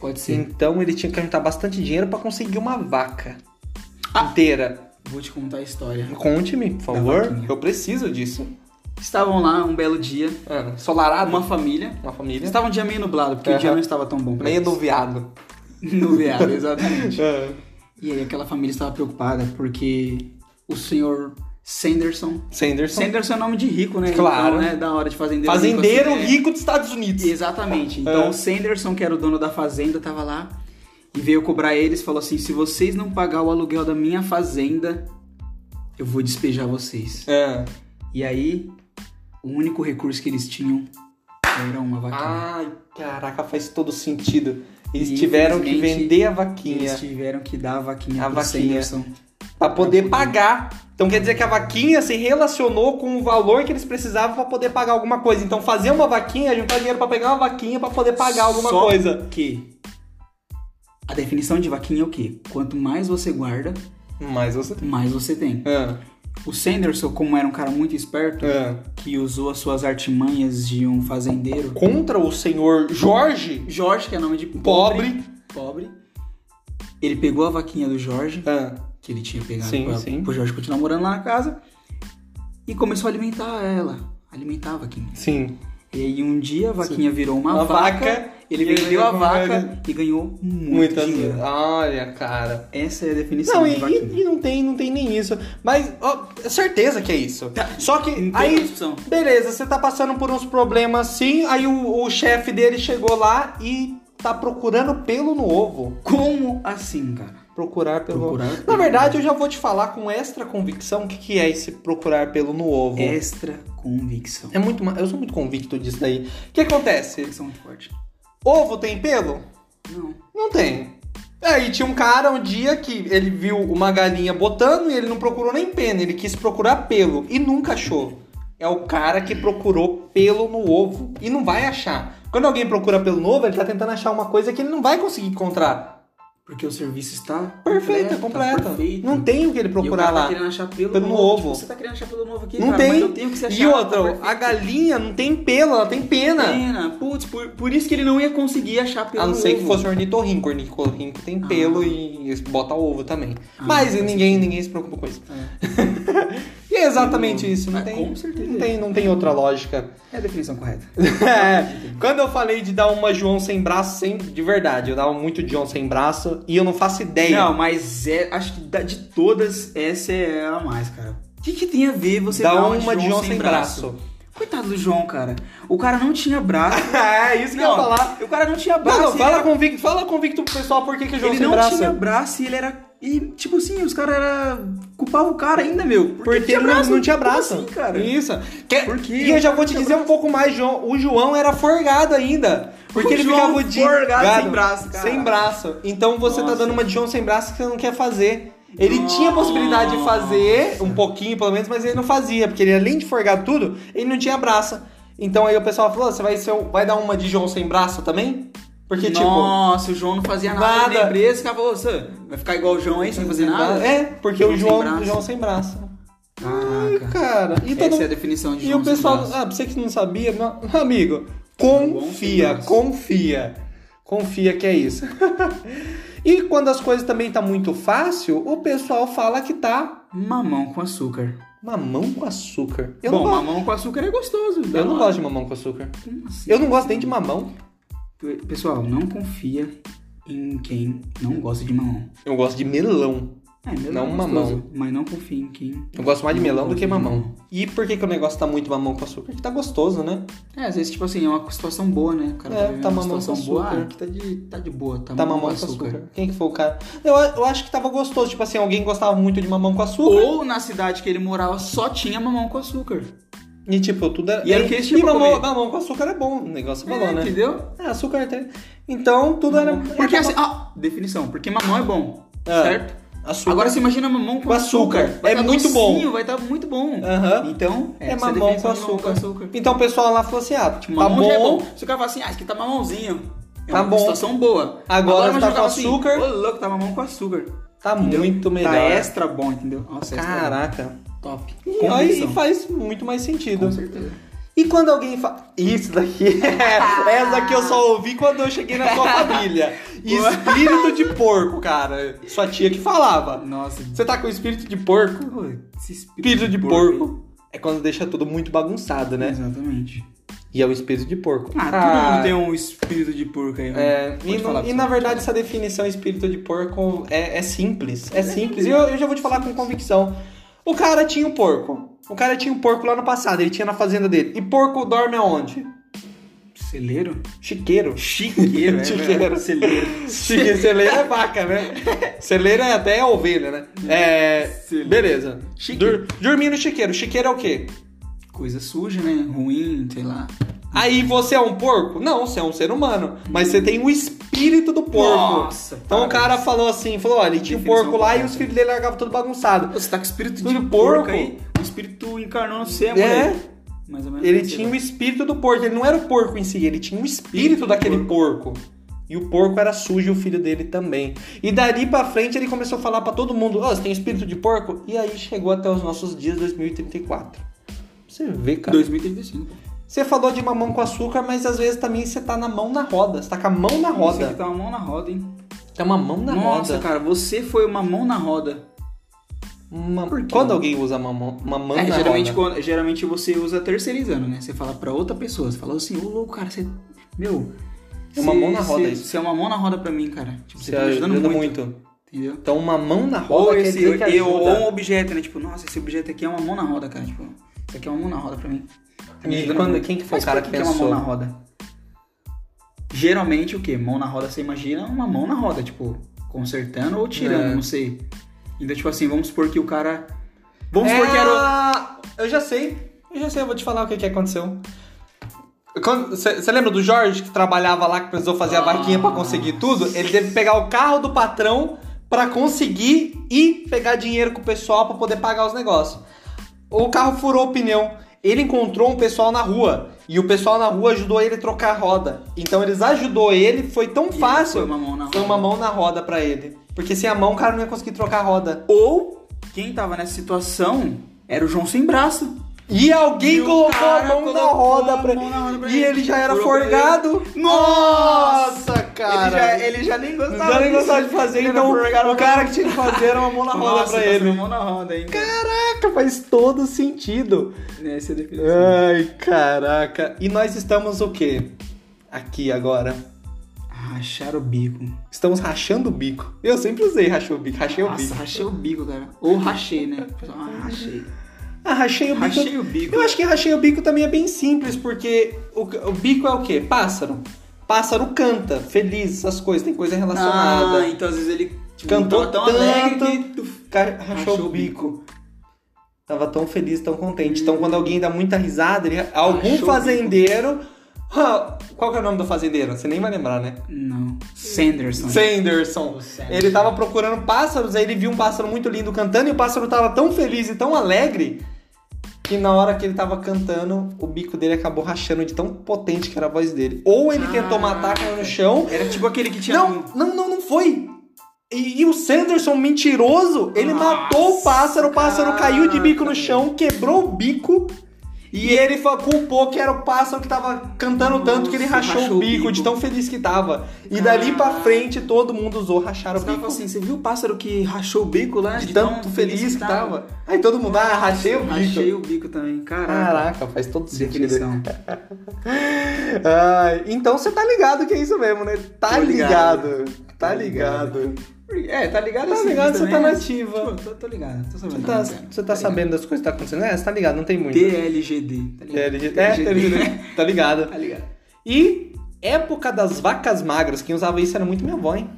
[SPEAKER 2] Pode ser.
[SPEAKER 1] Então ele tinha que juntar bastante dinheiro pra conseguir uma vaca inteira.
[SPEAKER 2] Vou te contar a história.
[SPEAKER 1] Conte-me, por
[SPEAKER 2] Ah. Da
[SPEAKER 1] favor.
[SPEAKER 2] vaquinha.
[SPEAKER 1] Eu preciso disso.
[SPEAKER 2] Estavam lá um belo dia,
[SPEAKER 1] Ah, solarado,
[SPEAKER 2] uma
[SPEAKER 1] uma,
[SPEAKER 2] família.
[SPEAKER 1] uma família.
[SPEAKER 2] Estava um dia meio nublado, porque o
[SPEAKER 1] Aham.
[SPEAKER 2] dia não estava tão bom. pra
[SPEAKER 1] Meio
[SPEAKER 2] eles.
[SPEAKER 1] nuviado.
[SPEAKER 2] <laughs> Nublado, exatamente.
[SPEAKER 1] É.
[SPEAKER 2] E aí aquela família estava preocupada porque o senhor Sanderson.
[SPEAKER 1] Sanderson.
[SPEAKER 2] Sanderson é nome de rico, né?
[SPEAKER 1] Claro.
[SPEAKER 2] Então, né, da hora de fazendeiro.
[SPEAKER 1] Fazendeiro
[SPEAKER 2] rico. assim, né?
[SPEAKER 1] rico dos Estados Unidos.
[SPEAKER 2] Exatamente. Então
[SPEAKER 1] É.
[SPEAKER 2] o Sanderson, que era o dono da fazenda, tava lá e veio cobrar eles, falou assim: "Se vocês não pagar o aluguel da minha fazenda, eu vou despejar vocês".
[SPEAKER 1] É.
[SPEAKER 2] E aí o único
[SPEAKER 1] Ah,
[SPEAKER 2] recurso que eles tinham era uma vaquinha.
[SPEAKER 1] Ai, caraca, faz todo sentido. Eles
[SPEAKER 2] E,
[SPEAKER 1] tiveram que
[SPEAKER 2] infelizmente,
[SPEAKER 1] vender a
[SPEAKER 2] Eles
[SPEAKER 1] vaquinha
[SPEAKER 2] tiveram que dar a vaquinha
[SPEAKER 1] A
[SPEAKER 2] pro
[SPEAKER 1] vaquinha.
[SPEAKER 2] Sanderson.
[SPEAKER 1] para poder
[SPEAKER 2] poder-
[SPEAKER 1] pagar. Então quer dizer que a vaquinha se relacionou com o valor que eles precisavam para poder pagar alguma coisa. Então fazer uma vaquinha, juntar dinheiro para pegar uma vaquinha para poder pagar alguma
[SPEAKER 2] Só
[SPEAKER 1] coisa.
[SPEAKER 2] que a definição de vaquinha é o quê? Quanto mais você guarda,
[SPEAKER 1] Mas você.
[SPEAKER 2] mais você tem.
[SPEAKER 1] Ah,
[SPEAKER 2] O Sanderson, como era um cara muito esperto,
[SPEAKER 1] ah.
[SPEAKER 2] que usou as suas artimanhas de um fazendeiro,
[SPEAKER 1] Contra o senhor Jorge,
[SPEAKER 2] Jorge, que é nome de pobre,
[SPEAKER 1] pobre.
[SPEAKER 2] pobre, ele pegou a vaquinha do Jorge,
[SPEAKER 1] Ah,
[SPEAKER 2] que ele tinha pegado
[SPEAKER 1] Sim,
[SPEAKER 2] pra,
[SPEAKER 1] sim.
[SPEAKER 2] pro Jorge continuar morando lá na casa, e começou a alimentar ela, alimentar a vaquinha.
[SPEAKER 1] sim.
[SPEAKER 2] E aí um dia a vaquinha virou uma,
[SPEAKER 1] Uma
[SPEAKER 2] vaca,
[SPEAKER 1] vaca,
[SPEAKER 2] ele
[SPEAKER 1] e ele
[SPEAKER 2] vendeu a
[SPEAKER 1] ganhou
[SPEAKER 2] vaca e ganhou muito
[SPEAKER 1] Muitas.
[SPEAKER 2] dinheiro.
[SPEAKER 1] Olha, cara.
[SPEAKER 2] Essa é a definição
[SPEAKER 1] Não,
[SPEAKER 2] de
[SPEAKER 1] e,
[SPEAKER 2] vaquinha.
[SPEAKER 1] e- e não tem, não tem nem isso. Mas, ó, certeza que é isso. Só que
[SPEAKER 2] Não tem
[SPEAKER 1] aí,
[SPEAKER 2] discussão.
[SPEAKER 1] beleza, você tá passando por uns problemas sim, aí o, o chefe dele chegou lá e tá procurando pelo no ovo.
[SPEAKER 2] Como assim, cara?
[SPEAKER 1] Procurar pelo
[SPEAKER 2] Procurar
[SPEAKER 1] ovo. Na
[SPEAKER 2] pelo
[SPEAKER 1] verdade, eu já vou te falar com extra convicção o que, que é esse procurar pelo no ovo.
[SPEAKER 2] Extra convicção.
[SPEAKER 1] É muito, ma- eu sou muito convicto disso daí. O que acontece?
[SPEAKER 2] Convicção muito forte.
[SPEAKER 1] Ovo tem pelo?
[SPEAKER 2] Não.
[SPEAKER 1] Não tem. Aí tinha um cara um dia que ele viu uma galinha botando e ele não procurou nem pena, ele quis procurar pelo e nunca achou. É o cara que procurou pelo no ovo e não vai achar. Quando alguém procura pelo no ovo, ele tá tentando achar uma coisa que ele não vai conseguir encontrar.
[SPEAKER 2] Porque o serviço está
[SPEAKER 1] Perfeita,
[SPEAKER 2] completo,
[SPEAKER 1] completa.
[SPEAKER 2] Tá perfeito.
[SPEAKER 1] Não tem o que ele
[SPEAKER 2] E o
[SPEAKER 1] procurar
[SPEAKER 2] cara
[SPEAKER 1] lá.
[SPEAKER 2] Tá querendo achar pelo,
[SPEAKER 1] Pelo
[SPEAKER 2] no
[SPEAKER 1] no
[SPEAKER 2] ovo. Tipo,
[SPEAKER 1] ovo.
[SPEAKER 2] você tá querendo achar pelo novo aqui,
[SPEAKER 1] Não
[SPEAKER 2] cara,
[SPEAKER 1] tem.
[SPEAKER 2] mas eu tenho que se achar.
[SPEAKER 1] E outra,
[SPEAKER 2] tá
[SPEAKER 1] a galinha não tem pelo, ela tem pena.
[SPEAKER 2] pena. Putz, por, por isso que ele não ia conseguir achar pelo
[SPEAKER 1] A não
[SPEAKER 2] no
[SPEAKER 1] ser que
[SPEAKER 2] ovo.
[SPEAKER 1] fosse um ornitorrinco, ornitorrinco tem
[SPEAKER 2] Ah.
[SPEAKER 1] pelo e bota ovo também.
[SPEAKER 2] Ah,
[SPEAKER 1] Mas
[SPEAKER 2] faz
[SPEAKER 1] ninguém, ninguém se preocupa com isso.
[SPEAKER 2] É.
[SPEAKER 1] E é exatamente isso, não
[SPEAKER 2] Ah,
[SPEAKER 1] tem,
[SPEAKER 2] com certeza.
[SPEAKER 1] não tem, não tem outra lógica. <laughs>
[SPEAKER 2] É a definição correta.
[SPEAKER 1] É, Quando eu falei de dar uma João sem braço, sem, de verdade, eu dava muito João sem braço e eu não faço ideia.
[SPEAKER 2] Não, mas é, acho que da- de todas, essa é a mais, cara. O que, que tem a ver você
[SPEAKER 1] dá
[SPEAKER 2] dar um
[SPEAKER 1] uma, de João sem, braço.
[SPEAKER 2] Coitado do João, cara. O cara não tinha braço.
[SPEAKER 1] <laughs> é, isso que eu ia falar.
[SPEAKER 2] O cara não tinha
[SPEAKER 1] Não,
[SPEAKER 2] braço.
[SPEAKER 1] não,
[SPEAKER 2] ele
[SPEAKER 1] fala
[SPEAKER 2] era-
[SPEAKER 1] convicto, fala convicto pro pessoal por que, que o João
[SPEAKER 2] Ele
[SPEAKER 1] sem
[SPEAKER 2] não
[SPEAKER 1] braço.
[SPEAKER 2] tinha braço e ele era. E, tipo assim, os caras era... culpavam o cara ainda, meu.
[SPEAKER 1] Porque,
[SPEAKER 2] tinha
[SPEAKER 1] ele não-
[SPEAKER 2] braço.
[SPEAKER 1] não tinha braço.
[SPEAKER 2] Como assim, cara?
[SPEAKER 1] Isso. Que-
[SPEAKER 2] Por quê?
[SPEAKER 1] E eu já vou te dizer um pouco mais, João. O João era forgado ainda. Porque
[SPEAKER 2] O
[SPEAKER 1] ele
[SPEAKER 2] João
[SPEAKER 1] ficava o dia.
[SPEAKER 2] forgado
[SPEAKER 1] ligado,
[SPEAKER 2] sem braço, cara.
[SPEAKER 1] Sem braço. Então você tá
[SPEAKER 2] Nossa.
[SPEAKER 1] dando uma de João sem braço que você não quer fazer. Ele tinha a possibilidade de fazer, um pouquinho pelo menos, mas ele não fazia. Porque ele, além de forgar tudo, ele não tinha braço. Então aí o pessoal falou: "Ô, você vai, ser um- vai dar uma de João sem braço também? Porque, tipo.
[SPEAKER 2] Nossa, o João não fazia nada,
[SPEAKER 1] nada.
[SPEAKER 2] na empresa. O cara falou, "Sam, vai ficar igual o João aí sem fazer nada?
[SPEAKER 1] É, porque o
[SPEAKER 2] João
[SPEAKER 1] João,
[SPEAKER 2] sem braço.
[SPEAKER 1] João sem braço.
[SPEAKER 2] Caraca.
[SPEAKER 1] Cara, e todo
[SPEAKER 2] Essa é a definição de
[SPEAKER 1] E
[SPEAKER 2] João
[SPEAKER 1] o
[SPEAKER 2] sem
[SPEAKER 1] pessoal,
[SPEAKER 2] braço.
[SPEAKER 1] ah, pra você que não sabia, não- amigo,
[SPEAKER 2] Bom
[SPEAKER 1] confia,
[SPEAKER 2] filmaço.
[SPEAKER 1] confia. Confia que é isso. <laughs> e quando as coisas também tá muito fácil, o pessoal fala que tá
[SPEAKER 2] Mamão com açúcar.
[SPEAKER 1] mamão com açúcar. Eu, não,
[SPEAKER 2] Bom,
[SPEAKER 1] gosto,
[SPEAKER 2] mamão com açúcar é gostoso. dá
[SPEAKER 1] eu não
[SPEAKER 2] uma-
[SPEAKER 1] gosto de mamão com açúcar.
[SPEAKER 2] Como assim?
[SPEAKER 1] Eu não gosto nem de mamão.
[SPEAKER 2] Pessoal, não confia em quem não gosta de mamão.
[SPEAKER 1] Eu gosto de melão.
[SPEAKER 2] É, melão
[SPEAKER 1] Não
[SPEAKER 2] é gostoso,
[SPEAKER 1] mamão.
[SPEAKER 2] Mas não confia em quem.
[SPEAKER 1] Eu gosto mais de
[SPEAKER 2] não
[SPEAKER 1] melão do
[SPEAKER 2] gosta
[SPEAKER 1] que
[SPEAKER 2] de
[SPEAKER 1] mamão. E por que, que o negócio tá muito mamão com açúcar? Que tá gostoso, né?
[SPEAKER 2] É, às vezes, tipo assim, é uma situação boa, né? O cara
[SPEAKER 1] É,
[SPEAKER 2] vivendo
[SPEAKER 1] tá
[SPEAKER 2] uma
[SPEAKER 1] mamão
[SPEAKER 2] situação
[SPEAKER 1] com
[SPEAKER 2] boa.
[SPEAKER 1] açúcar.
[SPEAKER 2] Ah, que tá de, tá de boa, tá,
[SPEAKER 1] Tá mamão com açúcar. Quem que foi o cara? Eu, eu acho que tava gostoso. Tipo assim, alguém gostava muito de mamão com açúcar.
[SPEAKER 2] Ou na cidade que ele morava só tinha mamão com açúcar.
[SPEAKER 1] E tipo, tudo era.
[SPEAKER 2] E era o que eles tinham
[SPEAKER 1] e
[SPEAKER 2] pra
[SPEAKER 1] mamão,
[SPEAKER 2] comer.
[SPEAKER 1] mamão com açúcar é bom, o negócio falou,
[SPEAKER 2] É,
[SPEAKER 1] né?
[SPEAKER 2] Entendeu?
[SPEAKER 1] É, açúcar até. Então tudo era.
[SPEAKER 2] Porque
[SPEAKER 1] era
[SPEAKER 2] assim, ah, definição, porque mamão é bom,
[SPEAKER 1] Ah,
[SPEAKER 2] certo?
[SPEAKER 1] açúcar.
[SPEAKER 2] assim, Agora você imagina mamão com,
[SPEAKER 1] Com açúcar.
[SPEAKER 2] Vai
[SPEAKER 1] É
[SPEAKER 2] tá
[SPEAKER 1] muito
[SPEAKER 2] docinho, Vai estar muito bom.
[SPEAKER 1] Aham.
[SPEAKER 2] Então,
[SPEAKER 1] É
[SPEAKER 2] essa a
[SPEAKER 1] mamão com
[SPEAKER 2] definição de
[SPEAKER 1] açúcar.
[SPEAKER 2] Mamão com açúcar.
[SPEAKER 1] Então o pessoal lá falou assim: ah, tá
[SPEAKER 2] Mamão já é
[SPEAKER 1] bom.
[SPEAKER 2] bom. Se o cara fala assim, ah, isso aqui tá mamãozinho. É
[SPEAKER 1] Tá
[SPEAKER 2] uma
[SPEAKER 1] bom.
[SPEAKER 2] situação boa.
[SPEAKER 1] Agora
[SPEAKER 2] imagina
[SPEAKER 1] tá
[SPEAKER 2] o cara
[SPEAKER 1] com
[SPEAKER 2] assim,
[SPEAKER 1] açúcar.
[SPEAKER 2] Ô, louco, tá mamão com açúcar.
[SPEAKER 1] Tá muito melhor.
[SPEAKER 2] Tá extra bom, entendeu? Nossa, extra
[SPEAKER 1] Caraca.
[SPEAKER 2] bom. top.
[SPEAKER 1] E aí faz muito mais sentido.
[SPEAKER 2] Com certeza.
[SPEAKER 1] E quando alguém fala. Isso daqui. <laughs> é, Essa daqui eu só ouvi quando eu cheguei na sua
[SPEAKER 2] <laughs>
[SPEAKER 1] família. Espírito de porco, cara. Sua tia que falava.
[SPEAKER 2] Nossa,
[SPEAKER 1] Você tá com espírito de porco?
[SPEAKER 2] pô, esse espírito,
[SPEAKER 1] Espírito de porco é quando deixa tudo muito bagunçado,
[SPEAKER 2] aí.
[SPEAKER 1] né?
[SPEAKER 2] Exatamente.
[SPEAKER 1] E é o espírito de porco.
[SPEAKER 2] Ah, todo mundo tem um espírito de porco aí.
[SPEAKER 1] É,
[SPEAKER 2] Pode
[SPEAKER 1] e,
[SPEAKER 2] falar,
[SPEAKER 1] não- e
[SPEAKER 2] pessoal.
[SPEAKER 1] na verdade essa definição espírito de porco é, é simples. É simples. E eu, eu já vou te falar com convicção. O cara tinha um porco. O cara tinha um porco lá no passado, ele tinha na fazenda dele. E porco dorme aonde?
[SPEAKER 2] Um
[SPEAKER 1] <laughs>
[SPEAKER 2] Celeiro?
[SPEAKER 1] Chiqueiro.
[SPEAKER 2] Chiqueiro, é.
[SPEAKER 1] Chiqueiro.
[SPEAKER 2] Chiqueiro. Celeiro.
[SPEAKER 1] <laughs> Chique- Celeiro é vaca, né? Celeiro é até ovelha, né? É.
[SPEAKER 2] Celeiro.
[SPEAKER 1] Beleza.
[SPEAKER 2] Chiqueiro.
[SPEAKER 1] Dur, dormir no chiqueiro. Chiqueiro é o quê?
[SPEAKER 2] Coisa suja, né? Ruim, sei lá.
[SPEAKER 1] Aí você é um porco? Não, você é um ser humano. Mas você tem o espírito, espírito do porco.
[SPEAKER 2] Nossa,
[SPEAKER 1] Então o cara falou assim, falou, olha, ele tinha um
[SPEAKER 2] Definição
[SPEAKER 1] porco lá e
[SPEAKER 2] correta.
[SPEAKER 1] os filhos dele largavam tudo bagunçado.
[SPEAKER 2] Você tá com espírito de
[SPEAKER 1] Tudo
[SPEAKER 2] porco,
[SPEAKER 1] porco.
[SPEAKER 2] aí. O espírito encarnou no ser,
[SPEAKER 1] É.
[SPEAKER 2] moleque. Mais ou menos
[SPEAKER 1] Ele
[SPEAKER 2] assim,
[SPEAKER 1] tinha
[SPEAKER 2] né?
[SPEAKER 1] o espírito do porco, ele não era o porco em si, ele tinha o espírito
[SPEAKER 2] do
[SPEAKER 1] daquele porco. E o porco era sujo, e o filho dele também. E dali pra frente ele começou a falar pra todo mundo, ó, você tem espírito de porco? E aí chegou até os nossos dias 2034. Você vê, cara.
[SPEAKER 2] 2035.
[SPEAKER 1] Você falou de mamão com açúcar, mas às vezes também você tá na mão na roda. Você tá com a mão na
[SPEAKER 2] Isso aqui
[SPEAKER 1] roda.
[SPEAKER 2] tá uma mão na roda, hein?
[SPEAKER 1] Tá uma mão na
[SPEAKER 2] Nossa,
[SPEAKER 1] roda.
[SPEAKER 2] cara, você foi uma mão na roda.
[SPEAKER 1] Uma-
[SPEAKER 2] Por quê?
[SPEAKER 1] Quando alguém usa mamão, mamão
[SPEAKER 2] É,
[SPEAKER 1] na
[SPEAKER 2] geralmente,
[SPEAKER 1] roda.
[SPEAKER 2] quando- geralmente você usa terceirizando, né? Você fala pra outra pessoa, você fala assim, ô louco, cara, você. Meu.
[SPEAKER 1] É uma
[SPEAKER 2] você-
[SPEAKER 1] mão na roda
[SPEAKER 2] você-
[SPEAKER 1] isso.
[SPEAKER 2] Você é uma mão na roda pra mim, cara. Tipo, você,
[SPEAKER 1] Você
[SPEAKER 2] tá me ajudando
[SPEAKER 1] ajuda
[SPEAKER 2] muito,
[SPEAKER 1] muito.
[SPEAKER 2] Entendeu?
[SPEAKER 1] Então uma mão na roda
[SPEAKER 2] Ou,
[SPEAKER 1] quer
[SPEAKER 2] esse,
[SPEAKER 1] dizer que
[SPEAKER 2] eu- ou
[SPEAKER 1] ajuda.
[SPEAKER 2] um objeto, né? Tipo, nossa, esse objeto aqui é uma mão na roda, cara. Tipo, isso aqui é uma mão na roda pra mim. Tá me
[SPEAKER 1] E
[SPEAKER 2] ajudando
[SPEAKER 1] quando-
[SPEAKER 2] muito.
[SPEAKER 1] quem que foi o
[SPEAKER 2] Mas
[SPEAKER 1] cara
[SPEAKER 2] por
[SPEAKER 1] que
[SPEAKER 2] é uma mão
[SPEAKER 1] pensou?
[SPEAKER 2] na roda? Geralmente o quê? Mão na roda, você imagina uma mão na roda, tipo, consertando ou tirando,
[SPEAKER 1] É.
[SPEAKER 2] não sei. Então, tipo assim, vamos supor que o cara. Vamos
[SPEAKER 1] É,
[SPEAKER 2] supor que era. o-
[SPEAKER 1] Eu já sei. Eu já sei, eu vou te falar o que, que aconteceu. Você lembra do Jorge que trabalhava lá, que precisou fazer a vaquinha pra conseguir tudo? Ele teve que pegar o carro do patrão pra conseguir e pegar dinheiro com o pessoal pra poder pagar os negócios. O carro furou o pneu. Ele encontrou um pessoal na rua. E o pessoal na rua ajudou ele a trocar a roda. Então eles ajudou ele, foi tão
[SPEAKER 2] Ih,
[SPEAKER 1] fácil.
[SPEAKER 2] Foi uma mão na
[SPEAKER 1] Foi uma mão na roda pra ele. Porque sem a mão o cara não ia conseguir trocar a roda.
[SPEAKER 2] Ou quem tava nessa situação era o João sem braço.
[SPEAKER 1] E alguém
[SPEAKER 2] E o
[SPEAKER 1] colocou a
[SPEAKER 2] cara
[SPEAKER 1] mão na
[SPEAKER 2] colocou
[SPEAKER 1] roda
[SPEAKER 2] a
[SPEAKER 1] pra
[SPEAKER 2] mão na roda pra
[SPEAKER 1] ele. E
[SPEAKER 2] ele.
[SPEAKER 1] ele já era
[SPEAKER 2] Furou pra ele.
[SPEAKER 1] forgado. Nossa, cara.
[SPEAKER 2] ele, já, ele já nem
[SPEAKER 1] Não
[SPEAKER 2] gostava.
[SPEAKER 1] já nem
[SPEAKER 2] disso.
[SPEAKER 1] gostava de fazer,
[SPEAKER 2] Ele
[SPEAKER 1] então
[SPEAKER 2] era forgado
[SPEAKER 1] o cara que tinha que fazer era uma mão na
[SPEAKER 2] pra-
[SPEAKER 1] roda
[SPEAKER 2] Nossa,
[SPEAKER 1] pra
[SPEAKER 2] é tá
[SPEAKER 1] ele. É.
[SPEAKER 2] sendo mão na roda, hein?
[SPEAKER 1] Caraca, faz todo sentido.
[SPEAKER 2] Essa é a definição.
[SPEAKER 1] Ai, caraca. E nós estamos o quê? Aqui agora.
[SPEAKER 2] Rachar o bico.
[SPEAKER 1] Estamos rachando o bico. Eu sempre usei rachou o bico, rachei o
[SPEAKER 2] Nossa,
[SPEAKER 1] bico.
[SPEAKER 2] rachei o bico, cara. Ou rachei, né? Pessoal, ah, rachei.
[SPEAKER 1] Ah, rachei o bico.
[SPEAKER 2] Rachei o bico.
[SPEAKER 1] Eu acho que rachei o bico também é bem simples, porque o, o bico é o quê? Pássaro. Pássaro canta, feliz, essas coisas, tem coisa
[SPEAKER 2] Ah,
[SPEAKER 1] relacionada.
[SPEAKER 2] então às vezes ele tipo,
[SPEAKER 1] Cantou
[SPEAKER 2] tava tão
[SPEAKER 1] tanto,
[SPEAKER 2] alegre que...
[SPEAKER 1] o cara rachou, o bico. Tava tão feliz, tão contente. Então quando alguém dá muita risada, ele- algum
[SPEAKER 2] Rachou o
[SPEAKER 1] fazendeiro... <laughs> Ah, Qual que é o nome do fazendeiro? Você nem vai lembrar, né?
[SPEAKER 2] Não. Sanderson.
[SPEAKER 1] Sanderson.
[SPEAKER 2] O Sanderson.
[SPEAKER 1] Ele tava procurando pássaros, aí ele viu um pássaro muito lindo cantando e o pássaro tava tão feliz e tão alegre que na hora que ele tava cantando, o bico dele acabou rachando de tão potente que era a voz dele. Ou ele tentou matar, caiu no chão.
[SPEAKER 2] Era tipo aquele que tinha...
[SPEAKER 1] Ah. Não, não, não, não foi. E, e o Sanderson, mentiroso, ele
[SPEAKER 2] Nossa,
[SPEAKER 1] matou o pássaro, o pássaro caiu de bico no
[SPEAKER 2] caraca.
[SPEAKER 1] chão, quebrou o bico. E ele fa- culpou que era o pássaro que tava cantando tanto que ele
[SPEAKER 2] Nossa,
[SPEAKER 1] rachou, o bico, Ah. de tão feliz que tava. E dali pra
[SPEAKER 2] Caraca.
[SPEAKER 1] frente todo mundo usou rachar o
[SPEAKER 2] Você tava
[SPEAKER 1] bico.
[SPEAKER 2] assim, você viu o pássaro que rachou o bico lá?
[SPEAKER 1] de tanto feliz que tava. Aí todo mundo, ah, rachei o bico.
[SPEAKER 2] Rachei o bico também, caraca.
[SPEAKER 1] Caraca, faz todo sentido.
[SPEAKER 2] Definição.
[SPEAKER 1] Ai, então você tá ligado que é isso mesmo, né? Tá
[SPEAKER 2] Tô ligado.
[SPEAKER 1] ligado. Tá ligado.
[SPEAKER 2] É, tá ligado
[SPEAKER 1] Tá
[SPEAKER 2] assim,
[SPEAKER 1] ligado, você
[SPEAKER 2] também,
[SPEAKER 1] tá
[SPEAKER 2] né?
[SPEAKER 1] nativa.
[SPEAKER 2] Tipo, tô, tô ligado,
[SPEAKER 1] Você
[SPEAKER 2] tô sabendo.
[SPEAKER 1] tá,
[SPEAKER 2] tá ligado,
[SPEAKER 1] você
[SPEAKER 2] tô
[SPEAKER 1] tá
[SPEAKER 2] ligado.
[SPEAKER 1] sabendo das coisas que tá acontecendo? É, você tá ligado, não tem muito.
[SPEAKER 2] TLGD, tá
[SPEAKER 1] É,
[SPEAKER 2] ligado?
[SPEAKER 1] LG- é, LG- tá ligado.
[SPEAKER 2] <laughs> Tá ligado.
[SPEAKER 1] E época das vacas magras, quem usava isso era muito minha avó, hein?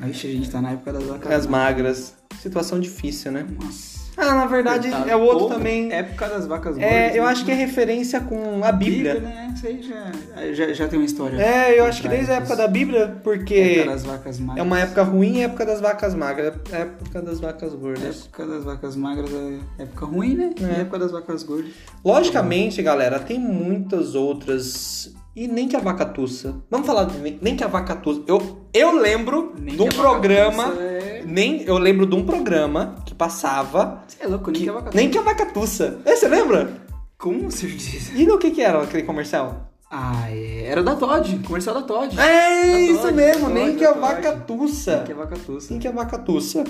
[SPEAKER 2] Aí a gente tá na época das vacas.
[SPEAKER 1] As magras. Situação difícil, né?
[SPEAKER 2] Nossa.
[SPEAKER 1] Ah, na verdade, é o outro também. É,
[SPEAKER 2] Época das vacas
[SPEAKER 1] eu acho que é referência com a Bíblia.
[SPEAKER 2] né? Isso aí já, já, já tem uma história.
[SPEAKER 1] É, eu acho que desde a época da Bíblia, porque
[SPEAKER 2] Época das vacas magras.
[SPEAKER 1] é uma época ruim e época das vacas magras. É época das vacas gordas.
[SPEAKER 2] Época das vacas magras é época ruim, né?
[SPEAKER 1] É.
[SPEAKER 2] É. Época das vacas gordas.
[SPEAKER 1] Logicamente, galera, tem muitas outras. E nem que a vaca tussa. Vamos falar de nem, nem que a vaca tussa. Eu, eu lembro
[SPEAKER 2] Nem
[SPEAKER 1] de um
[SPEAKER 2] que a vaca
[SPEAKER 1] programa.
[SPEAKER 2] tussa É...
[SPEAKER 1] Nem, eu lembro de um programa que passava.
[SPEAKER 2] Você é louco, nem que, a vaca
[SPEAKER 1] Nem que a vaca tussa. É, você lembra?
[SPEAKER 2] Como você diz?
[SPEAKER 1] E do que, que era aquele comercial?
[SPEAKER 2] Ah, é... era da Todd, comercial da Todd.
[SPEAKER 1] É isso
[SPEAKER 2] Todd,
[SPEAKER 1] mesmo,
[SPEAKER 2] da
[SPEAKER 1] nem
[SPEAKER 2] Todd,
[SPEAKER 1] que a
[SPEAKER 2] da
[SPEAKER 1] vaca
[SPEAKER 2] Todd.
[SPEAKER 1] tussa.
[SPEAKER 2] Nem que a vaca tussa.
[SPEAKER 1] Nem que a vaca tussa.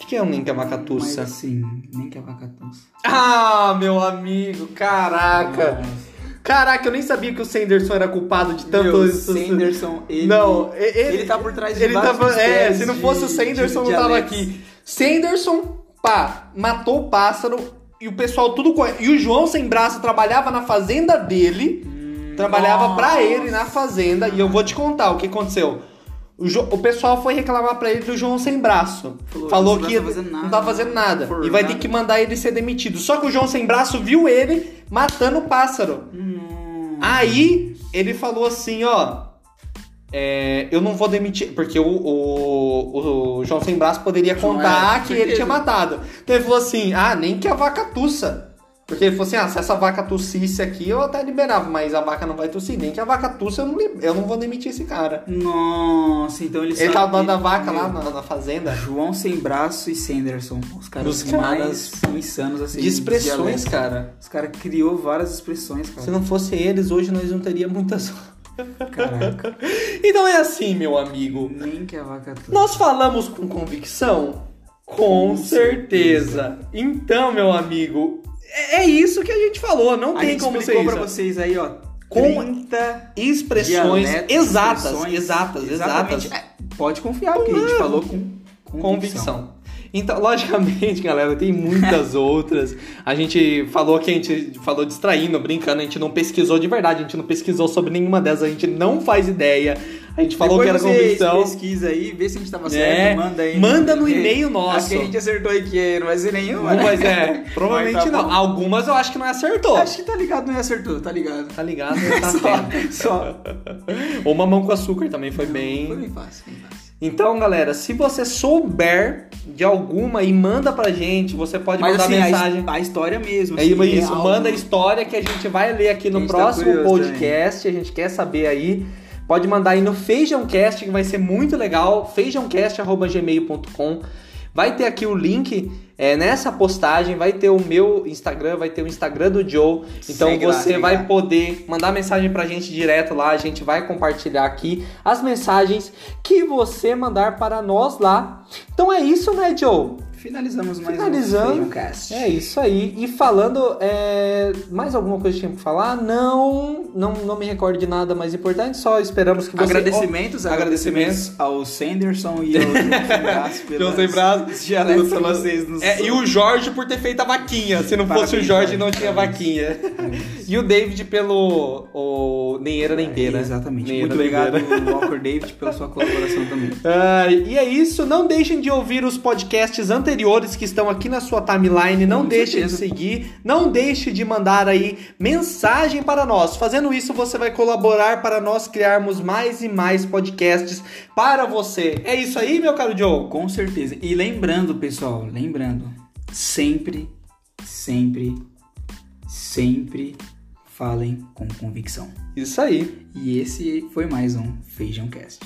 [SPEAKER 1] O que é um nem que a vaca tussa?
[SPEAKER 2] Mas assim, nem que a vaca tussa.
[SPEAKER 1] Ah, meu amigo, caraca. Caraca, eu nem sabia que o Sanderson era culpado de tanto
[SPEAKER 2] Meu,
[SPEAKER 1] isso.
[SPEAKER 2] Sanderson, ele...
[SPEAKER 1] Não, e- ele,
[SPEAKER 2] ele tá por trás de
[SPEAKER 1] ele
[SPEAKER 2] vários
[SPEAKER 1] tava- É,
[SPEAKER 2] mistérios
[SPEAKER 1] se não
[SPEAKER 2] de-
[SPEAKER 1] fosse o Sanderson,
[SPEAKER 2] de- de
[SPEAKER 1] não tava
[SPEAKER 2] Alex.
[SPEAKER 1] aqui. Sanderson, pá, matou o pássaro e o pessoal tudo corre. E o João sem braço trabalhava na fazenda dele, trabalhava pra ele né? na fazenda. E eu vou te contar o que aconteceu. O, Jo- o pessoal foi reclamar pra ele do João sem braço. Falou,
[SPEAKER 2] Falou, "Esse
[SPEAKER 1] que
[SPEAKER 2] braço não tá fazendo
[SPEAKER 1] não
[SPEAKER 2] nada,
[SPEAKER 1] tá fazendo nada.
[SPEAKER 2] for
[SPEAKER 1] E vai ter
[SPEAKER 2] nada."
[SPEAKER 1] que mandar ele ser demitido. Só que o João sem braço viu ele matando o pássaro.
[SPEAKER 2] Nossa.
[SPEAKER 1] Aí ele falou assim, ó. é, eu não vou demitir, porque o, o, o João Sem Braço poderia
[SPEAKER 2] Não,
[SPEAKER 1] contar
[SPEAKER 2] é,
[SPEAKER 1] que
[SPEAKER 2] certeza.
[SPEAKER 1] ele tinha matado. Então ele falou assim: ah, nem que a vaca tussa. Porque ele falou assim: ah, se essa vaca tossisse aqui, eu até liberava, mas a vaca não vai tossir, nem que a vaca tussa, eu não, li- eu não vou demitir esse cara.
[SPEAKER 2] Nossa, então eles
[SPEAKER 1] Ele
[SPEAKER 2] são-
[SPEAKER 1] tava mandando a
[SPEAKER 2] ele-
[SPEAKER 1] vaca lá
[SPEAKER 2] Meu,
[SPEAKER 1] na, na fazenda.
[SPEAKER 2] João Sem Braço e Sanderson. Os caras
[SPEAKER 1] Os
[SPEAKER 2] mais insanos assim.
[SPEAKER 1] De expressões,
[SPEAKER 2] dialetos.
[SPEAKER 1] cara.
[SPEAKER 2] Os caras criou várias expressões, cara.
[SPEAKER 1] Se não fosse eles, hoje nós não teria muitas. <laughs>
[SPEAKER 2] Caraca.
[SPEAKER 1] Então é assim, meu amigo.
[SPEAKER 2] Nem que a vaca tussa.
[SPEAKER 1] Nós falamos com convicção? Com
[SPEAKER 2] Com
[SPEAKER 1] certeza. Então, meu amigo, é é isso que a gente falou. Não
[SPEAKER 2] A
[SPEAKER 1] tem
[SPEAKER 2] gente
[SPEAKER 1] como ser
[SPEAKER 2] explicou
[SPEAKER 1] isso.
[SPEAKER 2] pra vocês aí, ó.
[SPEAKER 1] Com
[SPEAKER 2] 30
[SPEAKER 1] Expressões
[SPEAKER 2] dialetos,
[SPEAKER 1] exatas,
[SPEAKER 2] expressões,
[SPEAKER 1] exatas,
[SPEAKER 2] exatamente.
[SPEAKER 1] exatas.
[SPEAKER 2] É, pode confiar, porque a gente falou com convicção.
[SPEAKER 1] Convicção. Então, logicamente, galera, tem <laughs> muitas outras. A gente falou que a gente falou distraindo, brincando, a gente não pesquisou de verdade, a gente não pesquisou sobre nenhuma dessas, a gente não faz ideia. A gente falou
[SPEAKER 2] Depois
[SPEAKER 1] que era
[SPEAKER 2] vocês
[SPEAKER 1] convicção.
[SPEAKER 2] pesquisa aí, vê se a gente tava certo,
[SPEAKER 1] É,
[SPEAKER 2] manda aí.
[SPEAKER 1] Manda no
[SPEAKER 2] Porque
[SPEAKER 1] e-mail
[SPEAKER 2] Acho
[SPEAKER 1] nosso.
[SPEAKER 2] que a gente acertou aí que não vai ser nenhuma.
[SPEAKER 1] Não, <laughs> Mas é, provavelmente
[SPEAKER 2] Mas tá
[SPEAKER 1] não.
[SPEAKER 2] bom.
[SPEAKER 1] Algumas eu acho que não acertou.
[SPEAKER 2] <laughs> Acho que tá ligado, não acertou, tá ligado.
[SPEAKER 1] Tá ligado? <laughs> Tá certo.
[SPEAKER 2] <laughs> só, só.
[SPEAKER 1] Ou mamão com açúcar também foi
[SPEAKER 2] Foi
[SPEAKER 1] bem.
[SPEAKER 2] bem fácil, bem fácil.
[SPEAKER 1] Então, galera, se você souber de alguma e manda pra gente, você pode
[SPEAKER 2] Mas
[SPEAKER 1] mandar
[SPEAKER 2] assim, a his-
[SPEAKER 1] mensagem.
[SPEAKER 2] A, história mesmo.
[SPEAKER 1] É
[SPEAKER 2] assim,
[SPEAKER 1] isso,
[SPEAKER 2] real.
[SPEAKER 1] manda a história que a gente vai ler aqui
[SPEAKER 2] A
[SPEAKER 1] no
[SPEAKER 2] gente tá
[SPEAKER 1] próximo
[SPEAKER 2] curioso
[SPEAKER 1] podcast. A gente quer saber aí. Pode mandar aí no feijãocast, que vai ser muito legal. feijãocast.gmail.com. Vai ter aqui o link é, nessa postagem. Vai ter o meu Instagram, vai ter o Instagram do Joe. Então
[SPEAKER 2] Segue lá,
[SPEAKER 1] você
[SPEAKER 2] segue
[SPEAKER 1] vai
[SPEAKER 2] lá.
[SPEAKER 1] poder mandar mensagem pra gente direto lá. A gente vai compartilhar aqui as mensagens que você mandar para nós lá. Então é isso, né, Joe?
[SPEAKER 2] Finalizamos mais
[SPEAKER 1] Finalizando.
[SPEAKER 2] um cast.
[SPEAKER 1] É isso aí. E falando, é, mais alguma coisa que tinha pra falar? Não, não, não me recordo de nada mais importante, só esperamos que você...
[SPEAKER 2] Agradecimentos, agradecimentos, ao Sanderson
[SPEAKER 1] <laughs>
[SPEAKER 2] e ao José Brás pelas-
[SPEAKER 1] José Brás,
[SPEAKER 2] os dialetos que
[SPEAKER 1] pelo-
[SPEAKER 2] vocês nos...
[SPEAKER 1] É, e o Jorge por ter feito a vaquinha. Se não fosse o
[SPEAKER 2] Parabéns,
[SPEAKER 1] Jorge, não
[SPEAKER 2] Jorge.
[SPEAKER 1] tinha vaquinha. E o David pelo... O... Nem era, nem beira.
[SPEAKER 2] É, Exatamente.
[SPEAKER 1] Nem
[SPEAKER 2] Muito
[SPEAKER 1] era, nem
[SPEAKER 2] obrigado,
[SPEAKER 1] beira.
[SPEAKER 2] Walker David, pela sua colaboração também.
[SPEAKER 1] Ai, e é isso, não deixem de ouvir os podcasts anteriores que estão aqui na sua timeline, não
[SPEAKER 2] Com
[SPEAKER 1] deixe de
[SPEAKER 2] certeza.
[SPEAKER 1] seguir, não deixe de mandar aí mensagem para nós. Fazendo isso, você vai colaborar para nós criarmos mais e mais podcasts para você. É isso aí, meu caro Joe.
[SPEAKER 2] Com certeza. E lembrando, pessoal, lembrando, sempre, sempre, sempre falem com convicção.
[SPEAKER 1] Isso aí.
[SPEAKER 2] E esse foi mais um Feijão Cast.